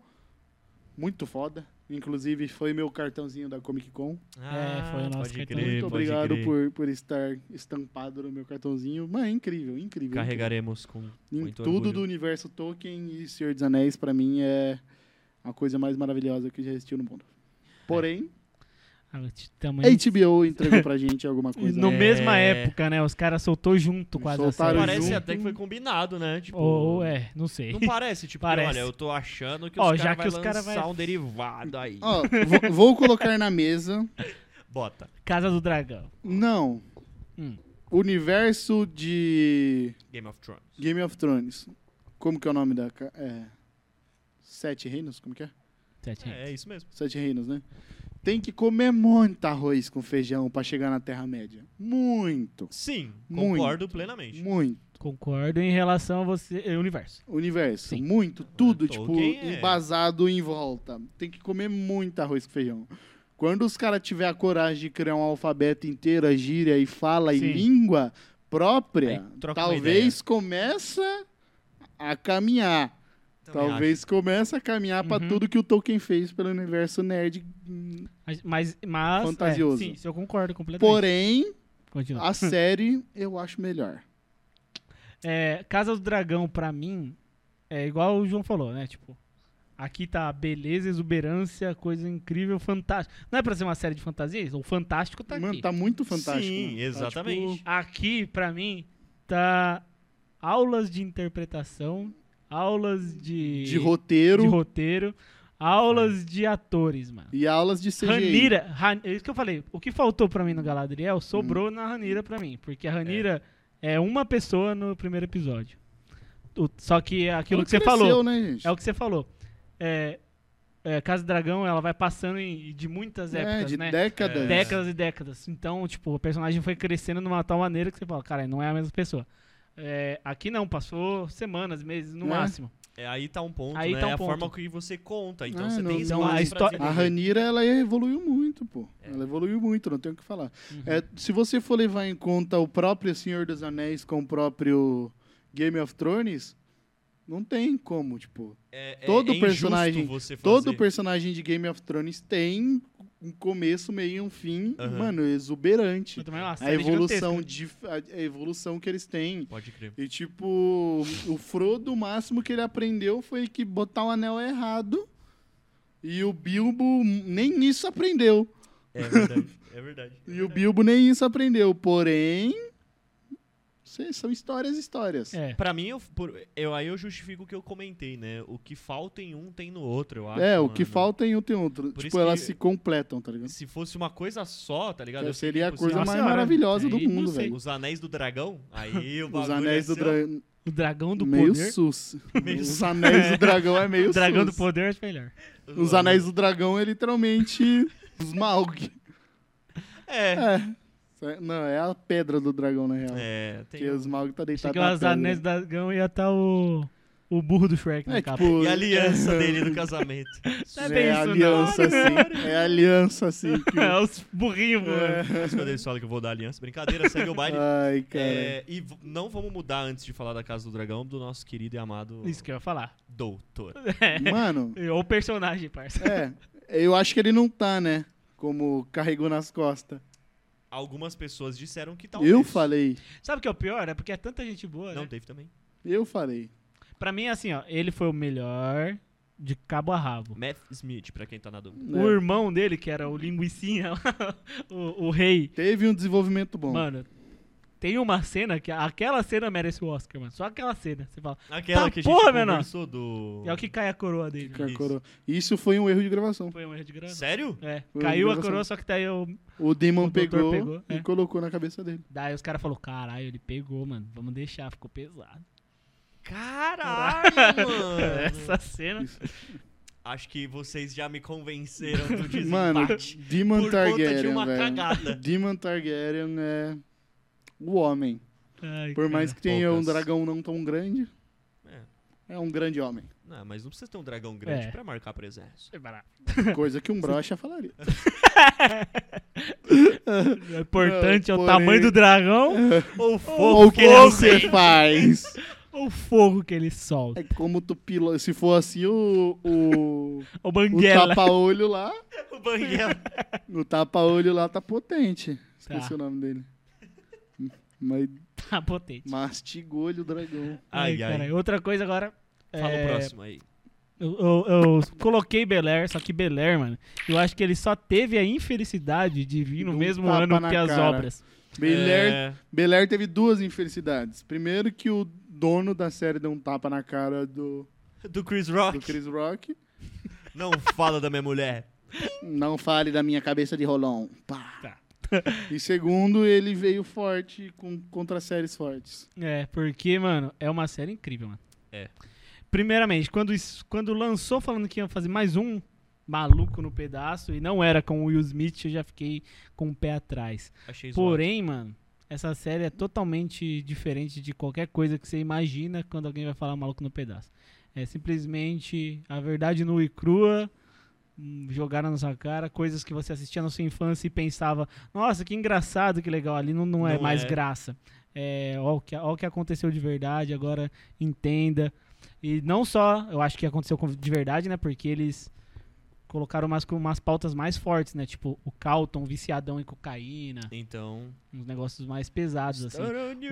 Speaker 3: Muito foda. Inclusive, foi meu cartãozinho da Comic Con.
Speaker 1: É, foi o nosso
Speaker 2: Ah, pode
Speaker 1: cartão.
Speaker 2: crer,
Speaker 1: Muito
Speaker 2: pode
Speaker 3: Muito obrigado
Speaker 2: crer.
Speaker 3: por, por estar estampado no meu cartãozinho. Mano, é incrível, incrível.
Speaker 2: Carregaremos com
Speaker 3: incrível. Em
Speaker 2: muito
Speaker 3: tudo
Speaker 2: orgulho.
Speaker 3: do universo Tolkien e Senhor dos Anéis, pra mim, é a coisa mais maravilhosa que já existiu no mundo. Porém,
Speaker 1: Ah, t- tamanho-
Speaker 3: HBO entregou pra gente alguma coisa.
Speaker 1: No
Speaker 2: É.
Speaker 1: mesma época, né? Os caras soltou junto
Speaker 3: Eles
Speaker 1: quase
Speaker 3: soltaram
Speaker 1: a série.
Speaker 2: Parece
Speaker 3: junto.
Speaker 2: até que foi combinado, né? Tipo,
Speaker 1: Ou ou é, não sei.
Speaker 2: Não parece, tipo,
Speaker 1: Parece.
Speaker 2: olha, eu tô achando que
Speaker 1: Ó,
Speaker 2: os
Speaker 1: já
Speaker 2: caras
Speaker 1: que
Speaker 2: vão
Speaker 1: os cara
Speaker 2: lançar
Speaker 1: vai-
Speaker 2: um derivado aí.
Speaker 3: Ó, vou, vou colocar na mesa.
Speaker 2: Bota.
Speaker 1: Casa do Dragão.
Speaker 3: Não.
Speaker 1: Hum.
Speaker 3: Universo de
Speaker 2: Game of Thrones.
Speaker 3: Game of Thrones. Como que é o nome da. ca- É... Sete Reinos? Como que é?
Speaker 1: Sete
Speaker 2: É, é isso mesmo.
Speaker 3: Sete Reinos, né? Tem que comer muito arroz com feijão pra chegar na Terra-média. Muito.
Speaker 2: Sim,
Speaker 3: Muito.
Speaker 2: concordo plenamente.
Speaker 3: Muito.
Speaker 1: Concordo em relação a você. é, Universo.
Speaker 3: Universo.
Speaker 1: Sim.
Speaker 3: Muito. Tudo, tipo,
Speaker 2: Tolkien é-
Speaker 3: embasado em volta. Tem que comer muito arroz com feijão. Quando os caras tiver a coragem de criar um alfabeto inteiro, a gíria e fala
Speaker 1: Sim.
Speaker 3: e língua própria,
Speaker 2: Aí troca uma
Speaker 3: talvez começa a caminhar.
Speaker 2: Também
Speaker 3: Talvez comece a caminhar pra
Speaker 1: Uhum.
Speaker 3: tudo que o Tolkien fez pelo universo nerd. Hum,
Speaker 1: Mas, mas, mas-
Speaker 3: Fantasioso.
Speaker 1: É, sim, isso eu concordo completamente.
Speaker 3: Porém,
Speaker 1: Continua.
Speaker 3: a série eu acho melhor.
Speaker 1: É, Casa do Dragão, pra mim, é igual o João falou, né? Tipo, aqui tá beleza, exuberância, coisa incrível, fantástica. Não é pra ser uma série de fantasias? O fantástico tá
Speaker 3: Mano,
Speaker 1: aqui.
Speaker 3: tá muito fantástico.
Speaker 2: Sim,
Speaker 3: mano. Tá,
Speaker 2: exatamente.
Speaker 3: tipo,
Speaker 1: Aqui, pra mim, tá aulas de interpretação, aulas de,
Speaker 3: de roteiro
Speaker 1: de roteiro, aulas de atores, mano.
Speaker 3: e aulas de CGI.
Speaker 1: Ranira, Han- é isso que eu falei. O que faltou pra mim no Galadriel
Speaker 3: Hum.
Speaker 1: sobrou na Ranira pra mim, porque a Ranira é. uma pessoa no primeiro episódio. O- só que é aquilo
Speaker 3: Ela
Speaker 1: que você
Speaker 3: cresceu,
Speaker 1: falou,
Speaker 3: né, gente?
Speaker 1: é o que você falou. É, é, Casa do Dragão, ela vai passando em- de muitas épocas,
Speaker 3: É, de
Speaker 1: né?
Speaker 3: décadas.
Speaker 2: É.
Speaker 1: Décadas e décadas. Então, tipo, o personagem foi crescendo de uma tal maneira que você fala, cara, não é a mesma pessoa. É, aqui não, passou semanas, meses, no
Speaker 3: É.
Speaker 1: máximo.
Speaker 2: É, aí tá um ponto,
Speaker 1: Aí
Speaker 2: né?
Speaker 1: tá um
Speaker 2: é a
Speaker 1: ponto.
Speaker 2: forma que você conta. Então
Speaker 3: Ah,
Speaker 2: você
Speaker 3: não-
Speaker 2: tem
Speaker 3: não,
Speaker 2: espaço
Speaker 1: a
Speaker 2: pra
Speaker 1: histó-
Speaker 2: desenvolver.
Speaker 3: A Ranira, ela evoluiu muito, pô.
Speaker 2: É.
Speaker 3: Ela evoluiu muito, não tenho o que falar.
Speaker 1: Uhum.
Speaker 3: É, se você for levar em conta o próprio Senhor dos Anéis com o próprio Game of Thrones, não tem como, tipo...
Speaker 2: É- é-
Speaker 3: todo
Speaker 2: é injusto
Speaker 3: personagem-
Speaker 2: você
Speaker 3: Todo
Speaker 2: fazer.
Speaker 3: personagem de Game of Thrones tem um começo, meio e um fim,
Speaker 2: Aham.
Speaker 3: mano, exuberante.
Speaker 1: Mas também é uma
Speaker 3: A
Speaker 1: série
Speaker 3: evolução,
Speaker 1: gigantesca.
Speaker 3: dif- a a evolução que eles têm.
Speaker 2: Pode crer.
Speaker 3: E tipo, o Frodo, o máximo que ele aprendeu foi que botar o anel errado. E o Bilbo nem isso aprendeu.
Speaker 2: É verdade. É verdade.
Speaker 3: E o Bilbo nem isso aprendeu. Porém. cê- São histórias, histórias.
Speaker 1: É.
Speaker 2: Pra mim, eu, por- eu- aí eu justifico o que eu comentei, né? O que falta em um tem no outro, eu acho.
Speaker 3: É, o
Speaker 2: mano.
Speaker 3: que falta em um tem outro.
Speaker 2: Por isso
Speaker 3: tipo,
Speaker 2: que-
Speaker 3: elas se completam, tá ligado?
Speaker 2: Se fosse uma coisa só, tá ligado?
Speaker 3: Já
Speaker 2: Eu sei que,
Speaker 3: seria a
Speaker 2: tipo,
Speaker 3: coisa
Speaker 2: assim,
Speaker 1: Nossa
Speaker 3: mais
Speaker 1: Senhora.
Speaker 3: maravilhosa do
Speaker 1: Aí não
Speaker 3: mundo,
Speaker 1: sei.
Speaker 3: velho.
Speaker 2: Os Anéis do Dragão, aí o bagulho é
Speaker 3: Os Anéis
Speaker 2: ia
Speaker 3: do
Speaker 2: ser um
Speaker 3: Dragão.
Speaker 1: O Dragão do
Speaker 3: Meio
Speaker 1: Poder.
Speaker 3: sus.
Speaker 2: Meio
Speaker 3: Os Anéis do Dragão é meio
Speaker 1: O Dragão do
Speaker 3: sus.
Speaker 1: Poder é melhor.
Speaker 2: um-
Speaker 3: Os Anéis do Dragão é literalmente os Smaug.
Speaker 2: É.
Speaker 3: É. Não, é a pedra do dragão, na real.
Speaker 2: É, tem...
Speaker 3: Porque o Smaug tá
Speaker 1: Achei
Speaker 3: deitado
Speaker 1: que
Speaker 3: na
Speaker 1: os
Speaker 3: pedra.
Speaker 1: anéis do dragão ia estar o, o burro do Shrek na
Speaker 3: É,
Speaker 1: capa.
Speaker 3: tipo,
Speaker 2: E a aliança
Speaker 3: é,
Speaker 2: dele no casamento.
Speaker 1: Não é
Speaker 3: é,
Speaker 1: bem isso, não.
Speaker 3: aliança, assim. É aliança, assim. que o-
Speaker 1: É, os burrinhos, mano.
Speaker 3: É.
Speaker 2: Mas quando eles falam que eu vou dar aliança, brincadeira, segue o baile.
Speaker 3: Ai, Ah, cara.
Speaker 2: É, e v- não vamos mudar antes de falar da Casa do Dragão do nosso querido e amado
Speaker 3: É.
Speaker 1: Isso que eu ia falar.
Speaker 2: doutor.
Speaker 3: Mano,
Speaker 1: Ou o personagem, parça.
Speaker 3: é. Eu acho que ele não tá, né? Como carregou nas costas.
Speaker 2: Algumas pessoas disseram que talvez.
Speaker 3: Eu falei.
Speaker 1: Sabe o que é o pior? É porque é tanta gente boa,
Speaker 2: Não,
Speaker 1: né?
Speaker 2: teve também.
Speaker 3: Eu falei.
Speaker 1: Pra mim, é assim, ó. Ele foi o melhor de cabo a rabo.
Speaker 2: Matt Smith, pra quem tá na dúvida.
Speaker 3: né?
Speaker 1: O irmão dele, que era o linguicinha, o, o rei.
Speaker 3: Teve um desenvolvimento bom.
Speaker 1: Mano, tem uma cena que... Aquela cena merece o Oscar, mano. Só aquela cena. Você fala...
Speaker 2: Aquela
Speaker 1: Tá
Speaker 2: que a gente
Speaker 1: porra, menor.
Speaker 2: conversou do.
Speaker 1: É o que cai a coroa dele.
Speaker 3: Cara,
Speaker 1: mano.
Speaker 2: isso.
Speaker 3: coroa. Isso foi um erro de gravação.
Speaker 1: Foi um erro de grana.
Speaker 2: Sério?
Speaker 1: É,
Speaker 3: Foi um
Speaker 1: caiu a
Speaker 3: gravação.
Speaker 1: coroa, só que daí eu...
Speaker 3: O Demon
Speaker 1: O doutor
Speaker 3: pegou,
Speaker 1: pegou,
Speaker 3: e
Speaker 1: é.
Speaker 3: colocou na cabeça dele.
Speaker 1: Daí os caras falaram, caralho, ele pegou, mano. Vamos deixar, ficou pesado.
Speaker 2: Caralho, mano.
Speaker 1: Essa cena.
Speaker 3: Isso.
Speaker 2: Acho que vocês já me convenceram do desempate.
Speaker 3: Mano, Demon
Speaker 2: por
Speaker 3: Targaryen,
Speaker 2: conta de uma
Speaker 3: velho.
Speaker 2: cagada.
Speaker 3: Demon Targaryen é o homem.
Speaker 1: Ai,
Speaker 3: Por mais
Speaker 1: cara.
Speaker 3: que tenha um
Speaker 2: Poucas.
Speaker 3: dragão não tão grande, é um grande homem.
Speaker 2: Não, mas não precisa ter um dragão grande
Speaker 1: É.
Speaker 2: pra marcar presença.
Speaker 3: Coisa que um brocha falaria.
Speaker 1: O importante é o
Speaker 3: Porém-
Speaker 1: tamanho do dragão ou o
Speaker 3: Ou
Speaker 1: fogo
Speaker 3: o
Speaker 1: que
Speaker 3: que
Speaker 1: ele
Speaker 3: você
Speaker 1: acende,
Speaker 3: faz?
Speaker 1: ou o fogo que ele solta.
Speaker 3: É como tu pila... Se for assim, o, o,
Speaker 1: O
Speaker 3: o
Speaker 1: banguela.
Speaker 3: tapa-olho lá...
Speaker 2: O banheiro.
Speaker 3: O tapa-olho lá tá potente. Esqueci
Speaker 1: Tá.
Speaker 3: o nome dele. Mas
Speaker 1: Tá potente.
Speaker 3: mastigou-lhe o dragão.
Speaker 2: Ai, ai.
Speaker 1: caralho. Outra coisa agora.
Speaker 2: Fala
Speaker 1: é,
Speaker 2: o próximo aí.
Speaker 1: Eu, eu- eu coloquei Bel Air, só que Bel Air, mano, eu acho que ele só teve a infelicidade de vir no
Speaker 3: Um
Speaker 1: mesmo
Speaker 3: tapa
Speaker 1: ano
Speaker 3: na
Speaker 1: que as
Speaker 3: cara.
Speaker 1: obras.
Speaker 3: Belair,
Speaker 2: É,
Speaker 3: Belair teve duas infelicidades. Primeiro que o dono da série deu um tapa na cara do,
Speaker 2: É, Do Chris Rock.
Speaker 3: do Chris Rock.
Speaker 2: Não fala da minha mulher.
Speaker 3: Não fale da minha cabeça de rolão. Pá.
Speaker 1: Tá.
Speaker 3: E segundo, ele veio forte com, contra séries fortes.
Speaker 1: É, porque, mano, é uma série incrível, mano.
Speaker 2: É.
Speaker 1: Primeiramente, quando, is- quando lançou falando que ia fazer mais um maluco no pedaço, e não era com o Will Smith, eu já fiquei com o pé atrás.
Speaker 2: Achei zoado.
Speaker 1: Porém, mano, essa série é totalmente diferente de qualquer coisa que você imagina quando alguém vai falar maluco no pedaço. É simplesmente a verdade nua e crua, hum, jogaram na sua cara, coisas que você assistia na sua infância e pensava, nossa, que engraçado, que legal, ali não, não é
Speaker 2: Não
Speaker 1: mais
Speaker 2: é.
Speaker 1: graça. É, ó, o que, ó o que aconteceu de verdade, agora entenda. E não só, eu acho que aconteceu com- de verdade, né? Porque eles colocaram umas, com umas pautas mais fortes, né? Tipo, o Calton viciadão em cocaína
Speaker 2: Então.
Speaker 1: uns negócios mais pesados, assim.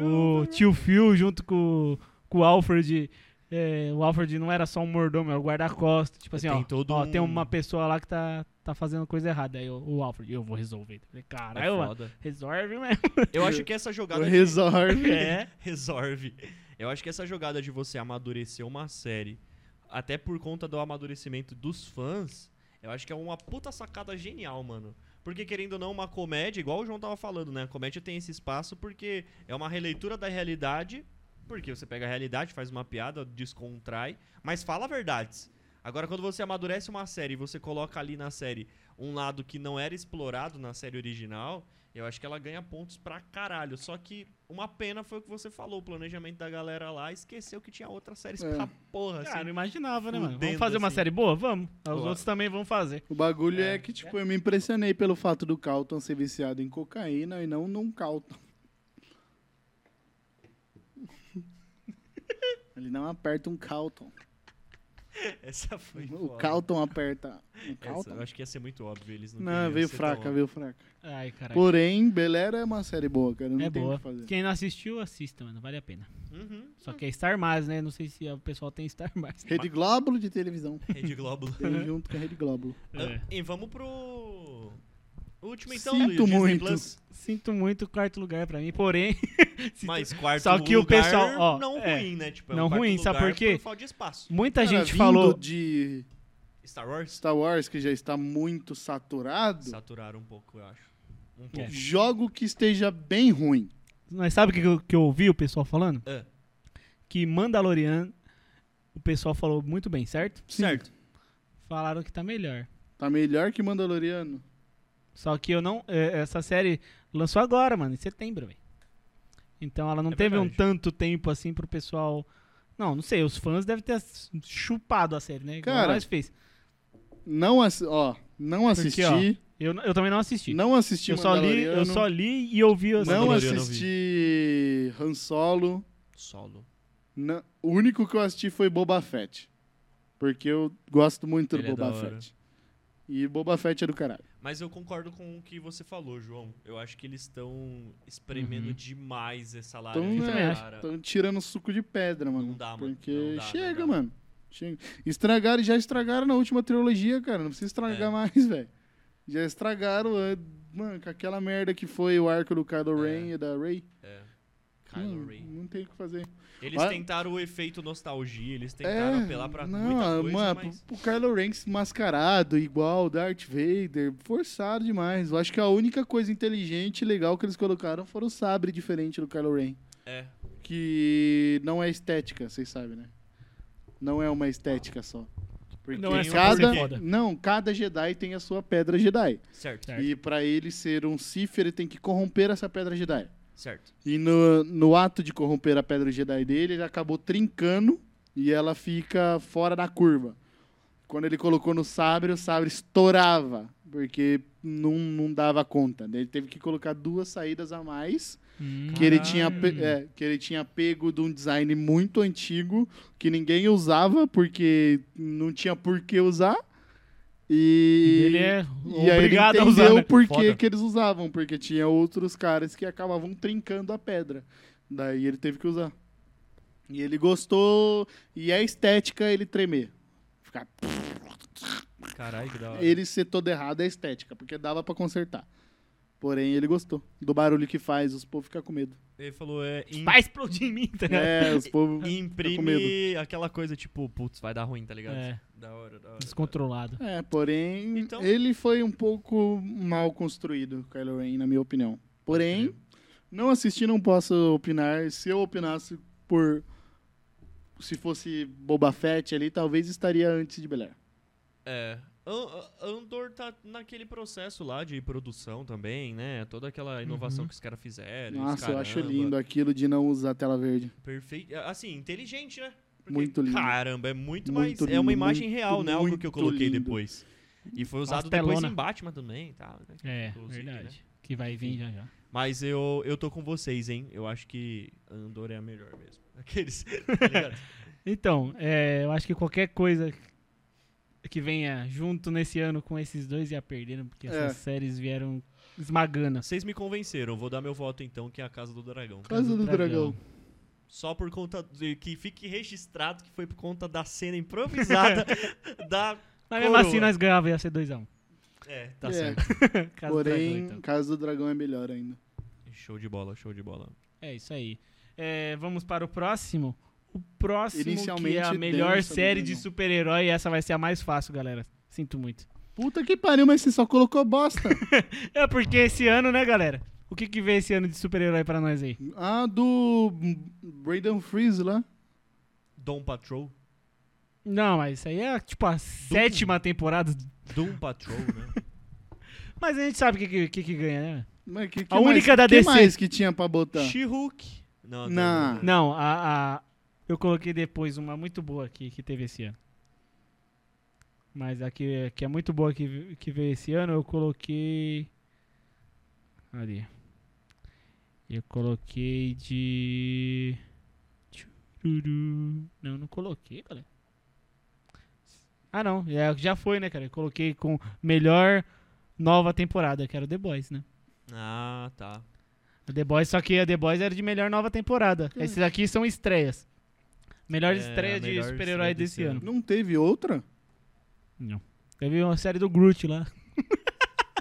Speaker 1: O tio Phil junto com, com o Alfred. é, o Alfred não era só um mordomo, era o guarda-costas. Tipo assim,
Speaker 2: Tem
Speaker 1: ó,
Speaker 2: todo
Speaker 1: ó,
Speaker 2: um-
Speaker 1: tem uma pessoa lá que tá, tá fazendo coisa errada. Aí o, o Alfred, eu vou resolver. Eu falei,
Speaker 2: É
Speaker 1: Caralho, mano,
Speaker 2: foda.
Speaker 1: resolve mesmo.
Speaker 2: Eu acho que essa jogada. de-
Speaker 3: Resolve.
Speaker 2: É, resolve. Eu acho que essa jogada de você amadurecer uma série, até por conta do amadurecimento dos fãs, eu acho que é uma puta sacada genial, mano. Porque, querendo ou não, uma comédia, igual o João tava falando, né? A comédia tem esse espaço porque é uma releitura da realidade, porque você pega a realidade, faz uma piada, descontrai, mas fala verdades. Agora, quando você amadurece uma série e você coloca ali na série um lado que não era explorado na série original, eu acho que ela ganha pontos pra caralho. Só que uma pena foi o que você falou. O planejamento da galera lá esqueceu que tinha outras séries
Speaker 3: É.
Speaker 2: pra porra, assim.
Speaker 1: Cara, não imaginava, né, mano? Vamos
Speaker 2: fudendo,
Speaker 1: fazer uma
Speaker 2: assim.
Speaker 1: série boa? Vamos. Aí Os
Speaker 2: Boa.
Speaker 1: outros também vão fazer.
Speaker 3: O bagulho é, que, tipo, eu me impressionei pelo fato do Calton ser viciado em cocaína e não num Calton. Ele não aperta um Calton.
Speaker 2: né? Essa foi
Speaker 3: O
Speaker 2: foda.
Speaker 3: Calton aperta um
Speaker 2: Essa, eu
Speaker 3: Calton?
Speaker 2: acho que ia ser muito óbvio eles não é
Speaker 3: Não,
Speaker 2: queriam
Speaker 3: veio
Speaker 2: ser
Speaker 3: fraca,
Speaker 2: tão
Speaker 3: veio fraca.
Speaker 1: Ai, caralho.
Speaker 3: Porém, Belera é uma série boa, cara. Não
Speaker 1: né? é
Speaker 3: tem o
Speaker 1: boa.
Speaker 3: que fazer.
Speaker 1: Quem não assistiu, assista, mano. Vale a pena.
Speaker 2: óbvio. Uhum.
Speaker 1: Só que é Star Mars, né? Não sei se o pessoal tem Star Mars.
Speaker 3: Rede Glóbulo de televisão.
Speaker 2: Rede Globo.
Speaker 3: Tamo junto com a Rede Glóbulo.
Speaker 1: É.
Speaker 2: E vamos pro último então do
Speaker 3: Sinto
Speaker 2: Disney
Speaker 3: muito.
Speaker 2: Plus.
Speaker 1: Sinto muito o quarto lugar pra mim, porém. sinto
Speaker 2: Mas quarto
Speaker 1: Tipo, Só que o
Speaker 2: lugar
Speaker 1: pessoal, ó,
Speaker 2: não
Speaker 1: é.
Speaker 2: ruim, né? Tipo, é um
Speaker 1: Não
Speaker 2: quarto
Speaker 1: ruim, sabe
Speaker 2: lugar
Speaker 1: por quê?
Speaker 2: Falta de espaço.
Speaker 1: Muita
Speaker 3: Cara,
Speaker 1: gente
Speaker 3: vindo
Speaker 1: falou.
Speaker 3: de
Speaker 2: Star Wars
Speaker 3: Star Wars, que já está muito saturado,
Speaker 2: saturaram um pouco, eu acho. Um
Speaker 1: é.
Speaker 2: pouco.
Speaker 3: jogo que esteja bem ruim.
Speaker 1: Mas sabe o que, eu- que eu ouvi o pessoal falando?
Speaker 2: Ah,
Speaker 1: Que Mandalorian, o pessoal falou muito bem, certo?
Speaker 2: certo.
Speaker 1: Falaram que tá melhor.
Speaker 3: Tá melhor que Mandaloriano.
Speaker 1: Só que eu não. é, Essa série lançou agora, mano, em setembro, velho. Então ela não
Speaker 2: É
Speaker 1: teve um
Speaker 2: verdade.
Speaker 1: tanto tempo assim pro pessoal. Não, não sei, os fãs devem ter ass- chupado a série, né? Igual
Speaker 3: Cara,
Speaker 1: nós fez.
Speaker 3: Não, assi ó, não assisti.
Speaker 1: Eu, eu também não assisti.
Speaker 3: não assisti
Speaker 1: eu, só li, eu
Speaker 3: Mandaloriano,
Speaker 1: só li e ouvi as
Speaker 3: Não
Speaker 2: Mandaloriano eu
Speaker 3: assisti Han Solo.
Speaker 2: Solo.
Speaker 3: Não- o único que eu assisti foi Boba Fett. Porque eu gosto muito
Speaker 2: Ele é
Speaker 3: do Boba
Speaker 2: da hora.
Speaker 3: Fett. E Boba Fett é do caralho.
Speaker 2: Mas eu concordo com o que você falou, João. Eu acho que eles estão espremendo
Speaker 1: Uhum.
Speaker 2: demais essa
Speaker 3: Então,
Speaker 2: laranja,
Speaker 1: também
Speaker 3: né,
Speaker 1: acho.
Speaker 2: cara.
Speaker 3: tão tirando suco de pedra, mano.
Speaker 2: dá, mano.
Speaker 3: Porque
Speaker 2: Não dá,
Speaker 3: chega,
Speaker 2: não dá.
Speaker 3: mano. Chega. Estragaram, já estragaram na última trilogia, cara. Não precisa estragar
Speaker 2: É.
Speaker 3: mais, velho. Já estragaram, é, mano, com aquela merda que foi o arco do Kylo
Speaker 2: É.
Speaker 3: Ren e da Rey.
Speaker 2: Kylo
Speaker 3: Hum,
Speaker 2: Ren.
Speaker 3: Não tem o que fazer.
Speaker 2: Eles
Speaker 3: Olha-
Speaker 2: tentaram o efeito nostalgia, eles tentaram apelar pra muita coisa,
Speaker 3: É, mano,
Speaker 2: mas...
Speaker 3: o Kylo Ren mascarado, igual Darth Vader, forçado demais. Eu acho que a única coisa inteligente e legal que eles colocaram foram o sabre diferente do Kylo Ren.
Speaker 2: É.
Speaker 3: Que não é estética, vocês sabem, né? Não é uma estética só. Porque
Speaker 1: Não é só
Speaker 3: cada,
Speaker 1: pra ser foda.
Speaker 3: não, cada Jedi tem a sua pedra Jedi.
Speaker 2: Certo,
Speaker 1: Certo.
Speaker 3: E pra ele ser um Sith, ele tem que corromper essa pedra Jedi.
Speaker 2: certo.
Speaker 3: E no, no ato de corromper a pedra Jedi dele, ele acabou trincando e ela fica fora da curva. Quando ele colocou no sabre, o sabre estourava, porque não, não dava conta. Daí Ele teve que colocar duas saídas a mais,
Speaker 1: Hum.
Speaker 3: que ele, tinha, pe- é, que ele tinha pego de um design muito antigo, que ninguém usava, porque não tinha por que usar. E
Speaker 1: Ele é
Speaker 3: e aí ele
Speaker 1: obrigado a usar.
Speaker 3: entendeu
Speaker 1: né?
Speaker 3: por que
Speaker 2: Foda.
Speaker 3: que eles usavam, porque tinha outros caras que acabavam trincando a pedra. Daí ele teve que usar. E ele gostou, e a estética ele tremer. Ficar-
Speaker 2: Caralho, que da hora.
Speaker 3: Ele ser todo errado é estética, porque dava pra consertar. Porém, ele gostou do barulho que faz, os povos ficam com medo.
Speaker 2: Ele falou, é. im-
Speaker 1: Vai explodir em mim, tá ligado?
Speaker 3: É, os povos. Tô com
Speaker 2: Imprime aquela coisa tipo, putz, vai dar ruim, tá ligado?
Speaker 1: É.
Speaker 2: Da hora, da hora.
Speaker 1: Descontrolado.
Speaker 3: É, porém,
Speaker 2: Então-
Speaker 3: ele foi um pouco mal construído, Kylo Ren, na minha opinião. Porém,
Speaker 1: Uhum.
Speaker 3: não assisti, não posso opinar. Se eu opinasse por. Se fosse Boba Fett ali, talvez estaria antes de Belair.
Speaker 2: É. An- An- Andor tá naquele processo lá de produção também, né? Toda aquela inovação
Speaker 1: Uhum.
Speaker 2: que os caras fizeram.
Speaker 3: Nossa, eu acho
Speaker 2: lindo.
Speaker 3: lindo aquilo de não usar tela verde.
Speaker 2: Perfeito. Assim, inteligente, né?
Speaker 3: Muito lindo.
Speaker 2: Caramba, é muito,
Speaker 3: Muito
Speaker 2: mais. é
Speaker 3: lindo,
Speaker 2: uma imagem
Speaker 3: muito,
Speaker 2: real, né? Algo que eu
Speaker 3: muito
Speaker 2: coloquei
Speaker 3: lindo.
Speaker 2: depois. E foi usado
Speaker 1: Pastelona.
Speaker 2: depois em Batman também e tal. Né?
Speaker 1: É,
Speaker 2: Inclusive,
Speaker 1: verdade. Que vai vir já já.
Speaker 2: Mas eu, eu tô com vocês, hein? Eu acho que Andor é a melhor mesmo. Aqueles. tá ligado?
Speaker 1: Então, é, eu acho que qualquer coisa que venha junto nesse ano com esses dois ia perdendo, porque essas
Speaker 3: É.
Speaker 1: séries vieram esmagando.
Speaker 2: Vocês me convenceram. Vou dar meu voto então, que é a Casa do Dragão.
Speaker 3: Casa do Dragão.
Speaker 2: Só por conta. de- que fique registrado que foi por conta da cena improvisada da.
Speaker 1: Mas mesmo
Speaker 2: Coroa.
Speaker 1: assim nós ganhávamos, ia ser 2x1.
Speaker 2: É, tá
Speaker 3: É,
Speaker 2: certo.
Speaker 1: Casa do
Speaker 3: Porém,
Speaker 1: Dragão, então.
Speaker 3: Casa do Dragão é melhor ainda.
Speaker 2: É, Show de bola, show de bola.
Speaker 1: É isso aí. É, vamos para o próximo. O próximo que
Speaker 3: Inicialmente,
Speaker 1: é a melhor
Speaker 3: Dança do
Speaker 1: série de
Speaker 3: Dragão.
Speaker 1: super-herói. e Essa vai ser a mais fácil, galera. Sinto muito.
Speaker 3: Puta que pariu, mas você só colocou bosta.
Speaker 1: É porque esse ano, né, galera? O que que vem esse ano de super-herói pra nós aí?
Speaker 3: ah, do Brandon Freeze lá.
Speaker 2: Dom Patrol.
Speaker 1: Não, mas isso aí é tipo a sétima temporada.
Speaker 2: Doom Patrol, né?
Speaker 1: Mas a gente sabe o que, que, que que ganha, né?
Speaker 3: Mas que, que
Speaker 1: A única
Speaker 3: mais,
Speaker 1: da
Speaker 3: que
Speaker 1: DC.
Speaker 3: mais que tinha pra botar?
Speaker 2: She-Hulk. Não,
Speaker 3: Tá. Não.
Speaker 2: não.
Speaker 1: Não, a, a- eu coloquei depois uma muito boa aqui que teve esse ano. Mas a que, que é muito boa que, que veio esse ano, eu coloquei. Ali. Eu coloquei de. Tchururu. Não, não coloquei, galera. Ah, não. Já, já foi, né, cara? Eu coloquei com melhor nova temporada, que era o The Boys, né?
Speaker 2: Ah, tá.
Speaker 1: A The Boys, só que a The Boys era de melhor nova temporada. Esses aqui são estreias. Melhor
Speaker 2: É,
Speaker 1: estreia
Speaker 2: a
Speaker 1: de
Speaker 2: melhor
Speaker 1: super-herói
Speaker 2: estreia
Speaker 1: desse
Speaker 2: desse
Speaker 1: ano.
Speaker 2: ano.
Speaker 3: Não teve outra?
Speaker 1: Não. Teve uma série do Groot lá.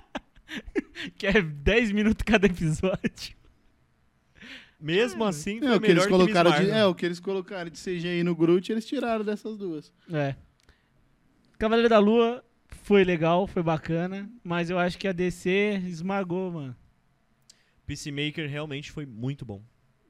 Speaker 1: que é 10 minutos cada episódio.
Speaker 2: Mesmo assim, foi
Speaker 3: É o, que
Speaker 2: melhor
Speaker 3: eles
Speaker 2: que
Speaker 3: colocaram
Speaker 2: Miss
Speaker 3: de, é
Speaker 2: Marvel.
Speaker 3: o que eles colocaram de CGI no Groot, eles tiraram dessas duas.
Speaker 1: É. Cavaleiro da Lua foi legal, foi bacana. Mas eu acho que a DC esmagou, mano.
Speaker 2: Peacemaker realmente foi muito bom.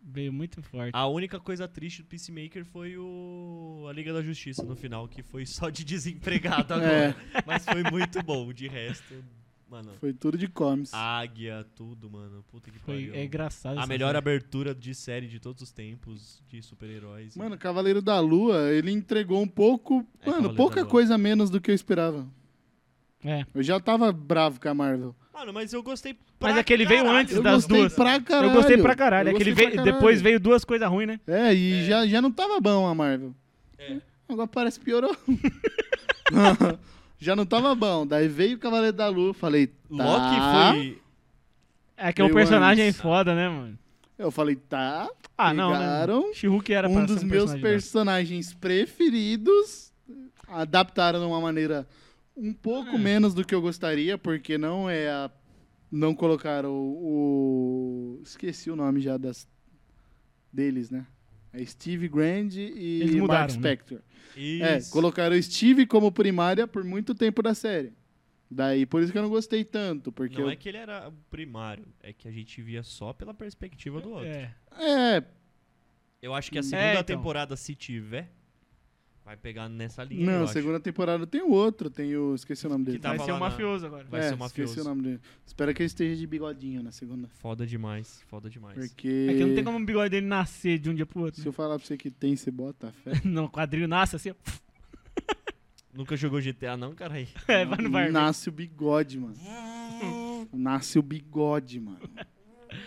Speaker 1: Veio muito forte.
Speaker 2: A única coisa triste do Peacemaker foi o a Liga da Justiça no final, que foi só de desempregado
Speaker 3: É.
Speaker 2: agora. Mas foi muito bom, de resto. Mano,
Speaker 3: Foi tudo de comics.
Speaker 2: Ah, águia, tudo, mano. Puta que
Speaker 1: Foi,
Speaker 2: pariu.
Speaker 1: é engraçado.
Speaker 2: a
Speaker 1: essa
Speaker 2: melhor
Speaker 1: série.
Speaker 2: abertura de série de todos os tempos de super-heróis.
Speaker 3: Mano, Cavaleiro da Lua, ele entregou um pouco.
Speaker 2: É,
Speaker 3: mano,
Speaker 2: Cavaleiro da
Speaker 3: pouca
Speaker 2: Lua.
Speaker 3: coisa a menos do que eu esperava.
Speaker 1: É.
Speaker 3: Eu já tava bravo com a Marvel.
Speaker 2: Mano, mas eu gostei pra
Speaker 1: Mas é que ele veio
Speaker 2: caralho.
Speaker 1: antes
Speaker 3: Eu
Speaker 1: das
Speaker 3: gostei
Speaker 1: duas.
Speaker 3: pra caralho.
Speaker 1: Eu gostei pra caralho.
Speaker 3: Eu
Speaker 1: é que ele
Speaker 3: gostei
Speaker 1: veio-
Speaker 3: pra
Speaker 1: depois
Speaker 3: caralho.
Speaker 1: veio duas coisas ruins, né?
Speaker 3: É, e Já, já não tava bom a Marvel.
Speaker 2: É.
Speaker 3: Agora parece que piorou. já não tava bom. Daí veio o Cavaleiro da Lua, falei. Tá.
Speaker 2: Loki foi
Speaker 1: É que é um
Speaker 3: Veio
Speaker 1: personagem
Speaker 3: antes.
Speaker 1: foda, né, mano?
Speaker 3: Eu falei, tá.
Speaker 1: Ah, não, né?
Speaker 3: Pegaram
Speaker 1: She-Hulk era pra
Speaker 3: um
Speaker 1: ser
Speaker 3: dos meus
Speaker 1: personagem dela.
Speaker 3: personagens preferidos. Adaptaram de uma maneira um pouco menos do que eu gostaria, porque não é a. Não colocaram o. o- esqueci o nome já das deles, né? É Steve Grand e
Speaker 1: Eles mudaram,
Speaker 3: Mark
Speaker 1: né?
Speaker 3: Spector. É,
Speaker 2: Isso.
Speaker 3: colocaram o Steve como primária por muito tempo da série. Daí por isso que eu não gostei tanto, porque
Speaker 2: Não
Speaker 3: eu-
Speaker 2: é que ele era primário, é que a gente via só pela perspectiva do outro.
Speaker 1: É.
Speaker 3: é,
Speaker 2: Eu acho que a
Speaker 1: Hum.
Speaker 2: segunda
Speaker 1: É, então.
Speaker 2: temporada, se tiver, Vai pegar nessa linha. eu
Speaker 3: Não,
Speaker 2: acho.
Speaker 3: segunda temporada tem o outro, tem o. Esqueci o nome dele.
Speaker 2: tá
Speaker 1: Vai
Speaker 2: tava
Speaker 1: ser
Speaker 2: lá
Speaker 1: um
Speaker 2: na-
Speaker 1: mafioso agora.
Speaker 2: Vai
Speaker 3: é,
Speaker 2: ser o
Speaker 3: Esqueci
Speaker 2: mafioso.
Speaker 3: o nome dele. Espero que ele esteja de bigodinho na segunda.
Speaker 2: Foda demais, foda demais.
Speaker 3: Porque.
Speaker 1: É que não tem como o bigode dele nascer de um dia pro outro.
Speaker 3: Se eu falar pra você que tem, você bota a fé.
Speaker 1: Não, o quadril nasce assim, ó.
Speaker 2: Nunca jogou GTA, não, cara? Aí.
Speaker 1: É, vai no bar.
Speaker 3: Nasce o bigode, mano. Nasce o bigode, mano.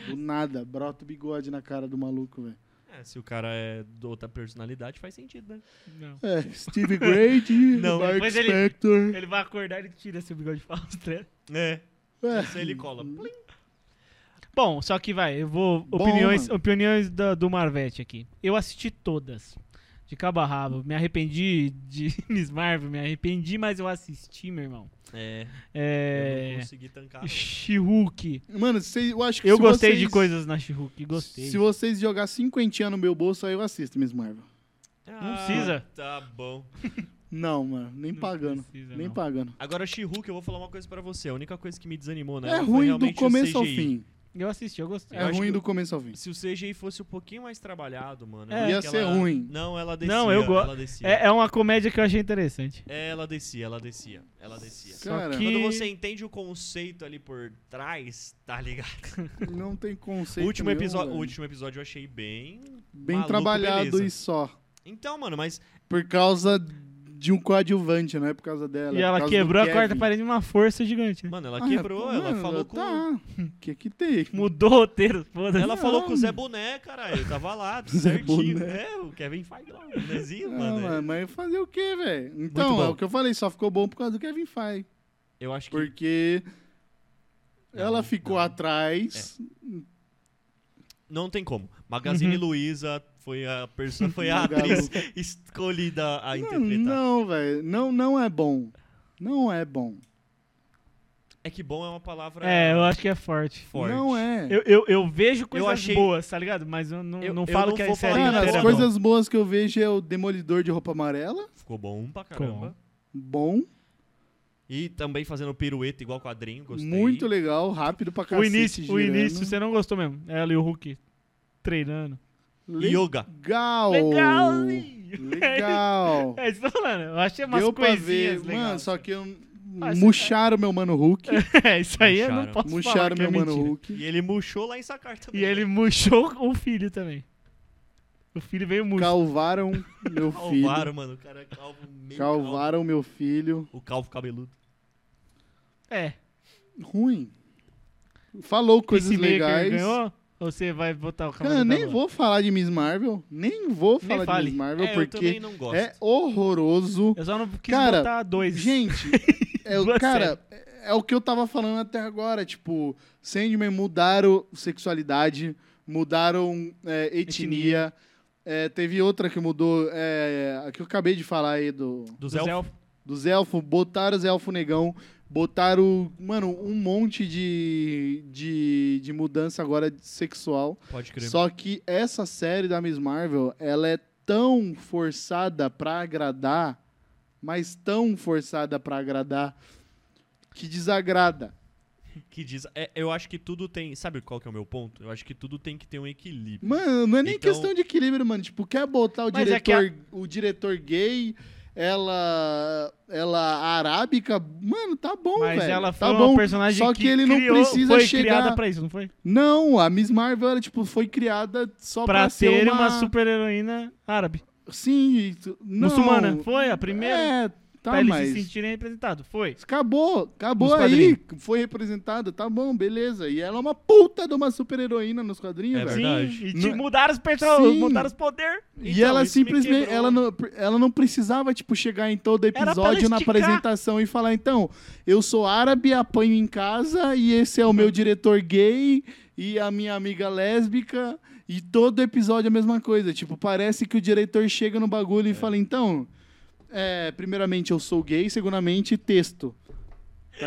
Speaker 3: Do nada, brota o bigode na cara do maluco, velho.
Speaker 2: É, se o cara é de outra personalidade, faz sentido, né?
Speaker 1: Não.
Speaker 3: É, Steve Grady,
Speaker 2: Não,
Speaker 3: Mark
Speaker 1: depois ele-
Speaker 3: Spector.
Speaker 1: Ele vai acordar, ele tira seu bigode falso. né?
Speaker 2: É.
Speaker 3: É.
Speaker 2: Isso aí ele cola. Plim.
Speaker 1: Bom, só que vai, eu vou.
Speaker 3: Bom,
Speaker 1: Opiniões,
Speaker 3: mano.
Speaker 1: opiniões da- do Marvete aqui. Eu assisti todas. De cabo a rabo. Me arrependi de Miss Marvel, me arrependi, mas eu assisti, meu irmão.
Speaker 2: É. Eu não
Speaker 1: É.
Speaker 2: consegui tancar. não.
Speaker 1: She-Hulk.
Speaker 3: Mano, se- eu acho que
Speaker 1: Eu
Speaker 3: se
Speaker 1: gostei de
Speaker 3: vocês-
Speaker 1: coisas na She-Hulk, gostei.
Speaker 3: Se vocês jogar cinquentinha no meu bolso, aí eu assisto, Miss Marvel.
Speaker 1: Não precisa.
Speaker 2: Tá bom.
Speaker 3: Não, mano, nem
Speaker 1: Não
Speaker 3: pagando.
Speaker 1: precisa,
Speaker 3: nem
Speaker 1: não.
Speaker 3: pagando.
Speaker 2: Agora, She-Hulk, eu vou falar uma coisa pra você. A única coisa que me desanimou, né?
Speaker 3: é ruim do começo ao
Speaker 2: CGI.
Speaker 3: fim.
Speaker 1: Eu assisti, eu gostei.
Speaker 3: É
Speaker 2: acho
Speaker 3: ruim
Speaker 2: que-
Speaker 3: do começo ao fim.
Speaker 2: Se o CGI fosse um pouquinho mais trabalhado, mano.
Speaker 1: É.
Speaker 2: eu acho
Speaker 3: Ia
Speaker 2: que
Speaker 3: ser
Speaker 2: ela-
Speaker 3: ruim.
Speaker 2: Não, ela descia.
Speaker 1: Não, eu go-
Speaker 2: Ela descia. É,
Speaker 1: É, é uma comédia que eu achei interessante.
Speaker 2: Ela descia, ela descia. Ela descia.
Speaker 3: Cara,
Speaker 1: Só que-
Speaker 2: Quando você entende o conceito ali por trás, tá ligado?
Speaker 3: não tem
Speaker 2: O
Speaker 3: conceito.
Speaker 2: último,
Speaker 3: nenhum,
Speaker 2: episódio,
Speaker 3: velho.
Speaker 2: o último episódio eu achei bem.
Speaker 3: Bem
Speaker 2: maluco,
Speaker 3: trabalhado
Speaker 2: beleza.
Speaker 3: e só.
Speaker 2: Então, mano, mas.
Speaker 3: Por causa de um coadjuvante, não é por causa dela.
Speaker 1: E
Speaker 3: é por
Speaker 1: ela
Speaker 3: causa
Speaker 1: quebrou
Speaker 3: do
Speaker 1: a quarta
Speaker 3: Kevin.
Speaker 1: parede numa força gigante. né?
Speaker 2: Mano, ela
Speaker 3: Ah,
Speaker 2: quebrou,
Speaker 3: pô,
Speaker 2: ela
Speaker 3: mano,
Speaker 2: falou com.
Speaker 3: Tá, o que que tem?
Speaker 1: Mudou o roteiro, foda-se.
Speaker 2: Ela falou com o Zé Boné, caralho. Tava lá,
Speaker 3: Zé
Speaker 2: certinho.
Speaker 3: Boné.
Speaker 2: É, o Kevin Feige lá, o Bonézinho,
Speaker 3: Ah,
Speaker 2: mano. é.
Speaker 3: mano, mas fazer o quê, velho? Então,
Speaker 2: bom.
Speaker 3: é o que eu falei, só ficou bom por causa do Kevin Feige.
Speaker 2: Eu acho que.
Speaker 3: Porque
Speaker 2: Não,
Speaker 3: ela ficou
Speaker 2: não. É.
Speaker 3: atrás.
Speaker 2: Não tem como. Magazine
Speaker 3: Uhum.
Speaker 2: Luiza foi a, perso- foi É a
Speaker 3: Magalu.
Speaker 2: atriz escolhida a
Speaker 3: Não,
Speaker 2: interpretar.
Speaker 3: não velho. Não, não é bom. Não é bom.
Speaker 2: É que bom é uma palavra
Speaker 1: É, eu acho que é forte.
Speaker 2: forte.
Speaker 3: Não é.
Speaker 1: Eu, eu, eu vejo coisas
Speaker 2: achei-
Speaker 1: boas, tá ligado? Mas eu não,
Speaker 2: Eu-
Speaker 1: não
Speaker 2: eu
Speaker 1: falo
Speaker 2: não
Speaker 1: que a
Speaker 2: vou falar
Speaker 1: série
Speaker 2: nada,
Speaker 3: Cara,
Speaker 1: inteira
Speaker 3: as
Speaker 1: é
Speaker 2: não.
Speaker 1: boa.
Speaker 3: coisas boas que eu vejo é o demolidor de roupa amarela.
Speaker 2: Ficou bom pra caramba.
Speaker 3: Bom.
Speaker 2: E também fazendo pirueta igual quadrinho, gostei.
Speaker 3: Muito legal. Rápido pra cacete.
Speaker 1: O início, o
Speaker 3: girando.
Speaker 1: início, você não gostou mesmo. Ela e o Hulk treinando.
Speaker 2: Yoga.
Speaker 3: Legal.
Speaker 1: Legal!
Speaker 3: Legal.
Speaker 1: É isso que eu tô falando. Eu achei umas
Speaker 3: Deu pra ver.
Speaker 1: coisinhas legais. né?
Speaker 3: Mano, só que eu...
Speaker 1: Ah, você-
Speaker 3: Murcharam meu mano Hulk.
Speaker 1: É, isso aí eu não
Speaker 2: Murcharam.
Speaker 1: posso falar
Speaker 3: Murcharam
Speaker 1: que é
Speaker 3: meu mano
Speaker 1: mentira.
Speaker 3: Hulk.
Speaker 2: E ele murchou lá em Sacar também.
Speaker 1: E ele murchou o filho também. O filho veio murcho.
Speaker 3: Calvaram meu filho.
Speaker 2: Calvaram, mano. O cara é calvo meio calvo.
Speaker 3: Calvaram meu filho.
Speaker 2: O calvo cabeludo.
Speaker 1: É.
Speaker 3: Ruim. Falou coisas
Speaker 1: Peacemaker
Speaker 3: legais.
Speaker 1: ganhou? Ou você vai botar o cabelo da
Speaker 3: Cara, nem
Speaker 1: lua?
Speaker 3: vou falar de Miss Marvel. Nem vou
Speaker 1: Nem
Speaker 3: falar de
Speaker 1: fale.
Speaker 3: Miss Marvel
Speaker 2: é, eu também
Speaker 3: porque
Speaker 2: não gosto.
Speaker 3: é horroroso.
Speaker 1: Eu só não quis
Speaker 3: Cara,
Speaker 1: botar dois.
Speaker 3: Gente, é, o-
Speaker 1: Duas
Speaker 3: cara, é, é o que eu tava falando até agora. Tipo, Sandman mudaram sexualidade, mudaram é, etnia.
Speaker 1: Etnia.
Speaker 3: É, teve outra que mudou, é, a que eu acabei de falar aí do,
Speaker 2: Do
Speaker 1: Dos
Speaker 2: Zé.
Speaker 1: elfos.
Speaker 3: dos elfos, botaram os elfos negão, botaram, mano, um monte de, de, de mudança agora sexual.
Speaker 2: Pode crer.
Speaker 3: Só que essa série da Miss Marvel, ela é tão forçada pra agradar, mas tão forçada pra agradar que desagrada.
Speaker 2: Que diz. é, eu acho que tudo tem. Sabe qual que é o meu ponto? Eu acho que tudo tem que ter um equilíbrio.
Speaker 3: Mano, não é nem
Speaker 2: Então-
Speaker 3: questão de equilíbrio, mano. Tipo, quer botar o
Speaker 1: Mas é
Speaker 3: diretor, o diretor gay, ela ela arábica, mano, tá bom, velho.
Speaker 1: Mas ela foi
Speaker 3: tá
Speaker 1: uma
Speaker 3: bom.
Speaker 1: personagem
Speaker 3: Só que, ele não
Speaker 1: criou-
Speaker 3: precisa
Speaker 1: foi criada
Speaker 3: chegar.
Speaker 1: pra isso, não foi?
Speaker 3: Não, a Miss Marvel ela, tipo foi criada só pra,
Speaker 1: pra ter uma,
Speaker 3: uma
Speaker 1: super heroína árabe.
Speaker 3: Sim, isso- não.
Speaker 1: Muçulmana. Foi a primeira.
Speaker 3: É, tá,
Speaker 1: pra eles
Speaker 3: mas.
Speaker 1: se sentirem representados. Foi.
Speaker 3: Acabou, acabou
Speaker 1: Nos
Speaker 3: aí. Foi representada, tá bom, beleza. E ela é uma puta de uma super heroína nos quadrinhos,
Speaker 2: É
Speaker 3: velho.
Speaker 2: Verdade.
Speaker 1: Sim, e te
Speaker 3: Não-
Speaker 1: mudaram os personagens,
Speaker 3: Sim.
Speaker 1: mudaram os poderes.
Speaker 3: E
Speaker 2: Então,
Speaker 3: ela
Speaker 2: isso me
Speaker 3: simplesmente,
Speaker 2: quebrou.
Speaker 3: ela não, ela não precisava, tipo, chegar em todo
Speaker 1: pra ela
Speaker 3: episódio na
Speaker 1: esticar.
Speaker 3: apresentação e falar, então, eu sou árabe, apanho em casa, e esse é o
Speaker 2: Uhum.
Speaker 3: meu diretor gay, e a minha amiga lésbica, e todo episódio é a mesma coisa. Tipo, parece que o diretor chega no bagulho e fala, então, é, primeiramente eu sou gay, segundamente texto. Tá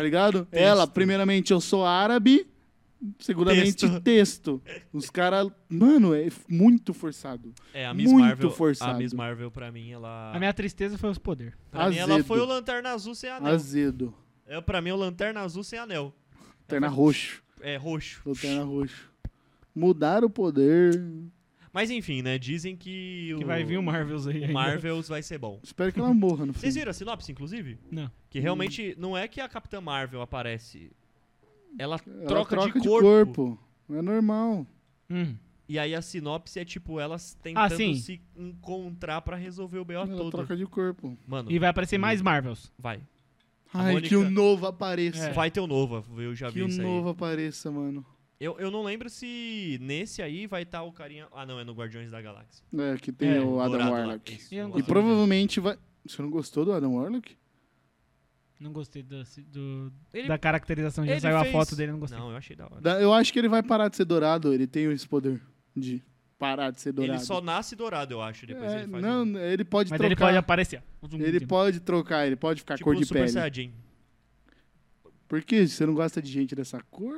Speaker 3: ligado? Ela, primeiramente eu sou árabe, segundamente
Speaker 2: Texto.
Speaker 3: texto. Os caras, mano, é muito forçado.
Speaker 2: É, a Miss
Speaker 3: Muito
Speaker 2: Marvel.
Speaker 3: forçado.
Speaker 2: A Miss Marvel, pra mim, ela.
Speaker 1: A minha tristeza foi os poderes.
Speaker 2: Pra mim, ela
Speaker 3: Azedo.
Speaker 2: foi o Lanterna Azul sem anel.
Speaker 3: Azedo.
Speaker 2: É, pra mim, o Lanterna Azul sem anel.
Speaker 3: Lanterna roxo.
Speaker 2: É, roxo.
Speaker 3: Lanterna roxo. Mudar o poder.
Speaker 2: Mas enfim, né? Dizem que o,
Speaker 1: Que vai vir um- o Marvels aí.
Speaker 2: o
Speaker 1: ainda.
Speaker 2: Marvels vai ser bom.
Speaker 3: Espero que ela morra no fim.
Speaker 2: Vocês viram a sinopse, inclusive?
Speaker 1: Não.
Speaker 2: Que realmente não é que a Capitã Marvel aparece. Ela
Speaker 3: Ela
Speaker 2: troca,
Speaker 3: troca
Speaker 2: de, corpo,
Speaker 3: É normal.
Speaker 1: Hum.
Speaker 2: E aí a sinopse é tipo elas tentando
Speaker 1: Ah, sim.
Speaker 2: se encontrar pra resolver o B.O.
Speaker 3: ela
Speaker 2: todo.
Speaker 3: troca de corpo.
Speaker 2: Mano,
Speaker 1: E vai aparecer mais Marvels.
Speaker 2: vai. A
Speaker 3: Ai,
Speaker 2: Mônica-
Speaker 3: que o novo apareça.
Speaker 1: É.
Speaker 2: Vai ter o Nova, eu já
Speaker 3: Que
Speaker 2: vi
Speaker 3: o
Speaker 2: isso aí.
Speaker 3: novo apareça, mano.
Speaker 2: Eu, eu não lembro se nesse aí vai estar o carinha. Ah, não, é no Guardiões da Galáxia.
Speaker 3: É, que tem
Speaker 1: É,
Speaker 3: o Adam
Speaker 2: Dourado lá.
Speaker 3: Warlock.
Speaker 2: Isso,
Speaker 1: E eu não
Speaker 2: o
Speaker 3: E
Speaker 1: Dourado.
Speaker 2: Adam.
Speaker 3: provavelmente vai... Você não gostou do Adam Warlock?
Speaker 1: Não gostei do, do-
Speaker 2: Ele-
Speaker 1: da caracterização. Já
Speaker 2: ele
Speaker 1: saiu
Speaker 2: fez-
Speaker 1: a foto dele, não gostei.
Speaker 2: Não, eu achei da hora.
Speaker 3: Da- Eu acho que ele vai parar de ser dourado. Ele tem esse poder de parar de ser dourado.
Speaker 2: Ele só nasce dourado, eu acho. Depois
Speaker 3: É,
Speaker 2: ele faz.
Speaker 3: não,
Speaker 2: um-
Speaker 3: ele pode
Speaker 1: Mas ele
Speaker 3: trocar.
Speaker 1: pode
Speaker 3: Ele
Speaker 1: aparecer. Um
Speaker 3: pode... trocar, ele pode ficar
Speaker 2: tipo
Speaker 3: é cor de
Speaker 2: Super
Speaker 3: pele.
Speaker 2: Saiyajin. Ah,
Speaker 3: Por que você não gosta de gente dessa cor?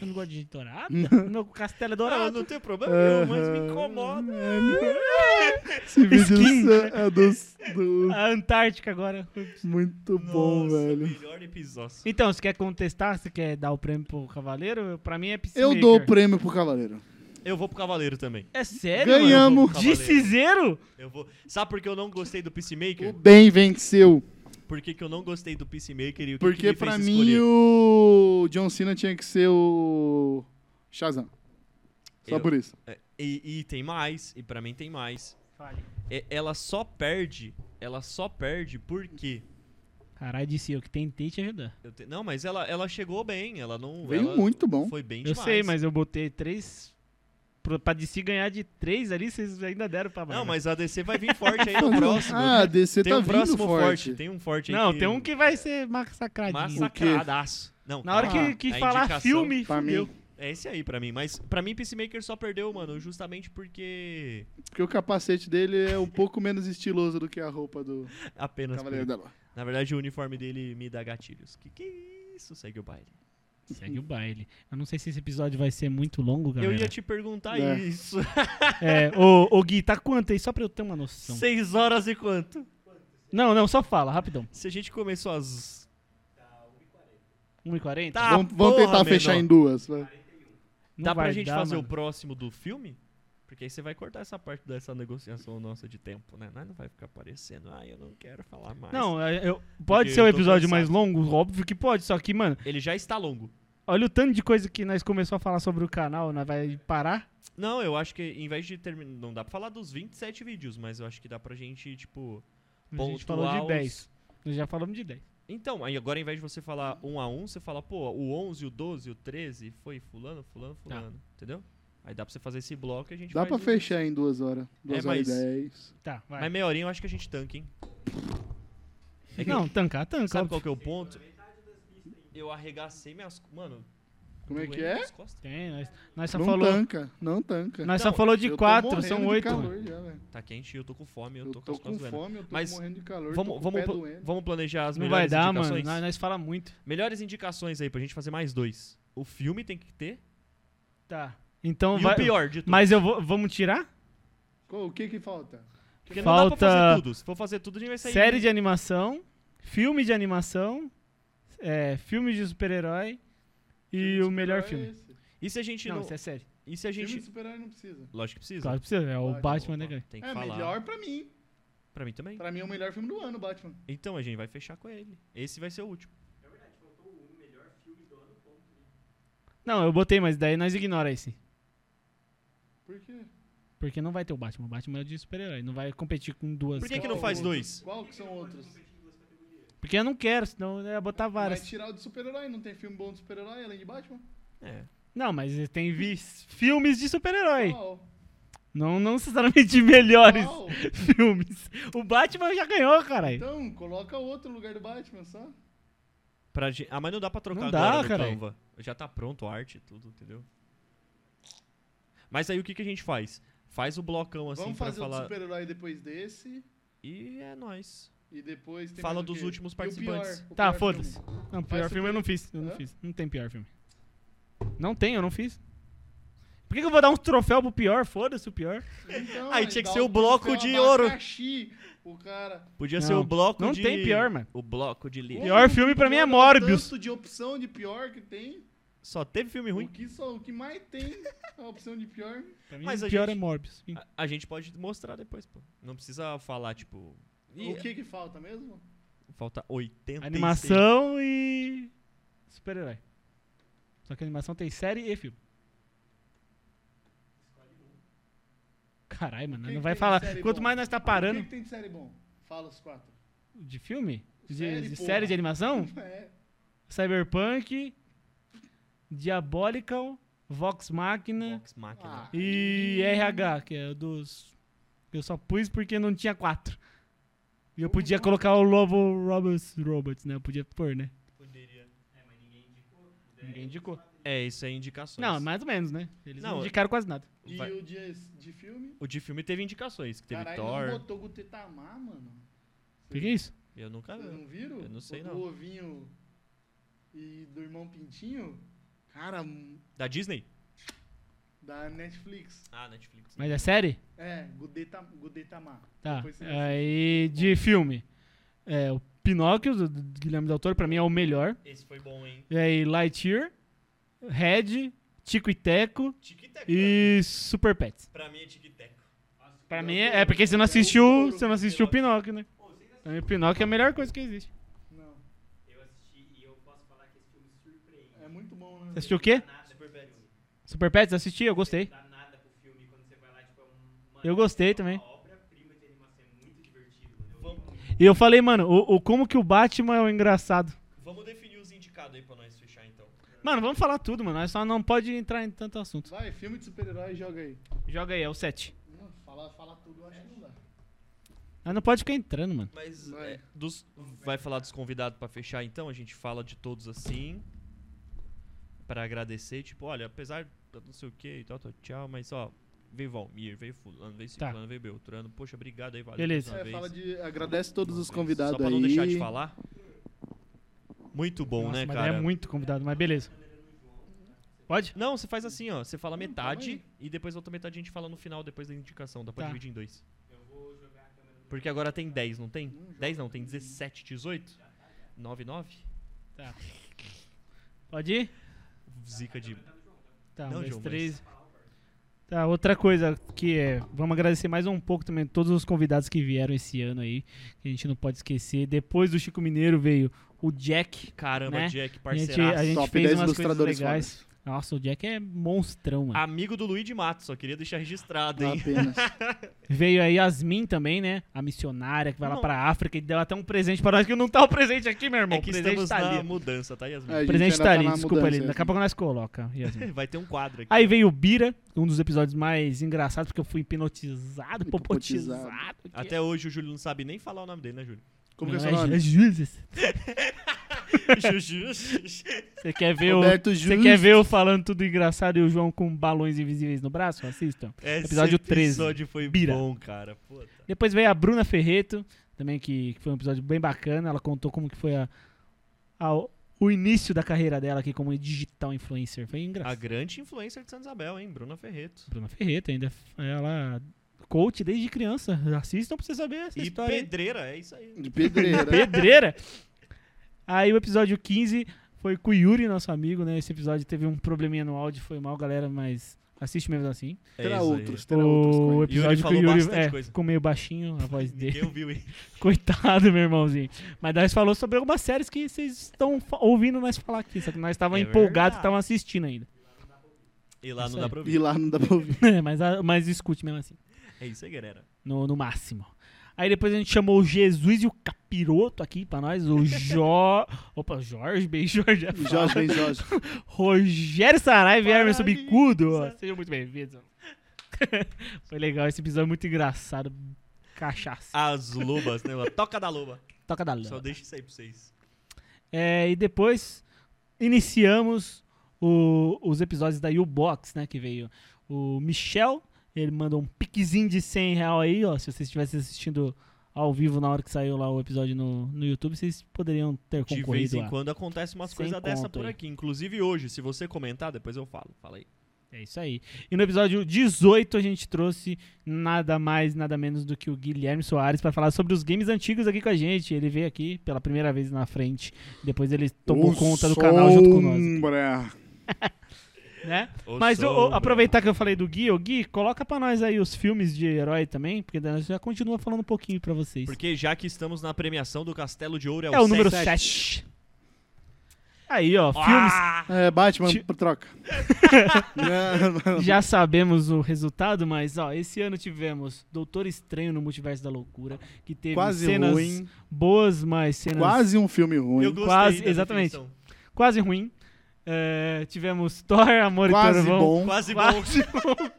Speaker 1: Eu não gosto de dourada. Meu castelo é
Speaker 2: Ah,
Speaker 1: dourado.
Speaker 2: não tem problema nenhum, mas me
Speaker 3: Aham.
Speaker 2: incomoda.
Speaker 3: Esse vídeo
Speaker 1: Skin.
Speaker 3: é dos- do-
Speaker 1: A Antártica agora.
Speaker 3: Muito bom,
Speaker 2: Nossa,
Speaker 3: velho.
Speaker 2: Melhor episódio.
Speaker 1: Então, você quer contestar? Você quer dar o prêmio pro Cavaleiro? Pra mim é Peacemaker.
Speaker 3: Eu dou o prêmio pro Cavaleiro.
Speaker 2: Eu vou pro Cavaleiro também.
Speaker 1: É sério? mano?
Speaker 2: Eu
Speaker 3: Ganhamos.
Speaker 2: vou pro
Speaker 1: De
Speaker 2: Cavaleiro.
Speaker 1: cinzeiro?
Speaker 2: Eu vou. Sabe por que eu não gostei do
Speaker 3: O
Speaker 2: Peacemaker?
Speaker 3: bem venceu.
Speaker 2: Por que, que eu não gostei do Peacemaker e o que que
Speaker 3: Porque
Speaker 2: me fez
Speaker 3: pra mim
Speaker 2: escolher?
Speaker 3: o John Cena tinha que ser o Shazam. Só
Speaker 2: Eu-
Speaker 3: por isso.
Speaker 2: É, E, e tem mais, e pra mim tem mais.
Speaker 1: Fale.
Speaker 2: É, ela só perde, ela só perde porque.
Speaker 1: Caralho, disse eu que tentei te ajudar.
Speaker 2: eu te- Não, mas ela, ela chegou bem, ela não.
Speaker 3: Veio
Speaker 2: ela
Speaker 3: muito bom.
Speaker 2: Foi bem
Speaker 1: Eu
Speaker 2: demais.
Speaker 1: sei, mas eu botei três. Pro, pra DC ganhar de três ali, vocês ainda deram pra
Speaker 2: Não,
Speaker 1: Marvel.
Speaker 2: mas a DC vai vir forte aí no um próximo.
Speaker 3: Ah, a DC
Speaker 2: tem
Speaker 3: tá
Speaker 2: um
Speaker 3: vindo
Speaker 2: próximo
Speaker 3: forte.
Speaker 2: Tem um forte aí.
Speaker 1: Não,
Speaker 2: que-
Speaker 1: tem um que vai ser massacradinho.
Speaker 2: Massacradaço. Não,
Speaker 1: Na hora que,
Speaker 2: calma.
Speaker 1: que
Speaker 2: Ah, A
Speaker 1: falar
Speaker 2: indicação-
Speaker 1: filme,
Speaker 3: Pra mim,
Speaker 1: fudeu.
Speaker 2: É esse aí pra mim, mas pra mim Peacemaker só perdeu, mano, justamente porque
Speaker 3: Porque o capacete dele é um pouco menos estiloso do que a roupa do
Speaker 2: apenas
Speaker 3: Cavaleiro da Lua.
Speaker 2: Na verdade, o uniforme dele me dá gatilhos. Que que é isso? Segue o baile.
Speaker 1: Segue o baile. Eu não sei se esse episódio vai ser muito longo, galera.
Speaker 2: Eu ia te perguntar
Speaker 3: É.
Speaker 2: isso.
Speaker 1: É, ô, ô Gui, tá quanto aí? Só pra eu ter uma noção.
Speaker 2: Seis horas e quanto?
Speaker 1: Não, não, só fala, rapidão.
Speaker 2: Se a gente começou às.
Speaker 1: 1h40?
Speaker 2: Tá,
Speaker 3: Vamos, vamos
Speaker 2: porra,
Speaker 3: tentar fechar
Speaker 2: menor.
Speaker 3: em duas. vai.
Speaker 1: Não
Speaker 2: Dá pra
Speaker 1: vai
Speaker 2: gente
Speaker 1: dar,
Speaker 2: fazer
Speaker 1: mano.
Speaker 2: o próximo do filme? Porque aí você vai cortar essa parte dessa negociação nossa de tempo, né? Nós Não vai ficar aparecendo. Ah, eu não quero falar mais.
Speaker 1: Não, é, eu- pode
Speaker 2: Porque
Speaker 1: ser um
Speaker 2: eu tô
Speaker 1: episódio
Speaker 2: cansado.
Speaker 1: mais longo, óbvio que pode, só que, mano,
Speaker 2: Ele já está longo.
Speaker 1: olha o tanto de coisa que nós começamos a falar sobre o canal, nós vai parar.
Speaker 2: Não, eu acho que em vez de terminar. Não dá pra falar dos 27 vídeos, mas eu acho que dá pra gente, tipo.
Speaker 1: a gente falou
Speaker 2: pontuar
Speaker 1: de
Speaker 2: os-
Speaker 1: 10. Nós já falamos de 10.
Speaker 2: Então, aí agora em vez de você falar um a um, você fala, pô, o 11, o 12, o 13, foi fulano, fulano,
Speaker 1: Ah.
Speaker 2: fulano, entendeu? Aí dá pra você fazer esse bloco e a gente
Speaker 3: Dá
Speaker 2: faz
Speaker 3: pra
Speaker 2: um-
Speaker 3: fechar em duas horas. Duas
Speaker 2: É,
Speaker 3: horas
Speaker 2: mas-
Speaker 3: e dez.
Speaker 1: Tá, vai.
Speaker 2: Mas meia horinha eu acho que a gente tanca, hein? É que-
Speaker 1: Não, tancar, tancar.
Speaker 2: Sabe qual que é o ponto? Eu arregacei minhas... co- Mano...
Speaker 3: Como é
Speaker 2: doendo
Speaker 3: que é?
Speaker 2: minhas costas.
Speaker 1: Tem, nós, nós só
Speaker 3: Não
Speaker 1: falou.
Speaker 3: tanca, não tanca.
Speaker 1: Nós
Speaker 2: Então,
Speaker 1: só falou
Speaker 3: Eu
Speaker 1: de
Speaker 3: tô
Speaker 1: 4,
Speaker 3: morrendo
Speaker 1: são
Speaker 3: de
Speaker 1: 8.
Speaker 3: calor já, velho.
Speaker 2: Tá quente, eu tô com fome, eu,
Speaker 3: Eu
Speaker 2: tô, com
Speaker 3: tô
Speaker 2: as
Speaker 3: com
Speaker 2: costas doendo.
Speaker 3: fome, eu tô
Speaker 2: Mas
Speaker 3: morrendo de calor, tô
Speaker 2: Vamos,
Speaker 3: com o
Speaker 2: vamos,
Speaker 3: pé
Speaker 2: pla-
Speaker 3: doendo.
Speaker 2: vamos planejar as
Speaker 1: Não é.
Speaker 2: melhores
Speaker 1: vai dar, mano.
Speaker 2: indicações.
Speaker 1: Nós, nós fala muito.
Speaker 2: Melhores indicações aí pra gente fazer mais dois. O filme tem que ter.
Speaker 1: Tá. Então
Speaker 2: e
Speaker 1: vai.
Speaker 2: o pior de tudo.
Speaker 1: Mas eu vou. Vamos tirar?
Speaker 3: Qual- O que que falta?
Speaker 2: Porque não dá
Speaker 1: falta-
Speaker 2: pra fazer tudo. Se for fazer tudo, a gente vai sair...
Speaker 1: Série de animação, filme de animação, é, filme de super-herói e o melhor
Speaker 3: Super-herói
Speaker 1: filme.
Speaker 3: é esse.
Speaker 2: E se a gente não...
Speaker 1: Não, isso é série.
Speaker 2: E se a
Speaker 3: Filme de
Speaker 2: gente...
Speaker 3: super-herói não precisa.
Speaker 2: Lógico que precisa.
Speaker 1: Claro que precisa, é o
Speaker 3: Pode,
Speaker 1: Batman, né,
Speaker 2: Opa,
Speaker 1: cara?
Speaker 2: Tem que
Speaker 3: É
Speaker 2: falar.
Speaker 3: melhor pra mim.
Speaker 2: Pra mim também.
Speaker 3: Pra mim é o melhor filme do ano, Batman.
Speaker 2: Então a gente vai fechar com ele. Esse vai ser o último.
Speaker 1: Não, eu botei, mas daí nós ignora esse.
Speaker 3: Por quê?
Speaker 1: Porque não vai ter o Batman. O Batman é o de super-herói. Não vai competir com duas.
Speaker 2: Por que, que
Speaker 3: Qual
Speaker 2: não faz
Speaker 3: outro?
Speaker 2: dois?
Speaker 3: Qual que são outros?
Speaker 1: Porque eu não quero, senão eu ia botar
Speaker 3: Vai
Speaker 1: várias.
Speaker 3: tirar o de super-herói, não tem filme bom de super-herói além de Batman?
Speaker 2: É.
Speaker 1: Não, mas tem vi filmes de super-herói.
Speaker 3: Qual?
Speaker 1: Não, não necessariamente melhores
Speaker 3: Qual?
Speaker 1: filmes. O Batman já ganhou, caralho.
Speaker 3: Então, coloca outro no lugar do Batman, só.
Speaker 2: Pra gen- Ah, mas não dá pra trocar
Speaker 1: Não dá,
Speaker 2: agora no
Speaker 1: caralho.
Speaker 2: Canva. Já tá pronto a arte e tudo, entendeu? Mas aí o que, que a gente faz? Faz o blocão assim
Speaker 3: Vamos
Speaker 2: pra
Speaker 3: fazer o
Speaker 2: falar.
Speaker 3: de super-herói depois desse.
Speaker 2: E é nóis.
Speaker 3: E depois tem
Speaker 2: Fala
Speaker 3: mais o
Speaker 2: dos
Speaker 3: quê?
Speaker 2: últimos
Speaker 3: E o pior,
Speaker 2: participantes.
Speaker 3: o
Speaker 1: Tá,
Speaker 3: pior
Speaker 1: foda-se.
Speaker 3: filme?
Speaker 1: Não, pior
Speaker 3: Faz
Speaker 1: filme eu não fiz. Eu
Speaker 3: Hã?
Speaker 1: não fiz. Não tem pior filme. Não tem, eu não fiz. Por que, que eu vou dar um troféu pro pior? Foda-se o pior.
Speaker 3: Então,
Speaker 2: Aí tinha que
Speaker 3: dá
Speaker 2: ser o
Speaker 3: um
Speaker 2: bloco
Speaker 3: troféu
Speaker 2: de ouro.
Speaker 3: abacaxi, O cara.
Speaker 2: Podia
Speaker 1: Não,
Speaker 2: ser o bloco
Speaker 1: não
Speaker 2: de.
Speaker 1: tem pior, mano.
Speaker 2: O bloco de lixo.
Speaker 1: Pior filme pra mim é
Speaker 3: Olha o
Speaker 1: Morbius.
Speaker 3: Tanto de opção de pior que tem.
Speaker 2: Só teve filme
Speaker 3: O
Speaker 2: ruim.
Speaker 3: que, só, o que mais tem é a opção de pior.
Speaker 1: Pra mim,
Speaker 2: Mas
Speaker 1: o
Speaker 2: a
Speaker 1: pior
Speaker 2: gente-
Speaker 1: é Morbius.
Speaker 2: A, a gente pode mostrar depois, pô. Não precisa falar, tipo. "Ih,
Speaker 3: O que que falta mesmo?
Speaker 2: Falta 86.
Speaker 1: Animação e. Super-herói. Só que a animação tem série e filme. Caralho, mano,
Speaker 3: Quem
Speaker 1: não vai
Speaker 3: tem
Speaker 1: falar.
Speaker 3: série
Speaker 1: Quanto
Speaker 3: boa?
Speaker 1: mais nós tá
Speaker 3: O que
Speaker 1: parando
Speaker 3: que tem de série bom? Fala os quatro.
Speaker 1: de filme, de,
Speaker 3: Série,
Speaker 1: de
Speaker 3: porra.
Speaker 1: série de animação,
Speaker 3: É.
Speaker 1: Cyberpunk, Diabolical, Vox Machina
Speaker 2: Vox Machina.
Speaker 3: Ah.
Speaker 1: e RH, que é o dos. que Eu só pus porque não tinha quatro. E eu podia colocar o Lobo Robots, Robots, né? Eu podia pôr, né? Ninguém É, indicou.
Speaker 2: É, isso é indicações.
Speaker 1: Não, mais ou menos, né? Eles não,
Speaker 2: Não,
Speaker 1: indicaram quase nada.
Speaker 3: E
Speaker 2: Vai.
Speaker 3: o dia de filme?
Speaker 2: O de filme teve indicações, que teve
Speaker 3: Caralho, não
Speaker 2: Thor.
Speaker 3: botou o Gutetamar, mano.
Speaker 1: O que, que é isso?
Speaker 2: Eu nunca
Speaker 3: Vocês
Speaker 2: vi.
Speaker 3: não viram?
Speaker 2: eu não sei,
Speaker 3: o do
Speaker 2: não.
Speaker 3: ovinho e do irmão Pintinho? Cara, hum,
Speaker 2: Da Disney?
Speaker 3: da Netflix.
Speaker 2: Ah, Netflix.
Speaker 1: Mas é série?
Speaker 3: É, Gudeta- Gudetamar.
Speaker 1: Tá.
Speaker 3: Depois você assiste.
Speaker 1: Aí, de filme. É, o Pinóquio, do do Guilherme Del Toro, pra mim é o melhor.
Speaker 2: Esse foi bom, hein?
Speaker 1: E aí, Lightyear, Red, Tico e Teco
Speaker 2: Tic-tac.
Speaker 1: e Super Pets.
Speaker 2: Pra mim é tic-tac.
Speaker 1: Pra mim, é, é porque você não assistiu, você não assistiu o Pinóquio, né? Pra mim, o Pinóquio é a melhor coisa que existe.
Speaker 3: Não.
Speaker 4: Eu assisti e eu posso falar que esse filme surpreende.
Speaker 3: É muito bom,
Speaker 1: Você
Speaker 3: né?
Speaker 1: assistiu o quê?
Speaker 4: Nada pro filme.
Speaker 1: Super Pets? Assisti, eu gostei.
Speaker 4: Dá nada pro filme quando você vai lá, tipo, é um- uma-
Speaker 1: Eu gostei
Speaker 4: uma
Speaker 1: também.
Speaker 4: obra-prima de animação, é muito divertido, mano. Eu amo.
Speaker 1: E eu falei, mano, o, o- como que o Batman é o engraçado.
Speaker 2: Vamos definir os indicados aí pra nós fechar, então.
Speaker 1: Mano, vamos falar tudo, mano. Nós só não pode entrar em tanto assunto.
Speaker 3: Vai, filme de super-herói, joga aí.
Speaker 1: Joga aí, é o 7.
Speaker 3: Não, Falar fala tudo, eu acho que não dá.
Speaker 1: Ah, não pode ficar entrando, mano.
Speaker 2: Mas
Speaker 3: Vai.
Speaker 2: é, dos, vai falar dos convidados pra fechar, então? A gente fala de todos assim. Pra agradecer, tipo, olha, apesar de não sei o que e tal, tal, tchau, mas ó, veio Valmir, veio Fulano, veio
Speaker 1: Tá.
Speaker 2: Ciclano, veio Beltrano. Poxa, obrigado aí, valeu.
Speaker 1: Beleza.
Speaker 2: mais uma
Speaker 3: É,
Speaker 2: vez.
Speaker 3: fala de, agradece todos os convidados
Speaker 2: Só pra não
Speaker 3: aí.
Speaker 2: deixar de falar. Muito bom,
Speaker 1: Nossa,
Speaker 2: né,
Speaker 1: mas
Speaker 2: cara?
Speaker 1: é muito convidado, mas beleza. Pode?
Speaker 2: Não, você faz assim, ó. Você fala metade
Speaker 3: calma
Speaker 2: e depois a outra metade a gente fala no final, depois da indicação. Dá pra
Speaker 1: Tá.
Speaker 2: dividir em dois. Porque agora tem 10, não tem? 10 não, tem 17, 18? 9, 9?
Speaker 1: Pode ir?
Speaker 2: Zica de.
Speaker 1: Tá,
Speaker 2: Não,
Speaker 1: um, dois,
Speaker 2: João, mas-
Speaker 1: três. Tá, outra coisa que é. Vamos agradecer mais um pouco também a todos os convidados que vieram esse ano aí, que a gente não pode esquecer. Depois do Chico Mineiro veio o Jack.
Speaker 2: Caramba,
Speaker 1: Né?
Speaker 2: Jack,
Speaker 1: A gente-
Speaker 2: parceiraço.
Speaker 1: a gente
Speaker 3: Top
Speaker 1: fez
Speaker 3: 10
Speaker 1: umas
Speaker 3: ilustradores
Speaker 1: coisas legais.
Speaker 3: fodas.
Speaker 1: Nossa, o Jack é monstrão, mano.
Speaker 2: Amigo do Luigi Matos, só queria deixar registrado,
Speaker 1: Ah,
Speaker 2: hein?
Speaker 3: Tá, Apenas.
Speaker 1: Veio aí a Yasmin também, né? A missionária que vai lá
Speaker 2: Não.
Speaker 1: pra África e deu até um presente pra nós, que não tá o presente aqui, meu irmão.
Speaker 2: é que
Speaker 1: o presente
Speaker 2: estamos
Speaker 1: tá
Speaker 2: na
Speaker 1: ali.
Speaker 2: mudança, tá, Yasmin?
Speaker 3: É,
Speaker 1: O presente
Speaker 3: ainda
Speaker 1: tá
Speaker 3: tá
Speaker 1: ali,
Speaker 3: na
Speaker 1: desculpa
Speaker 3: mudança,
Speaker 1: ali. Daqui a
Speaker 3: Yasmin.
Speaker 1: pouco nós coloca, Yasmin.
Speaker 2: Vai ter um quadro aqui.
Speaker 1: Aí veio o Bira, um dos episódios mais engraçados, porque eu fui hipnotizado,
Speaker 3: Hipnotizado.
Speaker 1: popotizado. que-
Speaker 2: Até hoje o Júlio não sabe nem falar o nome dele, né, Júlio?
Speaker 3: Como que
Speaker 1: Meu
Speaker 3: é seu
Speaker 1: nome
Speaker 3: nome?
Speaker 1: é Julius.
Speaker 2: Juju.
Speaker 1: Você quer ver o.
Speaker 3: Roberto
Speaker 1: Você
Speaker 3: Justus.
Speaker 1: quer ver eu falando tudo engraçado e o João com balões invisíveis no braço? Assistam.
Speaker 2: Esse
Speaker 1: Episódio 13.
Speaker 2: episódio foi
Speaker 1: Bira.
Speaker 2: bom, cara. Puta.
Speaker 1: Depois veio a Bruna Ferreto, também que, que foi um episódio bem bacana. Ela contou como que foi a, a- o início da carreira dela aqui como digital influencer. Foi
Speaker 2: A
Speaker 1: engraçado.
Speaker 2: grande influencer de Santa Isabel, hein? Bruna Ferreto.
Speaker 1: Bruna Ferreto ainda, ela coach desde criança. Assistam pra você saber essa
Speaker 2: E
Speaker 1: história. aí.
Speaker 2: pedreira, é isso aí.
Speaker 3: De pedreira.
Speaker 1: pedreira. Aí o episódio 15 foi com o Yuri, nosso amigo, né? Esse episódio teve um probleminha no áudio, foi mal, galera, mas assiste mesmo assim.
Speaker 2: É
Speaker 3: Terá
Speaker 2: isso aí.
Speaker 3: outros, terá outros.
Speaker 1: O
Speaker 3: com ele.
Speaker 1: episódio
Speaker 2: falou
Speaker 1: que o Yuri
Speaker 2: bastante
Speaker 1: é,
Speaker 2: coisa.
Speaker 1: ficou meio baixinho, a voz
Speaker 2: Ninguém
Speaker 1: dele.
Speaker 2: ouviu, hein?
Speaker 1: Coitado, meu irmãozinho. Mas nós falou sobre algumas séries que vocês estão fa- ouvindo nós falar aqui, só que nós estávamos
Speaker 2: É
Speaker 1: empolgados,
Speaker 2: verdade.
Speaker 1: estavam assistindo ainda.
Speaker 2: E lá
Speaker 1: Isso
Speaker 2: não dá
Speaker 1: aí.
Speaker 2: pra ouvir.
Speaker 3: E lá não dá pra ouvir.
Speaker 1: mas, a- mas escute mesmo assim,
Speaker 2: É isso aí, galera.
Speaker 1: no, no máximo. Aí depois a gente chamou o Jesus e o Capiroto aqui pra nós, o Jó... Opa, Jorge, bem Jorge. é foda.
Speaker 3: Jorge, bem Jorge.
Speaker 1: Rogério Saraiva e Hermes
Speaker 2: Parabéns.
Speaker 1: Bicudo. Sejam muito bem-vindos. Foi legal, esse episódio é muito engraçado. Cachaça.
Speaker 2: As lobas, né? mano? Toca da loba.
Speaker 1: Toca da
Speaker 2: Só
Speaker 1: lama.
Speaker 2: deixa isso aí pra vocês.
Speaker 1: É, e depois iniciamos o- os episódios da U-Box, né? Que veio o Michel, ele mandou um piquezinho de 100 real aí, ó. Se vocês estivessem assistindo ao vivo na hora que saiu lá o episódio no, no YouTube, vocês poderiam ter
Speaker 2: De
Speaker 1: concorrido
Speaker 2: vez em
Speaker 1: a-
Speaker 2: quando acontece umas
Speaker 1: Sem
Speaker 2: coisas dessa
Speaker 1: conto
Speaker 2: por
Speaker 1: aí.
Speaker 2: aqui. Inclusive hoje, se você comentar, depois eu falo. Fala aí.
Speaker 1: É isso aí. E no episódio 18 a gente trouxe nada mais, nada menos do que o Guilherme Soares para falar sobre os games antigos aqui com a gente. Ele veio aqui pela primeira vez na frente. Depois ele tomou
Speaker 3: O
Speaker 1: conta do canal junto com nós.
Speaker 3: Sombra.
Speaker 1: né?
Speaker 2: O
Speaker 1: Mas o- o-
Speaker 2: Sombra.
Speaker 1: aproveitar que eu falei do Gui, ô Gui, coloca pra nós aí os filmes de herói também, porque daí nós já continua falando um pouquinho pra vocês.
Speaker 2: Porque já que estamos na premiação do Castelo de Ouro, é,
Speaker 1: é o número
Speaker 2: sete.
Speaker 1: 7. Aí, ó,
Speaker 2: Ah!
Speaker 3: É, Batman,
Speaker 1: Ti-
Speaker 3: troca.
Speaker 1: filmes, já sabemos o resultado, mas ó, esse ano tivemos Doutor Estranho no Multiverso da Loucura, que teve
Speaker 3: quase
Speaker 1: cenas
Speaker 3: ruim.
Speaker 1: boas, mas cenas
Speaker 3: Quase um filme
Speaker 2: Eu
Speaker 3: ruim.
Speaker 2: gostei
Speaker 1: Quase-
Speaker 2: da
Speaker 1: exatamente.
Speaker 2: definição.
Speaker 1: quase ruim. É, tivemos Thor, Amor e
Speaker 3: Quase
Speaker 1: Trovão.
Speaker 3: bom.
Speaker 2: Quase bom.
Speaker 1: Quase bom.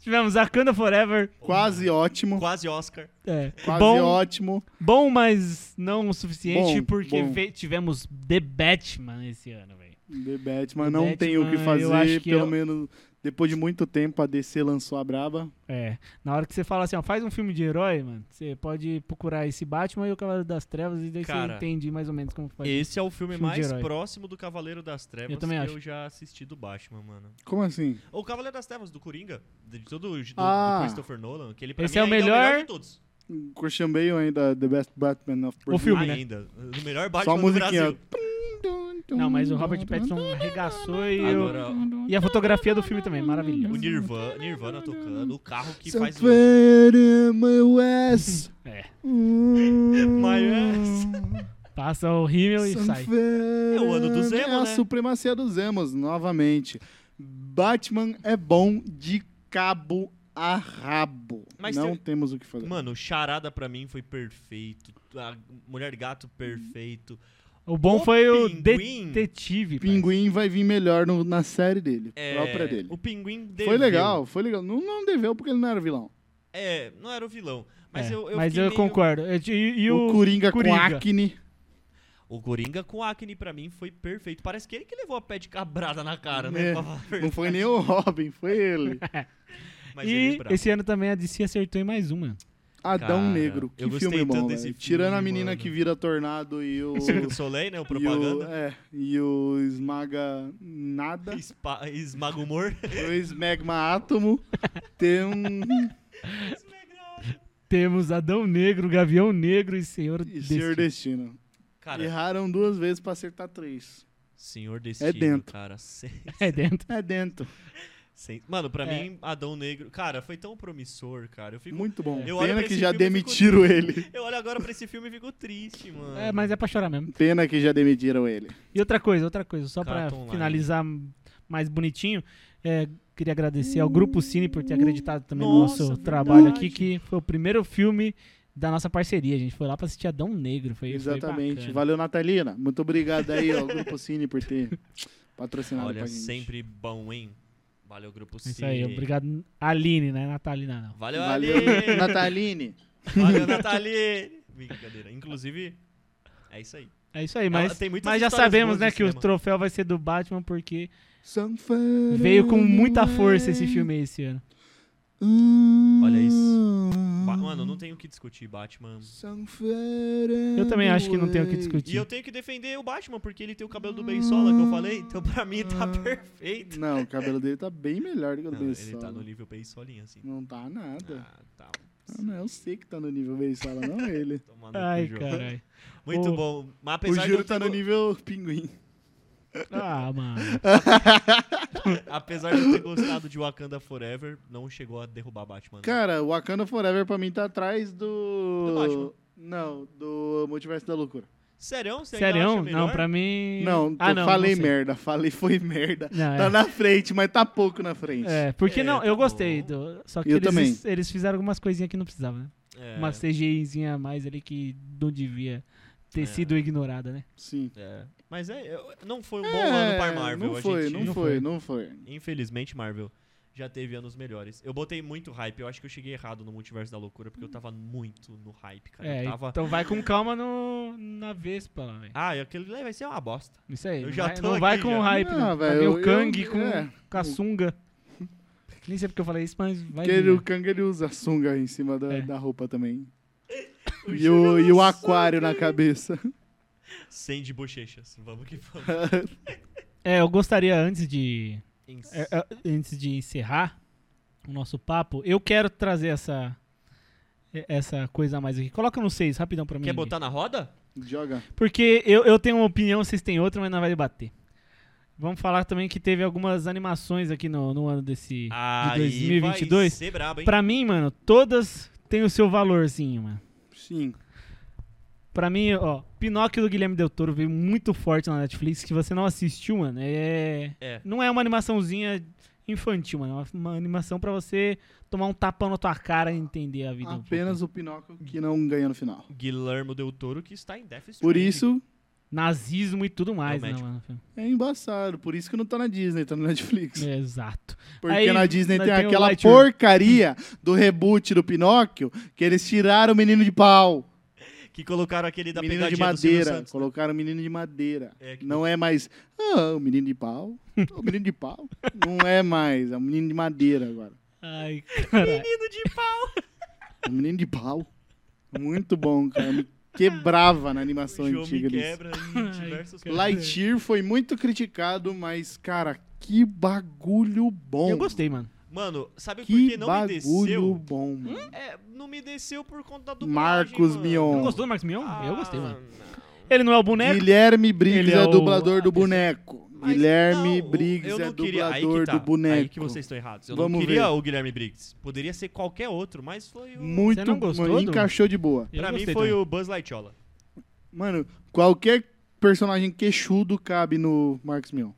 Speaker 1: Tivemos Akanda Forever.
Speaker 3: Quase ótimo.
Speaker 2: Quase Oscar.
Speaker 1: É,
Speaker 3: Quase
Speaker 1: bom,
Speaker 3: ótimo.
Speaker 1: bom, mas não o suficiente,
Speaker 3: Bom,
Speaker 1: porque
Speaker 3: bom.
Speaker 1: ve- tivemos The Batman esse ano, velho.
Speaker 3: The Batman
Speaker 1: The
Speaker 3: não tem o que
Speaker 1: Batman, eu acho
Speaker 3: fazer,
Speaker 1: que
Speaker 3: pelo
Speaker 1: eu-
Speaker 3: menos depois de muito tempo a DC lançou a braba.
Speaker 1: É, na hora que você fala assim, ó, faz um filme de herói, mano, você pode procurar esse Batman e o Cavaleiro das Trevas e daí você
Speaker 2: Cara,
Speaker 1: entende mais ou menos como faz.
Speaker 2: Esse é o filme,
Speaker 1: filme de
Speaker 2: mais
Speaker 1: herói.
Speaker 2: próximo do Cavaleiro das Trevas
Speaker 1: Eu também
Speaker 2: que
Speaker 1: acho.
Speaker 2: eu já assisti do Batman, mano.
Speaker 3: Como assim?
Speaker 2: O Cavaleiro das Trevas, do Coringa, de todo do, do
Speaker 3: Ah.
Speaker 2: Christopher Nolan, que ele pra
Speaker 1: Esse
Speaker 2: mim
Speaker 1: é o
Speaker 2: ainda é o
Speaker 1: melhor-
Speaker 2: melhor de todos.
Speaker 3: Christian Bale ainda The Best Batman of
Speaker 1: O filme, né?
Speaker 2: ainda. O melhor
Speaker 3: Só a
Speaker 2: Batman do
Speaker 3: musiquinha.
Speaker 2: Brasil.
Speaker 1: Não, mas o Robert Pattinson arregaçou e, o-
Speaker 2: Agora,
Speaker 1: e a fotografia do filme também,
Speaker 2: o
Speaker 1: maravilhoso.
Speaker 2: Nirvana, Nirvana tocando, o carro que
Speaker 3: So
Speaker 2: faz o...
Speaker 3: fat in my ass.
Speaker 1: É,
Speaker 2: My ass.
Speaker 1: passa o rímel é e
Speaker 3: So
Speaker 1: sai.
Speaker 3: fat
Speaker 2: É o ano do Zemo,
Speaker 3: É a
Speaker 2: né?
Speaker 3: supremacia dos Zemos, novamente. Batman é bom de cabo a rabo.
Speaker 2: Mas
Speaker 3: Não
Speaker 2: teve-
Speaker 3: temos o que fazer.
Speaker 2: Mano, o Charada pra mim foi perfeito. A Mulher Gato, perfeito.
Speaker 1: O bom foi o
Speaker 2: Pinguim.
Speaker 1: detetive. pai.
Speaker 3: Pinguim vai vir melhor no- na série dele,
Speaker 2: É,
Speaker 3: própria dele.
Speaker 2: O Pinguim deveu.
Speaker 3: Foi legal, foi legal. Não, não deveu porque ele não era vilão.
Speaker 2: É, não era o vilão. Mas
Speaker 1: É,
Speaker 2: eu, eu
Speaker 1: mas
Speaker 2: fiquei
Speaker 1: eu
Speaker 2: meio-
Speaker 1: concordo. E, e- e
Speaker 3: o,
Speaker 1: o,
Speaker 3: Coringa,
Speaker 1: Coringa.
Speaker 3: com acne.
Speaker 2: O Coringa com acne pra mim foi perfeito. Parece que ele que levou a pé de cabrada na cara, né?
Speaker 3: É,
Speaker 2: pra falar a
Speaker 3: Não
Speaker 2: verdade.
Speaker 3: foi nem o Robin, foi ele.
Speaker 2: Mas ele é
Speaker 1: e
Speaker 2: brabo.
Speaker 1: esse ano também a DC acertou em mais uma.
Speaker 3: Adão
Speaker 2: Cara,
Speaker 3: Negro. Que
Speaker 2: eu gostei
Speaker 3: filme bom,
Speaker 2: tanto desse
Speaker 3: velho.
Speaker 2: filme,
Speaker 3: Tirando a menina
Speaker 2: mano.
Speaker 3: que vira tornado e o...
Speaker 2: Cirque du Soleil, né? O
Speaker 3: e o,
Speaker 2: propaganda.
Speaker 3: é, e o esmaga nada.
Speaker 2: Espa... Esmaga o humor.
Speaker 3: o esmegma átomo. Tem um...
Speaker 1: Temos Adão Negro, Gavião Negro e Senhor
Speaker 3: e
Speaker 1: Destino.
Speaker 3: Senhor Destino.
Speaker 2: Cara,
Speaker 3: Erraram duas vezes pra acertar três.
Speaker 2: Senhor Destino,
Speaker 3: É dentro.
Speaker 2: cara. sem-
Speaker 1: É dentro.
Speaker 3: É dentro.
Speaker 2: sem- Mano, pra
Speaker 1: É.
Speaker 2: mim, Adão Negro... Cara, foi tão promissor, cara. Eu fico...
Speaker 3: Muito bom.
Speaker 2: Eu olho pra
Speaker 3: Pena que
Speaker 2: esse
Speaker 3: já
Speaker 2: filme e fico
Speaker 3: demitiram ele.
Speaker 2: Eu olho agora pra esse filme e fico triste, mano.
Speaker 1: É, mas é pra chorar mesmo.
Speaker 3: Pena que já demitiram ele.
Speaker 1: E outra coisa, outra coisa, só pra
Speaker 2: Cartoon Line.
Speaker 1: finalizar mais bonitinho, é, queria agradecer ao Grupo Cine por ter acreditado também
Speaker 2: Nossa,
Speaker 1: no nosso
Speaker 2: verdade.
Speaker 1: trabalho aqui, que foi o primeiro filme da nossa parceria. A gente foi lá pra assistir Adão Negro. Foi,
Speaker 3: Exatamente.
Speaker 1: Foi bacana.
Speaker 3: Valeu, Natalina. Muito obrigado aí ao Grupo Cine por ter patrocinado
Speaker 2: Olha,
Speaker 3: pra gente.
Speaker 2: sempre bom, hein? Valeu, Grupo
Speaker 1: É
Speaker 2: C.
Speaker 1: Isso aí, obrigado. Aline, né? Natalina, não.
Speaker 2: Valeu,
Speaker 3: Valeu,
Speaker 2: Aline.
Speaker 3: Nataline.
Speaker 2: Valeu, Nathalie! Brincadeira. Inclusive, é isso aí.
Speaker 1: É isso aí,
Speaker 2: Ela
Speaker 1: mas,
Speaker 2: tem muitas
Speaker 1: mas já
Speaker 2: histórias
Speaker 1: sabemos,
Speaker 2: boas
Speaker 1: né,
Speaker 2: de
Speaker 1: que o
Speaker 2: cinema.
Speaker 1: troféu vai ser do Batman, porque
Speaker 3: Veio
Speaker 1: veio com muita força esse filme aí esse ano.
Speaker 2: Olha isso. Ba- Mano, não tenho o que discutir, Batman.
Speaker 1: Eu também acho que não tem o que
Speaker 2: E eu
Speaker 1: discutir.
Speaker 2: tenho que defender o Batman, porque ele tem o cabelo do Ben Sola que eu falei, então pra mim tá perfeito.
Speaker 3: Não, o cabelo dele tá bem melhor do que o do
Speaker 2: Não,
Speaker 3: Ah. Ben
Speaker 2: ele tá
Speaker 3: Sola.
Speaker 2: no nível Ben Solinho, assim.
Speaker 3: Não tá nada.
Speaker 2: Ah, tá.
Speaker 3: Ah, não, eu sei que tá no nível Ben Sola, não ele.
Speaker 2: Tomando
Speaker 1: Ai, caralho.
Speaker 2: Muito
Speaker 1: O-
Speaker 2: bom. Mas
Speaker 3: O
Speaker 2: apesar, de
Speaker 3: Juro
Speaker 2: eu
Speaker 3: tá
Speaker 2: ter
Speaker 3: no
Speaker 2: go-
Speaker 3: nível pinguim.
Speaker 1: Ah, mano.
Speaker 2: apesar de eu ter gostado de Wakanda Forever, não chegou a derrubar Batman. né?
Speaker 3: Cara, o Wakanda Forever pra mim tá atrás do...
Speaker 2: Do Batman.
Speaker 3: Não, do Multiverso da Loucura.
Speaker 2: Sério? Você ainda
Speaker 1: Sério?
Speaker 2: acha melhor?
Speaker 1: Não, pra mim.
Speaker 3: Não,
Speaker 1: ah,
Speaker 3: eu
Speaker 1: não
Speaker 3: falei
Speaker 1: não sei.
Speaker 3: merda, falei foi merda.
Speaker 1: Não,
Speaker 3: tá
Speaker 1: é.
Speaker 3: na frente, mas tá pouco na frente.
Speaker 1: É, porque
Speaker 2: É,
Speaker 1: não,
Speaker 2: tá
Speaker 1: eu
Speaker 2: bom.
Speaker 1: gostei. do- só que
Speaker 3: Eu
Speaker 1: eles,
Speaker 3: também.
Speaker 1: eles fizeram algumas coisinhas que não precisava, né?
Speaker 2: É,
Speaker 1: Uma CGIzinha a mais ali que não devia ter
Speaker 2: É.
Speaker 1: sido ignorada, né?
Speaker 3: Sim.
Speaker 2: é. Mas é, eu- não foi um bom
Speaker 1: Tá
Speaker 3: É,
Speaker 2: ano para Marvel.
Speaker 3: Não
Speaker 2: a
Speaker 3: foi,
Speaker 2: gente-
Speaker 3: não,
Speaker 1: Não foi.
Speaker 3: foi, não foi.
Speaker 2: Infelizmente, Marvel já teve anos melhores. Eu botei muito hype. Eu acho que eu cheguei errado no Multiverso da Loucura, porque eu tava muito no hype, cara.
Speaker 1: é,
Speaker 2: eu tava.
Speaker 1: então vai com calma no, na Vespa lá, velho.
Speaker 2: Ah, e aquele lá vai ser uma bosta.
Speaker 1: Isso aí.
Speaker 2: Eu
Speaker 1: não
Speaker 2: já
Speaker 1: vai,
Speaker 2: tô
Speaker 1: não
Speaker 2: aqui
Speaker 1: vai com
Speaker 2: já.
Speaker 1: hype,
Speaker 3: Ah,
Speaker 1: não. Vai
Speaker 3: velho,
Speaker 1: ver
Speaker 3: eu-
Speaker 1: o
Speaker 3: eu-
Speaker 1: Kang com
Speaker 3: é.
Speaker 1: Kasunga. Nem sei porque eu falei isso, mas vai.
Speaker 3: Porque ele-
Speaker 1: vir,
Speaker 3: o
Speaker 1: né?
Speaker 3: Kang ele usa sunga em cima da,
Speaker 1: É.
Speaker 3: da roupa também. E o, e o aquário na cabeça.
Speaker 2: Sem de bochechas. Vamos que vamos.
Speaker 1: É, eu gostaria antes de
Speaker 2: Em-
Speaker 1: É,
Speaker 3: um
Speaker 1: é, antes de encerrar o nosso papo, eu quero trazer essa é, essa coisa a mais aqui. Coloca no 6, rapidão pra mim.
Speaker 2: Quer
Speaker 1: aqui.
Speaker 2: botar na roda?
Speaker 3: Joga.
Speaker 1: Porque eu, eu tenho uma opinião, vocês têm outra, mas não vai debater. Vamos falar também que teve algumas animações aqui no, no ano desse
Speaker 2: Aí
Speaker 1: de 2022.
Speaker 2: Vai ser brabo, Ah, hein?
Speaker 1: Pra mim, mano, todas têm o seu valorzinho, mano.
Speaker 3: Sim.
Speaker 1: Pra mim, ó, Pinóquio do Guilherme Del Toro veio muito forte na Netflix, que você não assistiu, mano. É.
Speaker 2: É.
Speaker 1: Não é uma animaçãozinha infantil, mano. É uma, uma animação pra você tomar um tapão na tua cara e entender a vida. um
Speaker 3: Apenas o Pinóquio que não ganha no final.
Speaker 2: Guilherme Del Toro que está em déficit.
Speaker 3: Por isso,
Speaker 1: pouco. Nazismo e tudo mais, né,
Speaker 2: médico.
Speaker 1: mano?
Speaker 3: é embaçado. Por isso que não tá na Disney, tá na Netflix.
Speaker 1: É, Exato.
Speaker 3: Porque
Speaker 1: Aí,
Speaker 3: na Disney
Speaker 1: nós
Speaker 3: tem
Speaker 1: tem o
Speaker 3: aquela
Speaker 1: Lightyear.
Speaker 3: porcaria do reboot do Pinóquio que eles tiraram o menino de pau.
Speaker 2: Que colocaram aquele da
Speaker 3: menino de
Speaker 2: pegadinha do Silvio
Speaker 3: madeira.
Speaker 2: Santos. né?
Speaker 3: Colocaram o menino de madeira.
Speaker 2: É, que-
Speaker 3: Não é mais, ah, o menino de pau. O menino de pau. Não é mais, é o menino de madeira agora. É
Speaker 1: Ai, cara.
Speaker 2: Menino de pau.
Speaker 3: O menino de pau. Muito bom, cara. Me quebrava na animação
Speaker 2: João
Speaker 3: antiga.
Speaker 2: me
Speaker 3: disso.
Speaker 2: quebra em diversos...
Speaker 1: cara.
Speaker 3: Lightyear foi muito criticado, mas, cara, que bagulho bom.
Speaker 1: Eu gostei, mano.
Speaker 2: Mano, sabe por
Speaker 3: Que
Speaker 2: que não me
Speaker 3: bagulho
Speaker 2: desceu?
Speaker 3: bom, mano.
Speaker 2: É, não me desceu por conta da dublagem,
Speaker 3: Marcos
Speaker 2: mano.
Speaker 1: Não
Speaker 3: Mion.
Speaker 1: gostou do Marcos Mion?
Speaker 2: Ah,
Speaker 1: Eu gostei, mano.
Speaker 2: não.
Speaker 1: Ele não é o boneco?
Speaker 3: Guilherme Briggs
Speaker 1: Ele
Speaker 3: é,
Speaker 1: é o-
Speaker 3: dublador do
Speaker 1: Ah,
Speaker 3: boneco.
Speaker 2: Mas
Speaker 3: Guilherme
Speaker 2: não, o-
Speaker 3: Briggs
Speaker 2: eu
Speaker 3: é
Speaker 2: não queria- aí que
Speaker 3: dublador
Speaker 2: tá,
Speaker 3: do boneco.
Speaker 2: Aí que vocês estão errados. Eu
Speaker 3: Vamos
Speaker 2: não queria
Speaker 3: ver.
Speaker 2: o Guilherme Briggs. Poderia ser qualquer outro, mas foi o...
Speaker 3: Muito
Speaker 1: Você não gostou
Speaker 3: mano,
Speaker 1: do-
Speaker 3: encaixou de boa.
Speaker 1: Eu
Speaker 2: pra mim
Speaker 1: gostei
Speaker 2: foi
Speaker 1: também.
Speaker 2: o Buzz Lightyola.
Speaker 3: Mano, qualquer personagem queixudo cabe no Marcos Mion.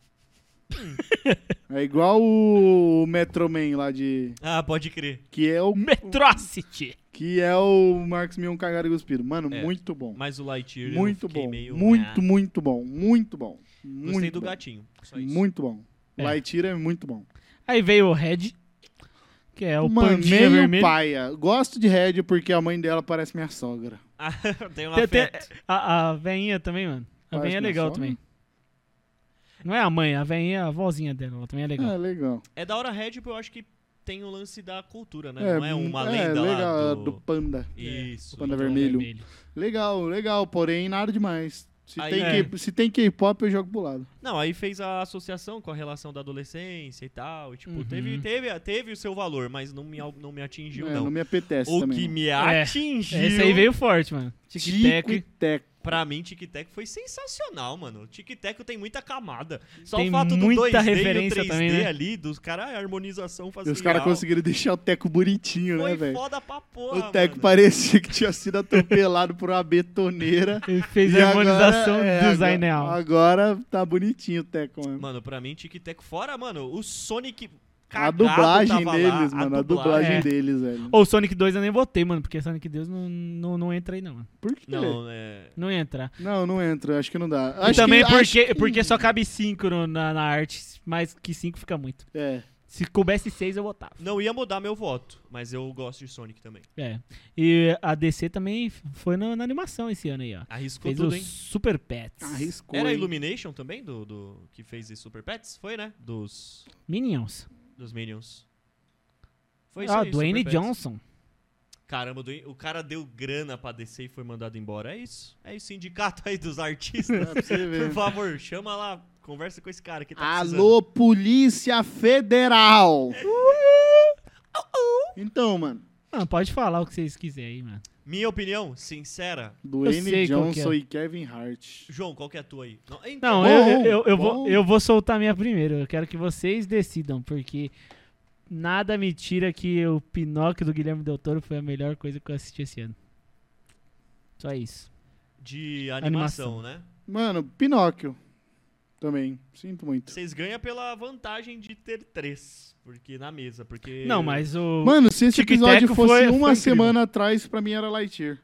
Speaker 3: é igual o Metro Man lá de
Speaker 2: Ah, pode crer.
Speaker 3: que é o
Speaker 1: Metrocity.
Speaker 3: que é o Marcos Mion cagado e cuspido. Mano,
Speaker 2: É.
Speaker 3: muito bom.
Speaker 2: Mas o Lightyear eu
Speaker 3: Muito
Speaker 2: fiquei
Speaker 3: bom.
Speaker 2: meio...
Speaker 3: Muito,
Speaker 2: Ah.
Speaker 3: muito bom. Muito bom.
Speaker 2: Gostei
Speaker 3: muito
Speaker 2: do
Speaker 3: bom.
Speaker 2: gatinho. Só isso.
Speaker 3: Muito bom.
Speaker 1: É.
Speaker 3: Lightyear é muito bom.
Speaker 1: Aí veio o Red, que é o
Speaker 3: Mano,
Speaker 1: pandinha
Speaker 3: meio
Speaker 1: vermelho.
Speaker 3: paia. Gosto de Red porque a mãe dela parece minha sogra.
Speaker 2: Ah, tem um
Speaker 1: Tem- tem-
Speaker 2: afeto.
Speaker 1: a, a veinha também, mano. A
Speaker 3: Parece né?
Speaker 1: veinha é
Speaker 3: minha
Speaker 1: legal
Speaker 3: sogra.
Speaker 1: também. Não é a mãe, a veinha é a vozinha dela. Ela também é legal.
Speaker 3: Ah, legal.
Speaker 2: É da hora Red, porque eu acho que tem o lance da cultura, né?
Speaker 3: É,
Speaker 2: não é uma
Speaker 3: é,
Speaker 2: lenda
Speaker 3: legal,
Speaker 2: lá
Speaker 3: a
Speaker 2: do...
Speaker 3: do panda.
Speaker 2: Isso.
Speaker 3: Panda
Speaker 1: Então,
Speaker 3: vermelho. Legal, legal, porém nada demais. Se
Speaker 2: Aí-
Speaker 3: tem
Speaker 1: É.
Speaker 3: K- se tem K-pop, eu jogo pro lado.
Speaker 2: Não, aí fez a associação com a relação da adolescência e tal. E, tipo,
Speaker 1: Uhum.
Speaker 2: teve, teve, teve o seu valor, mas não me, al- não me atingiu,
Speaker 3: É,
Speaker 2: não.
Speaker 3: não me apetece
Speaker 2: O
Speaker 3: também.
Speaker 2: que me
Speaker 1: É,
Speaker 2: atingiu.
Speaker 1: Esse aí veio forte, mano.
Speaker 3: Tico e
Speaker 1: Tic-tac.
Speaker 3: Teco.
Speaker 2: Pra mim, Tic Tac foi sensacional, mano. Tic Tac tem muita camada. Só
Speaker 1: Tem
Speaker 2: o fato do
Speaker 1: muita
Speaker 2: 2D
Speaker 1: referência
Speaker 2: e o 3D
Speaker 1: também, né?
Speaker 2: ali, dos caras, a harmonização
Speaker 3: E
Speaker 2: facial.
Speaker 3: os caras conseguiram deixar o Teco bonitinho, né,
Speaker 2: Assim, Foi
Speaker 3: velho?
Speaker 2: foda pra porra,
Speaker 3: O Teco
Speaker 2: mano.
Speaker 3: parecia que tinha sido atropelado por uma betoneira.
Speaker 1: Ele fez
Speaker 3: E
Speaker 1: a harmonização
Speaker 3: agora- é,
Speaker 1: do design
Speaker 3: agora-
Speaker 1: real.
Speaker 3: Agora tá bonitinho o Teco, mano.
Speaker 2: Mano, pra mim, Tic Tac fora, mano, o Sonic
Speaker 3: A
Speaker 2: cagado
Speaker 3: dublagem
Speaker 2: tava lá,
Speaker 3: deles, mano. A dublagem
Speaker 1: É.
Speaker 3: deles, velho.
Speaker 1: Ou Sonic 2 eu nem votei, mano, porque Sonic 2 não, não, não entra aí, não, mano.
Speaker 3: Por quê?
Speaker 2: Não, é...
Speaker 1: Não entra.
Speaker 3: Não, não entra, acho que não dá.
Speaker 1: E
Speaker 3: Acho
Speaker 1: também
Speaker 3: que- acho
Speaker 1: porque,
Speaker 3: que-
Speaker 1: porque só cabe 5 na, na arte, mas que 5 fica muito.
Speaker 3: É.
Speaker 1: Se coubesse 6 eu votava.
Speaker 2: Não ia mudar meu voto, mas eu gosto de Sonic também.
Speaker 1: É. E a DC também foi na, na animação esse ano aí, ó.
Speaker 2: Arriscou
Speaker 1: Fez
Speaker 2: tudo,
Speaker 1: o
Speaker 2: hein?
Speaker 1: Super Pets.
Speaker 3: Arriscou.
Speaker 2: Era a
Speaker 3: hein?
Speaker 2: Illumination também, do, do que fez esse Super Pets? Foi, né? Dos,
Speaker 1: Minions.
Speaker 2: dos Minions. Foi isso
Speaker 1: ah,
Speaker 2: aí,
Speaker 1: Dwayne
Speaker 2: Super Pets.
Speaker 1: Johnson.
Speaker 2: Caramba, o Dwayne- o cara deu grana pra descer e foi mandado embora. É isso. É o sindicato aí dos artistas.
Speaker 3: É, pra você ver.
Speaker 2: Por favor, chama lá, conversa com esse cara que tá precisando.
Speaker 3: Alô, Polícia Federal! Então, mano,
Speaker 1: Ah, pode falar o que vocês quiserem aí, mano.
Speaker 2: Minha opinião, sincera.
Speaker 3: Dwayne
Speaker 1: sei qual que
Speaker 3: Johnson
Speaker 1: é.
Speaker 3: e Kevin Hart.
Speaker 2: João, qual que é a tua aí? Não, então,
Speaker 1: Não, eu,
Speaker 3: Bom,
Speaker 1: eu, eu
Speaker 3: bom.
Speaker 1: vou, eu vou soltar minha primeiro. Eu quero que vocês decidam, porque nada me tira que o Pinóquio do Guilherme Del Toro foi a melhor coisa que eu assisti esse ano. Só isso.
Speaker 2: de animação, né?
Speaker 3: Mano, Pinóquio. Também. Sinto muito.
Speaker 2: Vocês ganham pela vantagem de ter três. Porque na mesa, porque.
Speaker 1: Não, mas o
Speaker 3: Mano, se esse
Speaker 1: Tic Tac
Speaker 3: episódio fosse
Speaker 1: foi- foi
Speaker 3: uma
Speaker 1: incrível.
Speaker 3: semana atrás, pra mim era Lightyear.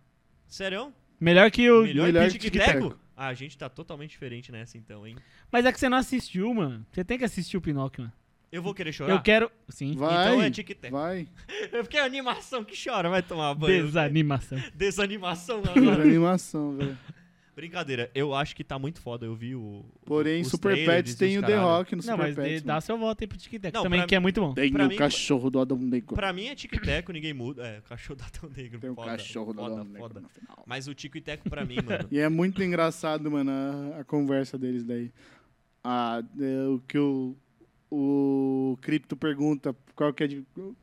Speaker 2: Sério?
Speaker 1: melhor que o
Speaker 2: Melhor,
Speaker 3: melhor
Speaker 2: que
Speaker 3: que
Speaker 2: Tic Teco?
Speaker 3: Tic-Tac.
Speaker 2: Ah, a gente tá totalmente diferente nessa então, hein?
Speaker 1: Mas é que você não assistiu, mano. Você tem que assistir o Pinóquio, mano.
Speaker 2: Eu vou querer chorar.
Speaker 1: Eu quero, sim,
Speaker 3: Vai.
Speaker 2: Então é Tic Tac.
Speaker 3: Vai.
Speaker 2: Eu fiquei animação que chora, vai tomar banho.
Speaker 1: desanimação.
Speaker 2: Desanimação
Speaker 3: Era
Speaker 2: agora.
Speaker 3: animação, velho.
Speaker 2: Brincadeira, eu acho que tá muito foda, eu vi o.
Speaker 3: Porém,
Speaker 2: os
Speaker 3: Super
Speaker 2: trailers
Speaker 3: Pets
Speaker 2: e os
Speaker 3: tem o The
Speaker 2: caralho.
Speaker 3: Rock no
Speaker 1: Não,
Speaker 3: Super
Speaker 1: mas dê-
Speaker 3: Pets.
Speaker 1: dá seu voto aí pro Tic Tac
Speaker 2: Não,
Speaker 1: também,
Speaker 2: pra
Speaker 1: que é muito bom.
Speaker 3: Tem
Speaker 2: pra
Speaker 3: o
Speaker 2: mim-
Speaker 3: cachorro do Adão Negro.
Speaker 2: Pra mim é Tico e Teco, ninguém muda. É, o cachorro da Tão Negro.
Speaker 3: Tem o
Speaker 2: foda,
Speaker 3: cachorro do
Speaker 2: foda,
Speaker 3: Adão Negro
Speaker 2: foda.
Speaker 3: no final.
Speaker 2: Mas o Tico e Teco pra mim, mano.
Speaker 3: E é muito engraçado, mano, a, a conversa deles daí. Ah, é, o que o, o Cripto pergunta qual que é de, o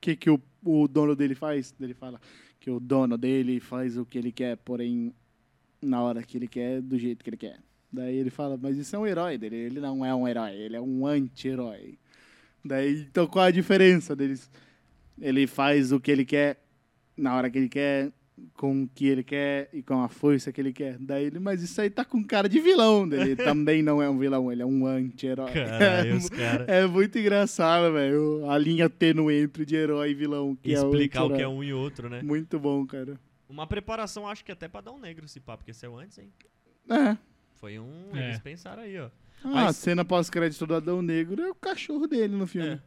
Speaker 3: que, que o, o dono dele faz. Ele fala que o dono dele faz o que ele quer, porém na hora que ele quer, do jeito que ele quer. Daí ele fala, mas isso é um herói dele. Ele não é um herói, ele é um anti-herói. Daí, então qual a diferença deles? Ele faz o que ele quer, na hora que ele quer, com o que ele quer e com a força que ele quer. Daí ele, mas isso aí tá com cara de vilão. Daí Ele também não é um vilão, ele é um anti-herói.
Speaker 2: Caralho, os caras.
Speaker 3: É muito engraçado, velho. A linha tênue entre de herói e vilão. Que
Speaker 2: Explicar
Speaker 3: é
Speaker 2: o que é
Speaker 3: anti-herói.
Speaker 2: um e outro, né?
Speaker 3: Muito bom, cara.
Speaker 2: Uma preparação, acho que até pra dar um negro esse papo, porque esse é o antes, hein?
Speaker 3: É.
Speaker 2: Foi um.
Speaker 1: É.
Speaker 2: Eles pensaram aí, ó.
Speaker 3: Ah,
Speaker 2: Mas-
Speaker 3: A cena pós-crédito do Adão Negro é o cachorro dele no filme.
Speaker 2: É.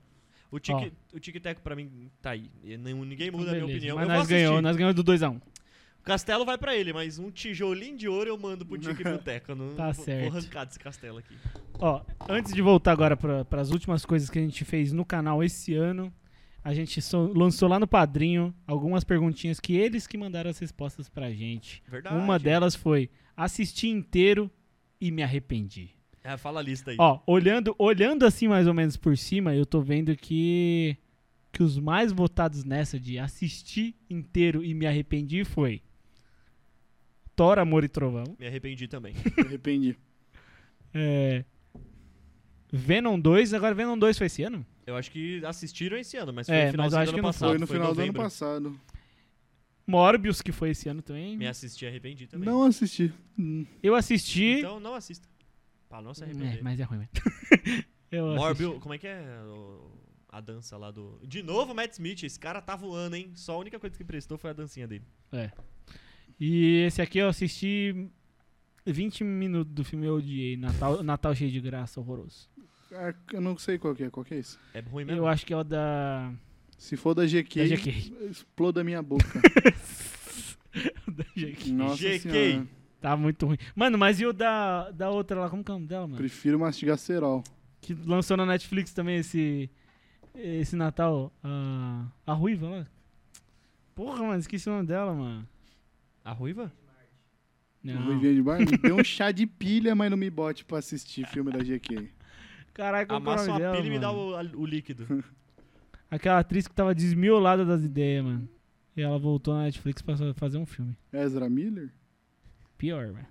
Speaker 2: O tic- o tic-tac pra mim tá aí. E nenhum- Ninguém muda a minha
Speaker 1: Beleza,
Speaker 2: opinião.
Speaker 1: Mas
Speaker 2: Eu vou
Speaker 1: nós
Speaker 2: assistir.
Speaker 1: ganhamos, nós ganhamos do 2x1.
Speaker 2: Castelo vai pra ele, mas um tijolinho de ouro eu mando pro Tique Boteca. Eu Não,
Speaker 1: Tá
Speaker 2: vou,
Speaker 1: certo.
Speaker 2: vou arrancar desse castelo aqui.
Speaker 1: Ó, antes de voltar agora para as últimas coisas que a gente fez no canal esse ano, a gente so- lançou lá no Padrinho algumas perguntinhas que eles que mandaram as respostas pra gente.
Speaker 2: Verdade.
Speaker 1: Uma delas foi: assisti inteiro e me arrependi.
Speaker 2: É, fala a lista aí.
Speaker 1: Ó, olhando, olhando assim mais ou menos por cima, eu tô vendo que que os mais votados nessa de assistir inteiro e me arrependi foi Thor, Amor e Trovão,
Speaker 2: Me arrependi também.
Speaker 3: Me arrependi.
Speaker 1: é, Venom 2, agora Venom 2 foi esse ano?
Speaker 2: Eu acho que assistiram esse ano, mas foi
Speaker 1: É,
Speaker 2: no
Speaker 1: mas eu
Speaker 2: finalzinho
Speaker 1: acho
Speaker 2: do
Speaker 1: que
Speaker 2: ano
Speaker 1: não
Speaker 2: passado.
Speaker 3: Foi no final do ano
Speaker 2: Ah, novembro.
Speaker 3: passado.
Speaker 1: Morbius, que foi esse ano também.
Speaker 2: Me assisti e arrependi também.
Speaker 3: Não assisti. Hum.
Speaker 1: Eu assisti...
Speaker 2: Então não assista. Pra não se arrepender.
Speaker 1: é, mas é ruim mesmo. Eu assisti.
Speaker 2: Morbius, como é que é o- a dança lá do. De novo, Matt Smith, esse cara tá voando, hein? Só a única coisa que prestou foi a dancinha dele.
Speaker 1: E esse aqui eu assisti 20 minutos do filme, eu odiei. Natal, Natal cheio de graça, horroroso.
Speaker 3: Ah, Eu não sei qual que é. Qual que é isso?
Speaker 2: É ruim mesmo?
Speaker 1: Eu acho que é o da...
Speaker 3: Se for da GQ,
Speaker 1: Da GQ.
Speaker 3: exploda a minha boca.
Speaker 1: da Jake.
Speaker 3: Nossa
Speaker 2: GQ.
Speaker 3: senhora.
Speaker 1: Tá muito ruim. Mano, mas e o da, da outra lá? Como que é o nome dela, mano?
Speaker 3: Prefiro mastigar cerol.
Speaker 1: Que lançou na Netflix também esse, esse Natal. ah, a Ruiva lá. Porra, mano, esqueci o nome dela, mano.
Speaker 2: A ruiva? Ah.
Speaker 1: Não.
Speaker 3: Ruivinha de bar. Me deu um chá de pilha, mas não me bote pra assistir filme da GQ.
Speaker 1: Caraca, como que é o
Speaker 2: Amassa
Speaker 1: nome
Speaker 2: uma
Speaker 1: dela,
Speaker 2: pilha e me dá
Speaker 1: mano?
Speaker 2: o, a- o líquido.
Speaker 1: Aquela atriz que tava desmiolada das ideias, mano. E ela voltou na Netflix pra só fazer um filme.
Speaker 3: Ezra Miller?
Speaker 1: Pior, mano.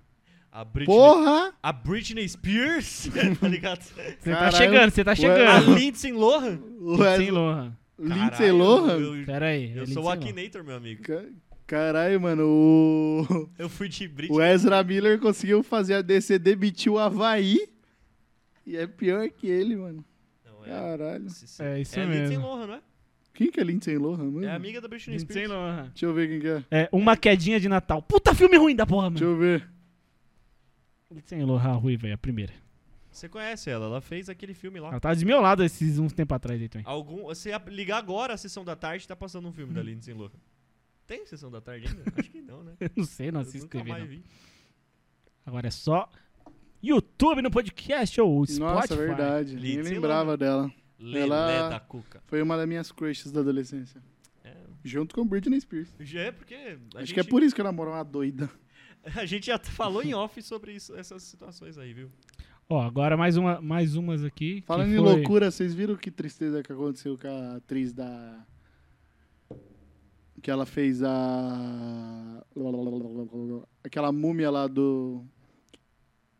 Speaker 2: A Britney,
Speaker 3: Porra!
Speaker 2: a Britney Spears? tá ligado?
Speaker 1: Você tá
Speaker 3: Caralho.
Speaker 1: chegando, você tá
Speaker 3: Ué,
Speaker 2: A
Speaker 1: chegando.
Speaker 2: Lindsay Lohan?
Speaker 3: O
Speaker 1: Sem
Speaker 3: Ezra...
Speaker 1: Lohan.
Speaker 3: Lindsay
Speaker 2: Caralho,
Speaker 3: Lohan?
Speaker 2: Eu, eu-
Speaker 1: Pera aí.
Speaker 2: eu
Speaker 1: é
Speaker 2: sou
Speaker 1: Lindsay
Speaker 2: o
Speaker 1: Lohan.
Speaker 2: Akinator, meu amigo.
Speaker 3: Ca- Caralho, mano, o...
Speaker 2: Eu fui de Britney.
Speaker 3: o Ezra Miller conseguiu fazer a DC demitir o Havaí. E é pior que ele, mano.
Speaker 2: Não, é,
Speaker 3: Caralho.
Speaker 2: se- se-
Speaker 1: É isso
Speaker 2: é a Lindsay
Speaker 1: mesmo. Hum.
Speaker 2: Lohan, não é?
Speaker 3: Quem que é Lindsay Lohan, mano?
Speaker 2: É a amiga da Britney
Speaker 1: Lindsay
Speaker 2: Spears.
Speaker 1: Lohan.
Speaker 3: Deixa eu ver quem que é.
Speaker 1: É, uma quedinha de Natal. Puta filme ruim da porra, mano.
Speaker 3: Deixa eu ver.
Speaker 1: Sem Lohan Rui, velho, a primeira.
Speaker 2: Você conhece ela, ela fez aquele filme lá.
Speaker 1: Ela tava desmiolada esses uns tempo atrás aí também.
Speaker 2: Algum, se a- ligar agora a sessão da tarde, tá passando um filme
Speaker 1: Hum.
Speaker 2: da Lindsay Lohan. Tem sessão da tarde ainda? Acho que não, né?
Speaker 1: Eu não sei, não
Speaker 2: Eu
Speaker 1: assisto
Speaker 2: nunca
Speaker 1: TV.
Speaker 2: mais
Speaker 1: não.
Speaker 2: vi.
Speaker 1: Agora é só YouTube no podcast ou Spotify.
Speaker 3: Nossa, é verdade. Nem
Speaker 2: Lindsay
Speaker 3: lembrava dela.
Speaker 2: Lelé
Speaker 3: Ela-
Speaker 2: da Cuca.
Speaker 3: Foi uma das minhas crushes da adolescência.
Speaker 2: É,
Speaker 3: Junto com Britney Spears.
Speaker 2: já é porque a,
Speaker 3: Acho
Speaker 2: gente,
Speaker 3: que é por isso que eu namoro uma doida.
Speaker 2: a gente já falou em off sobre isso- essas situações aí, viu?
Speaker 1: Ó, agora mais, uma, mais umas aqui. que
Speaker 3: Falando em
Speaker 1: foi-
Speaker 3: loucura, vocês viram que tristeza que aconteceu com a atriz da. Que ela fez a. Aquela múmia lá do.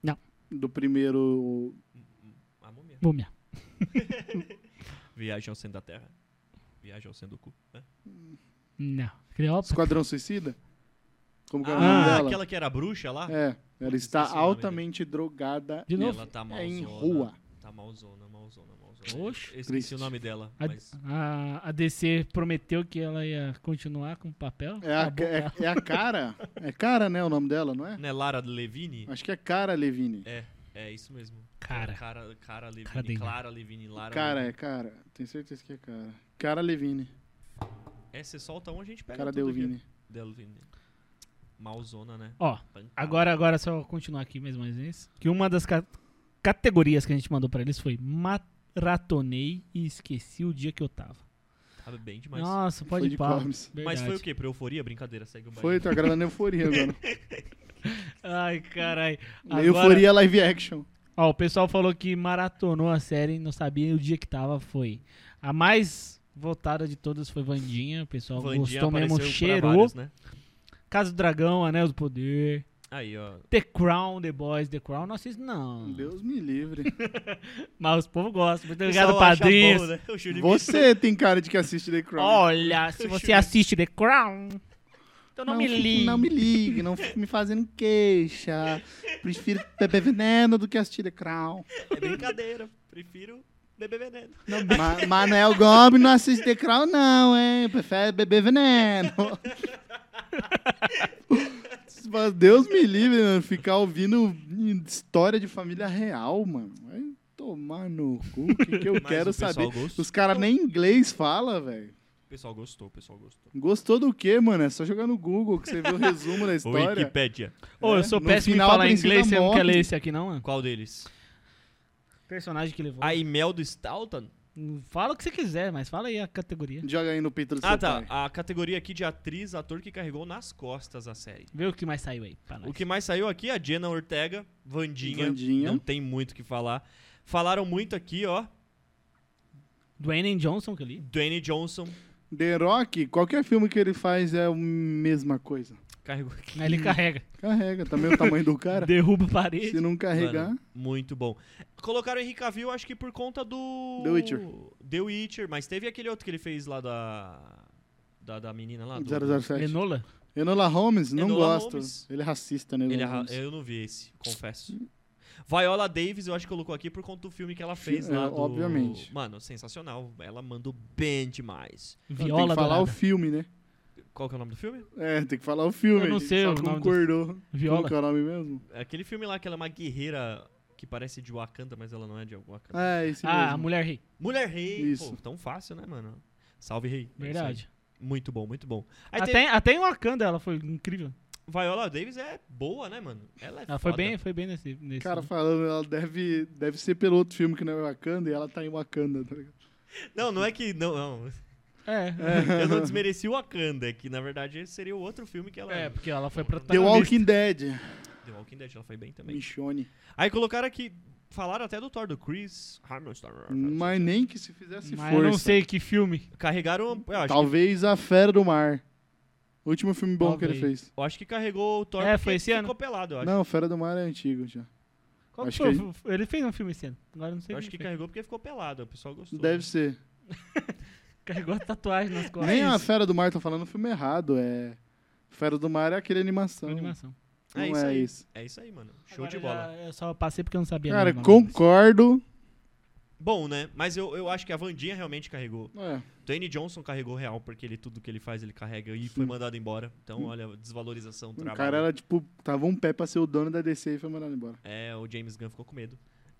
Speaker 1: Não.
Speaker 3: Do primeiro.
Speaker 2: A múmia.
Speaker 1: Múmia.
Speaker 2: Ah, um Viagem ao centro da terra. Viagem ao centro do cu. né?
Speaker 1: Não. Cleópatra.
Speaker 3: Esquadrão Suicida? Como que é o nome
Speaker 2: Ah,
Speaker 3: dela?
Speaker 2: aquela que era bruxa lá?
Speaker 3: É, ela está
Speaker 2: Esqueci o nome
Speaker 3: altamente drogada.
Speaker 1: De novo.
Speaker 2: Ela tá malzona.
Speaker 3: É em
Speaker 1: né?
Speaker 3: rua.
Speaker 2: Tá malzona, malzona, malzona.
Speaker 1: Oxe.
Speaker 2: Eu esqueci
Speaker 3: Triste.
Speaker 2: o nome dela,
Speaker 1: A,
Speaker 2: mas...
Speaker 1: a, a DC prometeu que ela ia continuar com o papel.
Speaker 3: É a,
Speaker 1: Acabou.
Speaker 3: é, é a cara. É cara, né? O nome dela, não é?
Speaker 2: Não é Lara Levine?
Speaker 3: Acho que é cara, Levine.
Speaker 2: É, é isso mesmo.
Speaker 1: Cara.
Speaker 2: Cara, cara Levine,
Speaker 1: Cara dele.
Speaker 2: Clara Levine, Lara
Speaker 3: Cara,
Speaker 2: Levine.
Speaker 3: é cara. Tenho certeza que é cara. Cara Levine.
Speaker 2: É, você solta um, a gente pega
Speaker 3: Cara
Speaker 2: tudo
Speaker 3: Delvine.
Speaker 2: aqui. Delvine. Malzona, né?
Speaker 1: Ó,
Speaker 2: Pancada.
Speaker 1: agora, agora só continuar aqui é mais uma vez. Que uma das ca- categorias que a gente mandou pra eles foi maratonei e esqueci o dia que eu tava.
Speaker 2: Tava bem demais.
Speaker 1: Nossa, pode
Speaker 3: Foi de
Speaker 1: ir pá.
Speaker 3: Corbs.
Speaker 2: Mas foi o
Speaker 1: Verdade.
Speaker 2: quê? Pra euforia? Brincadeira, segue o baile.
Speaker 3: Foi, tô agradando a euforia agora.
Speaker 1: Ai, caralho.
Speaker 3: Agora...
Speaker 1: Agora-
Speaker 3: Euforia live action.
Speaker 1: Ó, o pessoal falou que maratonou a série, não sabia o dia que tava, foi. A mais votada de todas foi Vandinha, o pessoal
Speaker 2: Vandinha
Speaker 1: gostou mesmo,
Speaker 2: apareceu pra
Speaker 1: cheirou.
Speaker 2: vários, né?
Speaker 1: Casa do Dragão, Anel do Poder,
Speaker 2: Aí, ó.
Speaker 1: The Crown, The Boys, The Crown, não assisto, não.
Speaker 3: Deus me livre.
Speaker 1: Mas os povo gosta. Muito
Speaker 2: O
Speaker 1: obrigado,
Speaker 2: pessoal acha
Speaker 1: padrinhos.
Speaker 2: bom, né? O Júlio
Speaker 3: Você tem cara de que assiste The Crown.
Speaker 1: Olha, se você assiste The Crown, então não, me
Speaker 3: fique-
Speaker 1: ligue.
Speaker 3: Não me ligue, não fique me fazendo queixa. Prefiro beber veneno do que assistir The Crown.
Speaker 2: É brincadeira. Prefiro beber veneno.
Speaker 3: Ma Manuel Gomes não assiste The Crown, não, hein? Prefere beber veneno. Mas Deus me livre, mano. Ficar ouvindo história de família real, mano. Vai tomar no cu. O que, que eu
Speaker 2: Mas
Speaker 3: quero
Speaker 2: o pessoal
Speaker 3: saber?
Speaker 2: gost-
Speaker 3: Os caras nem inglês fala, velho.
Speaker 2: O pessoal gostou, o pessoal gostou.
Speaker 3: Gostou do quê, mano? É só jogar no Google que você vê o resumo da história.
Speaker 2: Wikipédia.
Speaker 1: Ô, eu
Speaker 3: É,
Speaker 1: sou
Speaker 3: no
Speaker 1: péssimo em
Speaker 3: final a
Speaker 1: falar
Speaker 3: princesa
Speaker 1: inglês, você não quer
Speaker 3: morre.
Speaker 1: ler esse aqui, não, mano?
Speaker 2: Qual deles?
Speaker 1: Personagem que levou.
Speaker 2: A Imelda Stalton?
Speaker 1: Fala o que você quiser, mas fala aí a categoria.
Speaker 3: Joga aí no peito do seu
Speaker 2: Ah, tá.
Speaker 3: pai.
Speaker 2: A categoria aqui de atriz, ator que carregou nas costas a série.
Speaker 1: Vê o que mais saiu aí. pra nós.
Speaker 2: O que mais saiu aqui, a Jenna Ortega, Vandinha.
Speaker 3: Wandinha.
Speaker 2: Não tem muito o que falar. Falaram muito aqui, ó.
Speaker 1: Dwayne Johnson que eu li.
Speaker 2: Dwayne Johnson
Speaker 3: The Rock, qualquer filme que ele faz é a mesma coisa.
Speaker 2: carregou aqui.
Speaker 1: Aí ele carrega.
Speaker 3: Carrega, também o tamanho do cara.
Speaker 1: Derruba a parede.
Speaker 3: Se não carregar.
Speaker 2: Mano, muito bom. Colocaram o Henry Cavill, acho que por conta do...
Speaker 3: The Witcher.
Speaker 2: The Witcher, mas teve aquele outro que ele fez lá da... Da, da menina lá. Do,
Speaker 3: 007.
Speaker 1: Enola?
Speaker 3: Enola Holmes, não
Speaker 2: Enola
Speaker 3: gosto.
Speaker 2: Holmes.
Speaker 3: Ele é racista, né?
Speaker 2: Ele
Speaker 3: Enola
Speaker 2: arra-
Speaker 1: é
Speaker 3: Holmes.
Speaker 2: Eu não vi esse, confesso. Viola Davis, eu acho que colocou aqui por conta do filme que ela fez
Speaker 3: Fi-
Speaker 2: lá.
Speaker 3: é,
Speaker 2: do-
Speaker 3: obviamente.
Speaker 2: Mano, sensacional. Ela mandou bem demais.
Speaker 3: Não,
Speaker 1: Viola
Speaker 3: Tem que falar
Speaker 1: Dourada.
Speaker 3: o filme, né?
Speaker 2: Qual que é o nome do filme?
Speaker 3: É, tem que falar o filme.
Speaker 1: Eu não
Speaker 3: a gente
Speaker 1: sei
Speaker 3: só
Speaker 1: o nome do-
Speaker 3: concordou. Como
Speaker 1: Viola.
Speaker 3: que é o nome mesmo?
Speaker 2: É Aquele filme lá que ela é uma guerreira que parece de Wakanda, mas ela não é de Wakanda.
Speaker 3: Ah, esse
Speaker 1: Ah, a
Speaker 3: mesmo.
Speaker 1: Mulher Rei.
Speaker 2: Mulher Rei,
Speaker 3: Isso.
Speaker 2: pô, tão fácil, né, mano? Salve Rei. É isso
Speaker 1: Verdade.
Speaker 2: aí. Muito bom, muito bom. Aí
Speaker 1: até,
Speaker 2: tem...
Speaker 1: até em Wakanda ela foi incrível.
Speaker 2: Viola Davis é boa, né, mano? Ela é
Speaker 1: Ela foi
Speaker 2: foda.
Speaker 1: bem, foi bem nesse. nesse
Speaker 3: Cara falando, ela deve, deve ser pelo outro filme que não é Wakanda e ela tá em Wakanda, tá ligado?
Speaker 2: Não, não é que. Não, não.
Speaker 1: É.
Speaker 2: Eu não desmereci o Wakanda, é que na verdade esse seria o outro filme que ela.
Speaker 1: É, porque ela foi
Speaker 3: The
Speaker 1: protagonista.
Speaker 3: Walking Dead.
Speaker 2: The Walking Dead, ela foi bem também.
Speaker 3: Michonne.
Speaker 2: Aí colocaram aqui. Falaram até do Thor, do Chris Hamilton.
Speaker 3: Mas nem que né? se fizesse
Speaker 1: Mas eu
Speaker 3: força.
Speaker 1: não sei que filme.
Speaker 2: Carregaram. Eu acho,
Speaker 3: Talvez a Fera do Mar. O último filme bom que ele
Speaker 1: Talvez.
Speaker 3: fez.
Speaker 2: que, eu acho que carregou o Thor.
Speaker 1: É,
Speaker 2: porque
Speaker 1: foi esse
Speaker 2: ficou
Speaker 1: ano?
Speaker 2: pelado, eu acho.
Speaker 3: Não, Fera do Mar é antigo já.
Speaker 1: Qual
Speaker 3: Acho
Speaker 1: que foi? o- Ele fez um filme esse ano. Agora eu não sei
Speaker 2: Eu
Speaker 1: o
Speaker 2: acho que
Speaker 1: ele fez.
Speaker 2: carregou porque ficou pelado, o pessoal gostou.
Speaker 3: Deve ser.
Speaker 1: Carregou a tatuagem nas costas.
Speaker 3: Nem
Speaker 1: É
Speaker 3: a
Speaker 1: isso.
Speaker 3: Fera do Mar tá falando o filme errado. É. Fera do Mar é aquele animação.
Speaker 1: Animação.
Speaker 3: Não
Speaker 2: É isso
Speaker 3: é
Speaker 2: aí.
Speaker 3: isso.
Speaker 2: É isso aí, mano. Show
Speaker 1: Agora
Speaker 2: de
Speaker 1: já-
Speaker 2: bola.
Speaker 1: Eu só passei porque eu não sabia.
Speaker 3: Cara,
Speaker 1: mesmo o nome
Speaker 3: concordo.
Speaker 2: Bom, né? Mas eu, eu acho que a Vandinha realmente carregou.
Speaker 3: É.
Speaker 2: Dwayne Johnson carregou real, porque ele tudo que ele faz, ele carrega e foi mandado embora. Então, olha, desvalorização do
Speaker 3: O
Speaker 2: trabalho.
Speaker 3: cara era tipo, tava um pé pra ser o dono da DC e foi mandado embora.
Speaker 2: É, o James Gunn ficou com medo.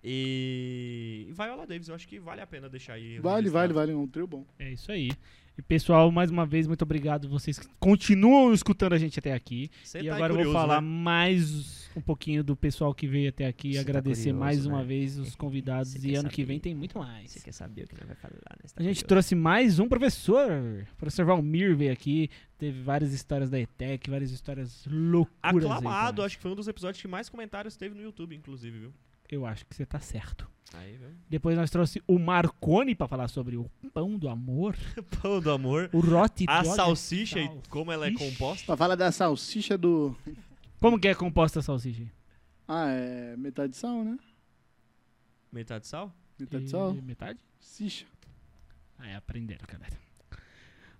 Speaker 2: E. E Viola Davis, eu acho que vale a pena deixar aí.
Speaker 3: Vale,
Speaker 2: registrado.
Speaker 3: vale, vale. É um trio bom.
Speaker 1: É isso aí. E pessoal, mais uma vez, muito obrigado. Vocês que continuam escutando a gente até aqui.
Speaker 2: Você
Speaker 1: e
Speaker 2: tá
Speaker 1: agora eu
Speaker 2: curioso,
Speaker 1: vou falar
Speaker 2: né?
Speaker 1: mais um pouquinho do pessoal que veio até aqui e
Speaker 5: Você tá
Speaker 1: agradecer
Speaker 5: curioso,
Speaker 1: mais uma
Speaker 5: né?
Speaker 1: vez os convidados.
Speaker 5: Você
Speaker 1: e
Speaker 5: quer
Speaker 1: ano que
Speaker 5: saber.
Speaker 1: vem tem muito mais.
Speaker 5: Você quer saber o que nós vai falar, né? Você tá
Speaker 1: A gente
Speaker 5: curioso?
Speaker 1: trouxe mais um professor. O professor Valmir veio aqui. Teve várias histórias da ETEC, várias histórias loucuras. aí,
Speaker 2: Aclamado,
Speaker 1: cara.
Speaker 2: acho que foi um dos episódios que mais comentários teve no YouTube, inclusive, viu?
Speaker 1: Eu acho que você tá certo.
Speaker 2: Aí, viu?
Speaker 1: Depois nós trouxe o Marconi pra falar sobre o pão do amor,
Speaker 2: Pão do amor.
Speaker 1: o Rotti
Speaker 2: A salsicha e
Speaker 1: salsicha.
Speaker 2: como ela é composta.
Speaker 3: Só fala da salsicha do.
Speaker 1: Como que é composta a salsicha?
Speaker 3: Ah, é metade sal, né?
Speaker 2: Metade sal?
Speaker 3: Metade
Speaker 1: E-
Speaker 3: Tá sal.
Speaker 1: Metade?
Speaker 3: Salsicha.
Speaker 1: Aí Ah, é, aprenderam, galera.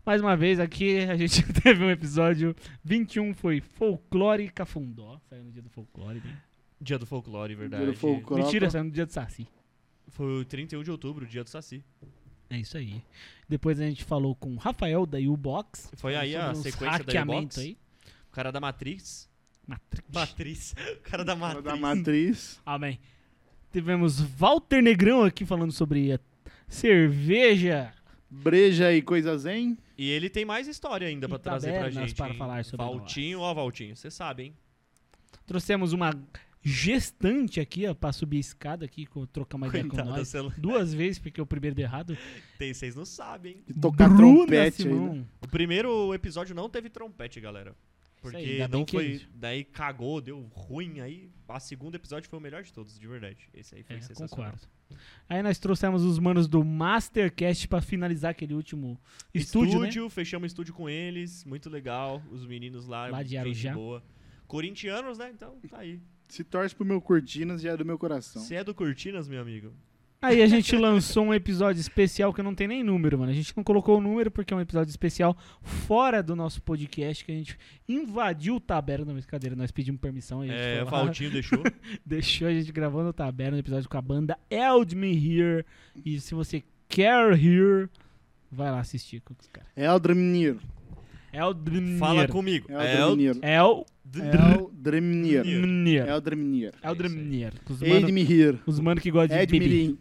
Speaker 1: Mais uma vez aqui, a gente teve um episódio 21, foi Folclore e Cafundó. Saiu no dia do folclore. Né?
Speaker 2: Dia do folclore, verdade.
Speaker 3: Dia do folclore. Croca.
Speaker 1: Mentira, saiu no dia do Saci.
Speaker 2: Foi o 31 de outubro, dia do Saci.
Speaker 1: É isso aí. Depois a gente falou com o Rafael da U-Box.
Speaker 2: Foi aí
Speaker 1: sobre
Speaker 2: a
Speaker 1: uns
Speaker 2: sequência da
Speaker 1: hackeamento
Speaker 2: U-Box?
Speaker 1: aí.
Speaker 2: O cara da Matrix.
Speaker 1: Matrix.
Speaker 2: Matriz. O cara da
Speaker 3: Fala
Speaker 2: Matrix.
Speaker 3: Da matriz.
Speaker 1: Amém. Tivemos Walter Negrão aqui falando sobre a cerveja.
Speaker 3: Breja e coisa zen.
Speaker 2: E ele tem mais história ainda pra
Speaker 1: E
Speaker 2: trazer pra
Speaker 1: tabernas
Speaker 2: gente.
Speaker 1: para
Speaker 2: hein?
Speaker 1: falar sobre
Speaker 2: Valtinho, ó, Valtinho, você sabe, hein?
Speaker 1: Trouxemos uma gestante aqui, ó, pra subir a escada aqui, co- trocar uma ideia é com
Speaker 2: Coitada,
Speaker 1: nós.
Speaker 2: você não-
Speaker 1: Duas vezes, porque o primeiro deu errado.
Speaker 2: tem, vocês não sabem, hein?
Speaker 3: E tocar
Speaker 1: Bruna
Speaker 3: trompete
Speaker 1: Simão.
Speaker 3: ainda.
Speaker 2: O primeiro episódio não teve trompete, galera.
Speaker 1: Isso aí,
Speaker 2: Porque
Speaker 1: ainda bem
Speaker 2: não
Speaker 1: que
Speaker 2: foi.
Speaker 1: eles-
Speaker 2: Daí cagou, deu ruim aí. A segundo episódio foi o melhor de todos, de verdade. Esse aí foi
Speaker 1: É,
Speaker 2: sensacional.
Speaker 1: concordo. Aí nós trouxemos os manos do Mastercast pra finalizar aquele último estúdio, né?
Speaker 2: fechamos estúdio com eles, muito legal. Os meninos lá,
Speaker 1: Lá de
Speaker 2: gente
Speaker 1: Arujá.
Speaker 2: boa. corintianos, né? Então tá aí.
Speaker 3: Se torce pro meu Cortinas, já é do meu coração.
Speaker 2: Se é do Cortinas, meu amigo.
Speaker 1: Aí a gente lançou um episódio especial que não tem nem número, mano. A gente não colocou o número porque é um episódio especial fora do nosso podcast que a gente invadiu o Taberna, mas brincadeira, nós pedimos permissão. A gente
Speaker 2: É,
Speaker 1: foi
Speaker 2: o
Speaker 1: lá,
Speaker 2: Valtinho deixou.
Speaker 1: deixou a gente gravando o Taberna, um episódio com a banda Eld Me Here. E se você quer hear, vai lá assistir com os caras.
Speaker 3: É o Dremnir.
Speaker 1: Eld Me
Speaker 2: Fala
Speaker 1: Here.
Speaker 2: comigo.
Speaker 3: É o Dremnir.
Speaker 1: El
Speaker 3: É o Dremnir.
Speaker 1: Drmnir.
Speaker 3: É o Dremnir.
Speaker 1: Eldrimnir. Os mano,
Speaker 3: Edmir.
Speaker 1: os mano que gostam de beber.
Speaker 3: Edmirim.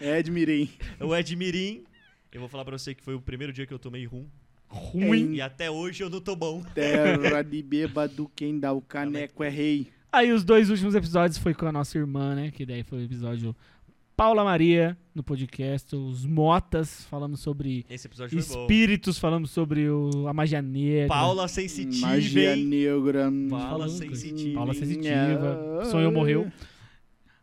Speaker 3: Edmirim.
Speaker 2: É o Edmirim. Eu vou falar pra você que foi o primeiro dia que eu tomei rum.
Speaker 1: Ruim.
Speaker 2: E até hoje eu não tô bom.
Speaker 3: Terra de bêbado, quem dá o caneco é rei.
Speaker 1: Aí os dois últimos episódios foi com a nossa irmã, né? Que daí foi o episódio Paula Maria no podcast, os Motas falando sobre
Speaker 2: Esse episódio foi bom.
Speaker 1: espíritos, falando sobre o, a magia negra.
Speaker 2: Paula sensitiva,
Speaker 3: Magia
Speaker 2: hein?
Speaker 3: negra.
Speaker 2: Paula
Speaker 1: Falando.
Speaker 2: sensitiva.
Speaker 1: Paula
Speaker 2: hein?
Speaker 1: sensitiva.
Speaker 3: Ah.
Speaker 1: Sonhou morreu.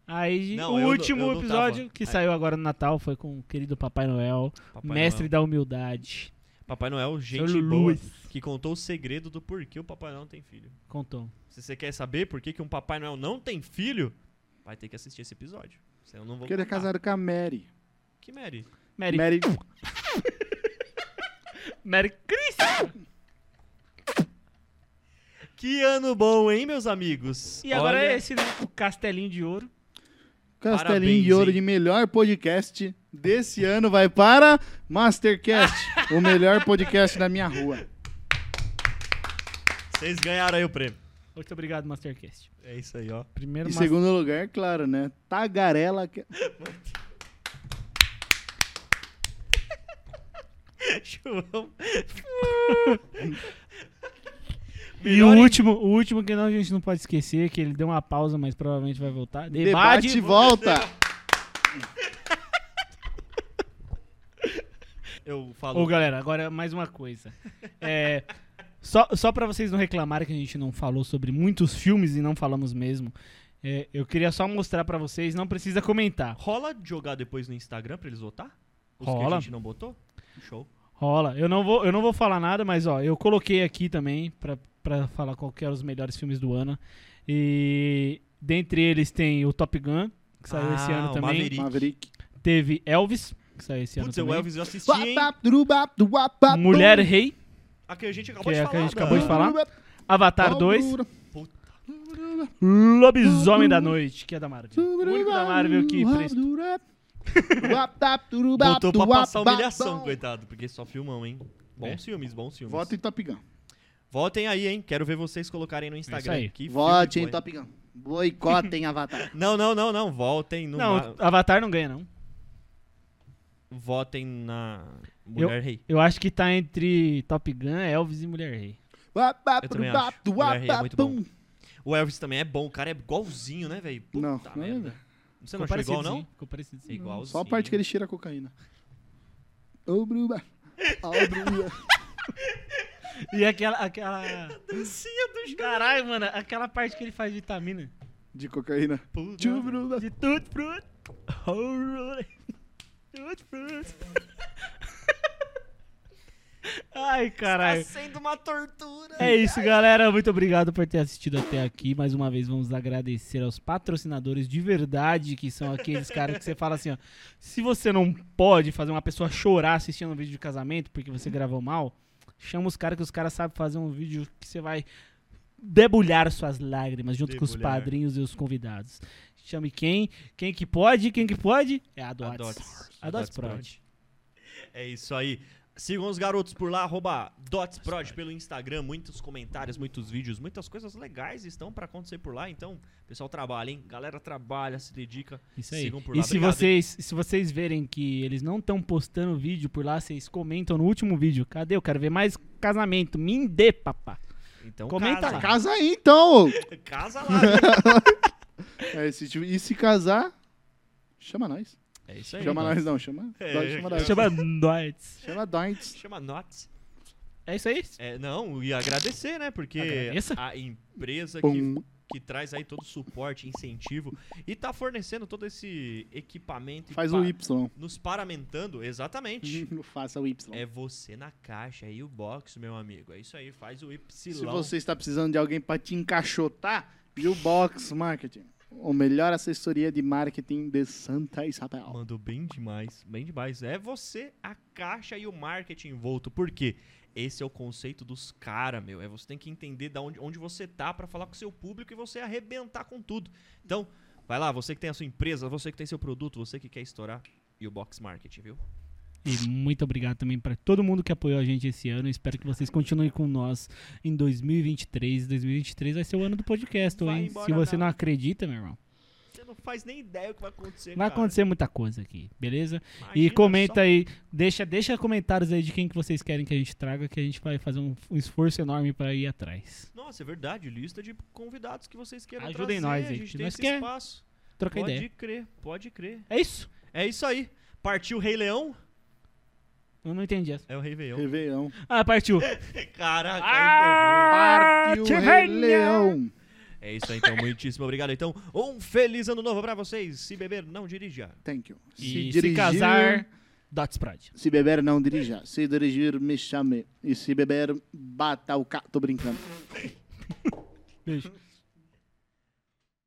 Speaker 1: Aí
Speaker 2: Não, eu
Speaker 1: o
Speaker 2: não-
Speaker 1: último
Speaker 2: eu não
Speaker 1: episódio
Speaker 2: tava.
Speaker 1: que
Speaker 2: Aí.
Speaker 1: saiu agora no Natal foi com o querido Papai Noel,
Speaker 2: Papai
Speaker 1: mestre
Speaker 2: Noel.
Speaker 1: da humildade.
Speaker 2: Papai Noel, gente
Speaker 1: Senhor
Speaker 2: boa,
Speaker 1: Luiz.
Speaker 2: que contou o segredo do porquê o Papai Noel não tem filho.
Speaker 1: Contou.
Speaker 2: Se você quer saber por que, que um Papai Noel não tem filho, vai ter que assistir esse episódio. Senão eu não vou
Speaker 3: Porque ele é
Speaker 2: contar.
Speaker 3: casado com a Mary.
Speaker 2: Que Mary?
Speaker 1: Mary,
Speaker 3: Mary.
Speaker 1: Mary Chris.
Speaker 2: Que ano bom, hein, meus amigos?
Speaker 1: E agora
Speaker 2: Olha,
Speaker 1: é esse, né? O Castelinho de Ouro.
Speaker 3: Castelinho
Speaker 2: Parabéns,
Speaker 3: de Ouro
Speaker 2: hein?
Speaker 3: de melhor podcast desse ano vai para Mastercast, o melhor podcast da minha rua.
Speaker 2: Vocês ganharam aí o prêmio.
Speaker 1: Muito obrigado, Mastercast.
Speaker 2: É isso aí, ó.
Speaker 1: Primeiro
Speaker 3: Em
Speaker 1: Master-
Speaker 3: segundo lugar, claro, né? Tagarela. que-
Speaker 2: João.
Speaker 1: E o
Speaker 2: Melhor em-
Speaker 1: último, o último que não, a gente não pode esquecer, que ele deu uma pausa, mas provavelmente vai voltar. Debate,
Speaker 3: Debate e volta.
Speaker 1: Tá.
Speaker 2: Eu
Speaker 1: Ô,
Speaker 2: falo.
Speaker 1: galera, agora mais uma coisa. É, só, só pra vocês não reclamarem que a gente não falou sobre muitos filmes e não falamos mesmo, é, eu queria só mostrar pra vocês, não precisa comentar.
Speaker 2: Rola de jogar depois no Instagram pra eles votar? Os que a
Speaker 1: Rola.
Speaker 2: gente não botou? Show.
Speaker 1: Rola. Eu não vou, eu não vou falar nada, mas ó, eu coloquei aqui também pra, pra falar qual que eram os melhores filmes do ano. E dentre eles tem o Top Gun, que saiu esse
Speaker 2: Ah,
Speaker 1: ano
Speaker 2: o
Speaker 1: também.
Speaker 2: Maverick.
Speaker 3: Maverick.
Speaker 1: Teve Elvis, que saiu esse
Speaker 2: Putz, é
Speaker 1: ano
Speaker 2: o
Speaker 1: também.
Speaker 2: Elvis eu assisti, hein?
Speaker 1: Mulher Rei,
Speaker 2: A que a gente acabou
Speaker 1: que é a
Speaker 2: de
Speaker 1: que
Speaker 2: falar.
Speaker 1: a gente
Speaker 2: da-
Speaker 1: acabou de falar. Avatar 2,
Speaker 2: Puta.
Speaker 1: Lobisomem da Noite, que é da Marvel. O único da Marvel que presta.
Speaker 2: Botou pra passar humilhação, coitado, porque só filmão, hein?
Speaker 1: É.
Speaker 2: Bons filmes, bons filmes.
Speaker 3: Vote em Top Gun.
Speaker 2: Votem aí, hein? Quero ver vocês colocarem no Instagram.
Speaker 1: É isso aí.
Speaker 2: Que filme
Speaker 3: Vote em
Speaker 2: bom, hein?
Speaker 3: Top Gun. Boicotem Avatar.
Speaker 2: Não, não, não, não. Votem no.
Speaker 1: Não,
Speaker 2: ma-
Speaker 1: Avatar não ganha, não.
Speaker 2: Votem na. Mulher Rei.
Speaker 1: Eu acho que tá entre Top Gun, Elvis e Mulher Rei.
Speaker 2: Eu também acho. Mulher Rei é muito bom. O Elvis também é bom, o cara é igualzinho, né, velho? Puta
Speaker 3: Não, não é,
Speaker 2: merda.
Speaker 3: velho.
Speaker 2: Você não achou igual, não?
Speaker 1: Ficou parecido sim.
Speaker 2: Igualzinho.
Speaker 3: Só a parte que ele cheira a cocaína. Ô, Bruba. Ô, Bruba.
Speaker 1: E aquela. aquela... Dancinha dos Caralho, mano, aquela parte que ele faz vitamina.
Speaker 3: De cocaína.
Speaker 2: Puta.
Speaker 3: Tio Bruba.
Speaker 1: De tudo fruto. Tudo fruto. Ai,
Speaker 2: Tá
Speaker 1: caralho.
Speaker 2: sendo uma tortura.
Speaker 1: É isso, galera. Muito obrigado por ter assistido até aqui. Mais uma vez, vamos agradecer aos patrocinadores de verdade, que são aqueles caras que você fala assim, ó. Se você não pode fazer uma pessoa chorar assistindo um vídeo de casamento porque você gravou mal, chama os caras que os caras sabem fazer um vídeo que você vai debulhar suas lágrimas junto com os
Speaker 2: Debulhar.
Speaker 1: padrinhos e os convidados. Chame quem? Quem que pode? Quem que pode? É a
Speaker 2: A
Speaker 1: Dots.
Speaker 2: Dots.
Speaker 1: A Dots Prod.
Speaker 2: É isso aí. Sigam os garotos por lá, arroba DotsProd pelo Instagram. Muitos comentários, muitos vídeos, muitas coisas legais estão pra acontecer por lá. Então, pessoal trabalha, hein? Galera trabalha, se dedica.
Speaker 1: Isso aí.
Speaker 2: Sigam por
Speaker 1: e
Speaker 2: lá.
Speaker 1: se
Speaker 2: Obrigado,
Speaker 1: vocês, se vocês verem que eles não estão postando vídeo por lá, vocês comentam no último vídeo. Cadê? Eu quero ver mais casamento. Me dê, papá.
Speaker 2: Então,
Speaker 1: comenta
Speaker 2: casa.
Speaker 1: lá.
Speaker 3: Casa aí, então. ô.
Speaker 2: Casa lá. viu?
Speaker 3: É, se, ti- e se casar, chama nós.
Speaker 2: É isso aí.
Speaker 3: chama nós não, chama.
Speaker 2: É,
Speaker 3: Dói,
Speaker 2: é.
Speaker 3: chama nós.
Speaker 1: Chama nós.
Speaker 3: Chama Doints.
Speaker 2: Chama Nots.
Speaker 1: É isso aí?
Speaker 2: É, não, e agradecer, né? Porque
Speaker 1: Agradeça.
Speaker 2: a empresa que.
Speaker 3: Pum.
Speaker 2: que traz aí todo o suporte, incentivo e tá fornecendo todo esse equipamento. e
Speaker 3: Faz
Speaker 2: pa-
Speaker 3: o Y.
Speaker 2: Nos paramentando, exatamente.
Speaker 3: Não faça o Y.
Speaker 2: É você na caixa e o box, meu amigo. É isso aí, faz o Y.
Speaker 3: Se você está precisando de alguém para te encaixotar, Viewbox Marketing. O melhor assessoria de marketing de Santa Isabel.
Speaker 2: Mandou bem demais, bem demais. É você, a caixa e o marketing envolto. Por quê? Esse é o conceito dos caras, meu. É você tem que entender da onde, onde você tá pra falar com o seu público e você arrebentar com tudo. Então, vai lá, você que tem a sua empresa, você que tem seu produto, você que quer estourar e o box marketing, viu?
Speaker 1: E muito obrigado também para todo mundo que apoiou a gente esse ano. Espero que vocês continuem com nós em 2023. 2023 vai ser o ano do podcast,
Speaker 2: Vai
Speaker 1: hein?
Speaker 2: embora
Speaker 1: Se você
Speaker 2: não.
Speaker 1: não acredita, meu irmão,
Speaker 2: Você não faz nem ideia o que vai acontecer.
Speaker 1: vai
Speaker 2: cara.
Speaker 1: acontecer muita coisa aqui, beleza?
Speaker 2: Imagina
Speaker 1: E comenta
Speaker 2: só.
Speaker 1: aí, deixa, deixa comentários aí de quem que vocês querem que a gente traga, que a gente vai fazer um, um esforço enorme para ir atrás.
Speaker 2: Nossa, é verdade. Lista de convidados que vocês queiram
Speaker 1: Ajudem
Speaker 2: trazer.
Speaker 1: nós,
Speaker 2: A
Speaker 1: gente.
Speaker 2: gente tem
Speaker 1: Nós
Speaker 2: esse
Speaker 1: quer.
Speaker 2: espaço.
Speaker 1: Troca
Speaker 2: pode
Speaker 1: ideia.
Speaker 2: crer, pode crer.
Speaker 1: É isso?
Speaker 2: É isso aí. Partiu Rei Leão?
Speaker 1: Eu não entendi essa.
Speaker 2: É o Rei Leão.
Speaker 3: Réveillon.
Speaker 1: Ah, partiu. Ah,
Speaker 2: Caraca, aí
Speaker 3: Partiu
Speaker 1: te venha!
Speaker 3: Rei Leão.
Speaker 2: foi bom. É isso aí, então. Muitíssimo obrigado. Então, um feliz ano novo pra vocês. Se beber, não dirija.
Speaker 3: Thank you.
Speaker 1: E se,
Speaker 3: dirigir-
Speaker 1: casar, Dots Prod.
Speaker 3: Se beber, não dirija. Se dirigir, me chame. E se beber, bata o carro. Tô brincando.
Speaker 1: Beijo.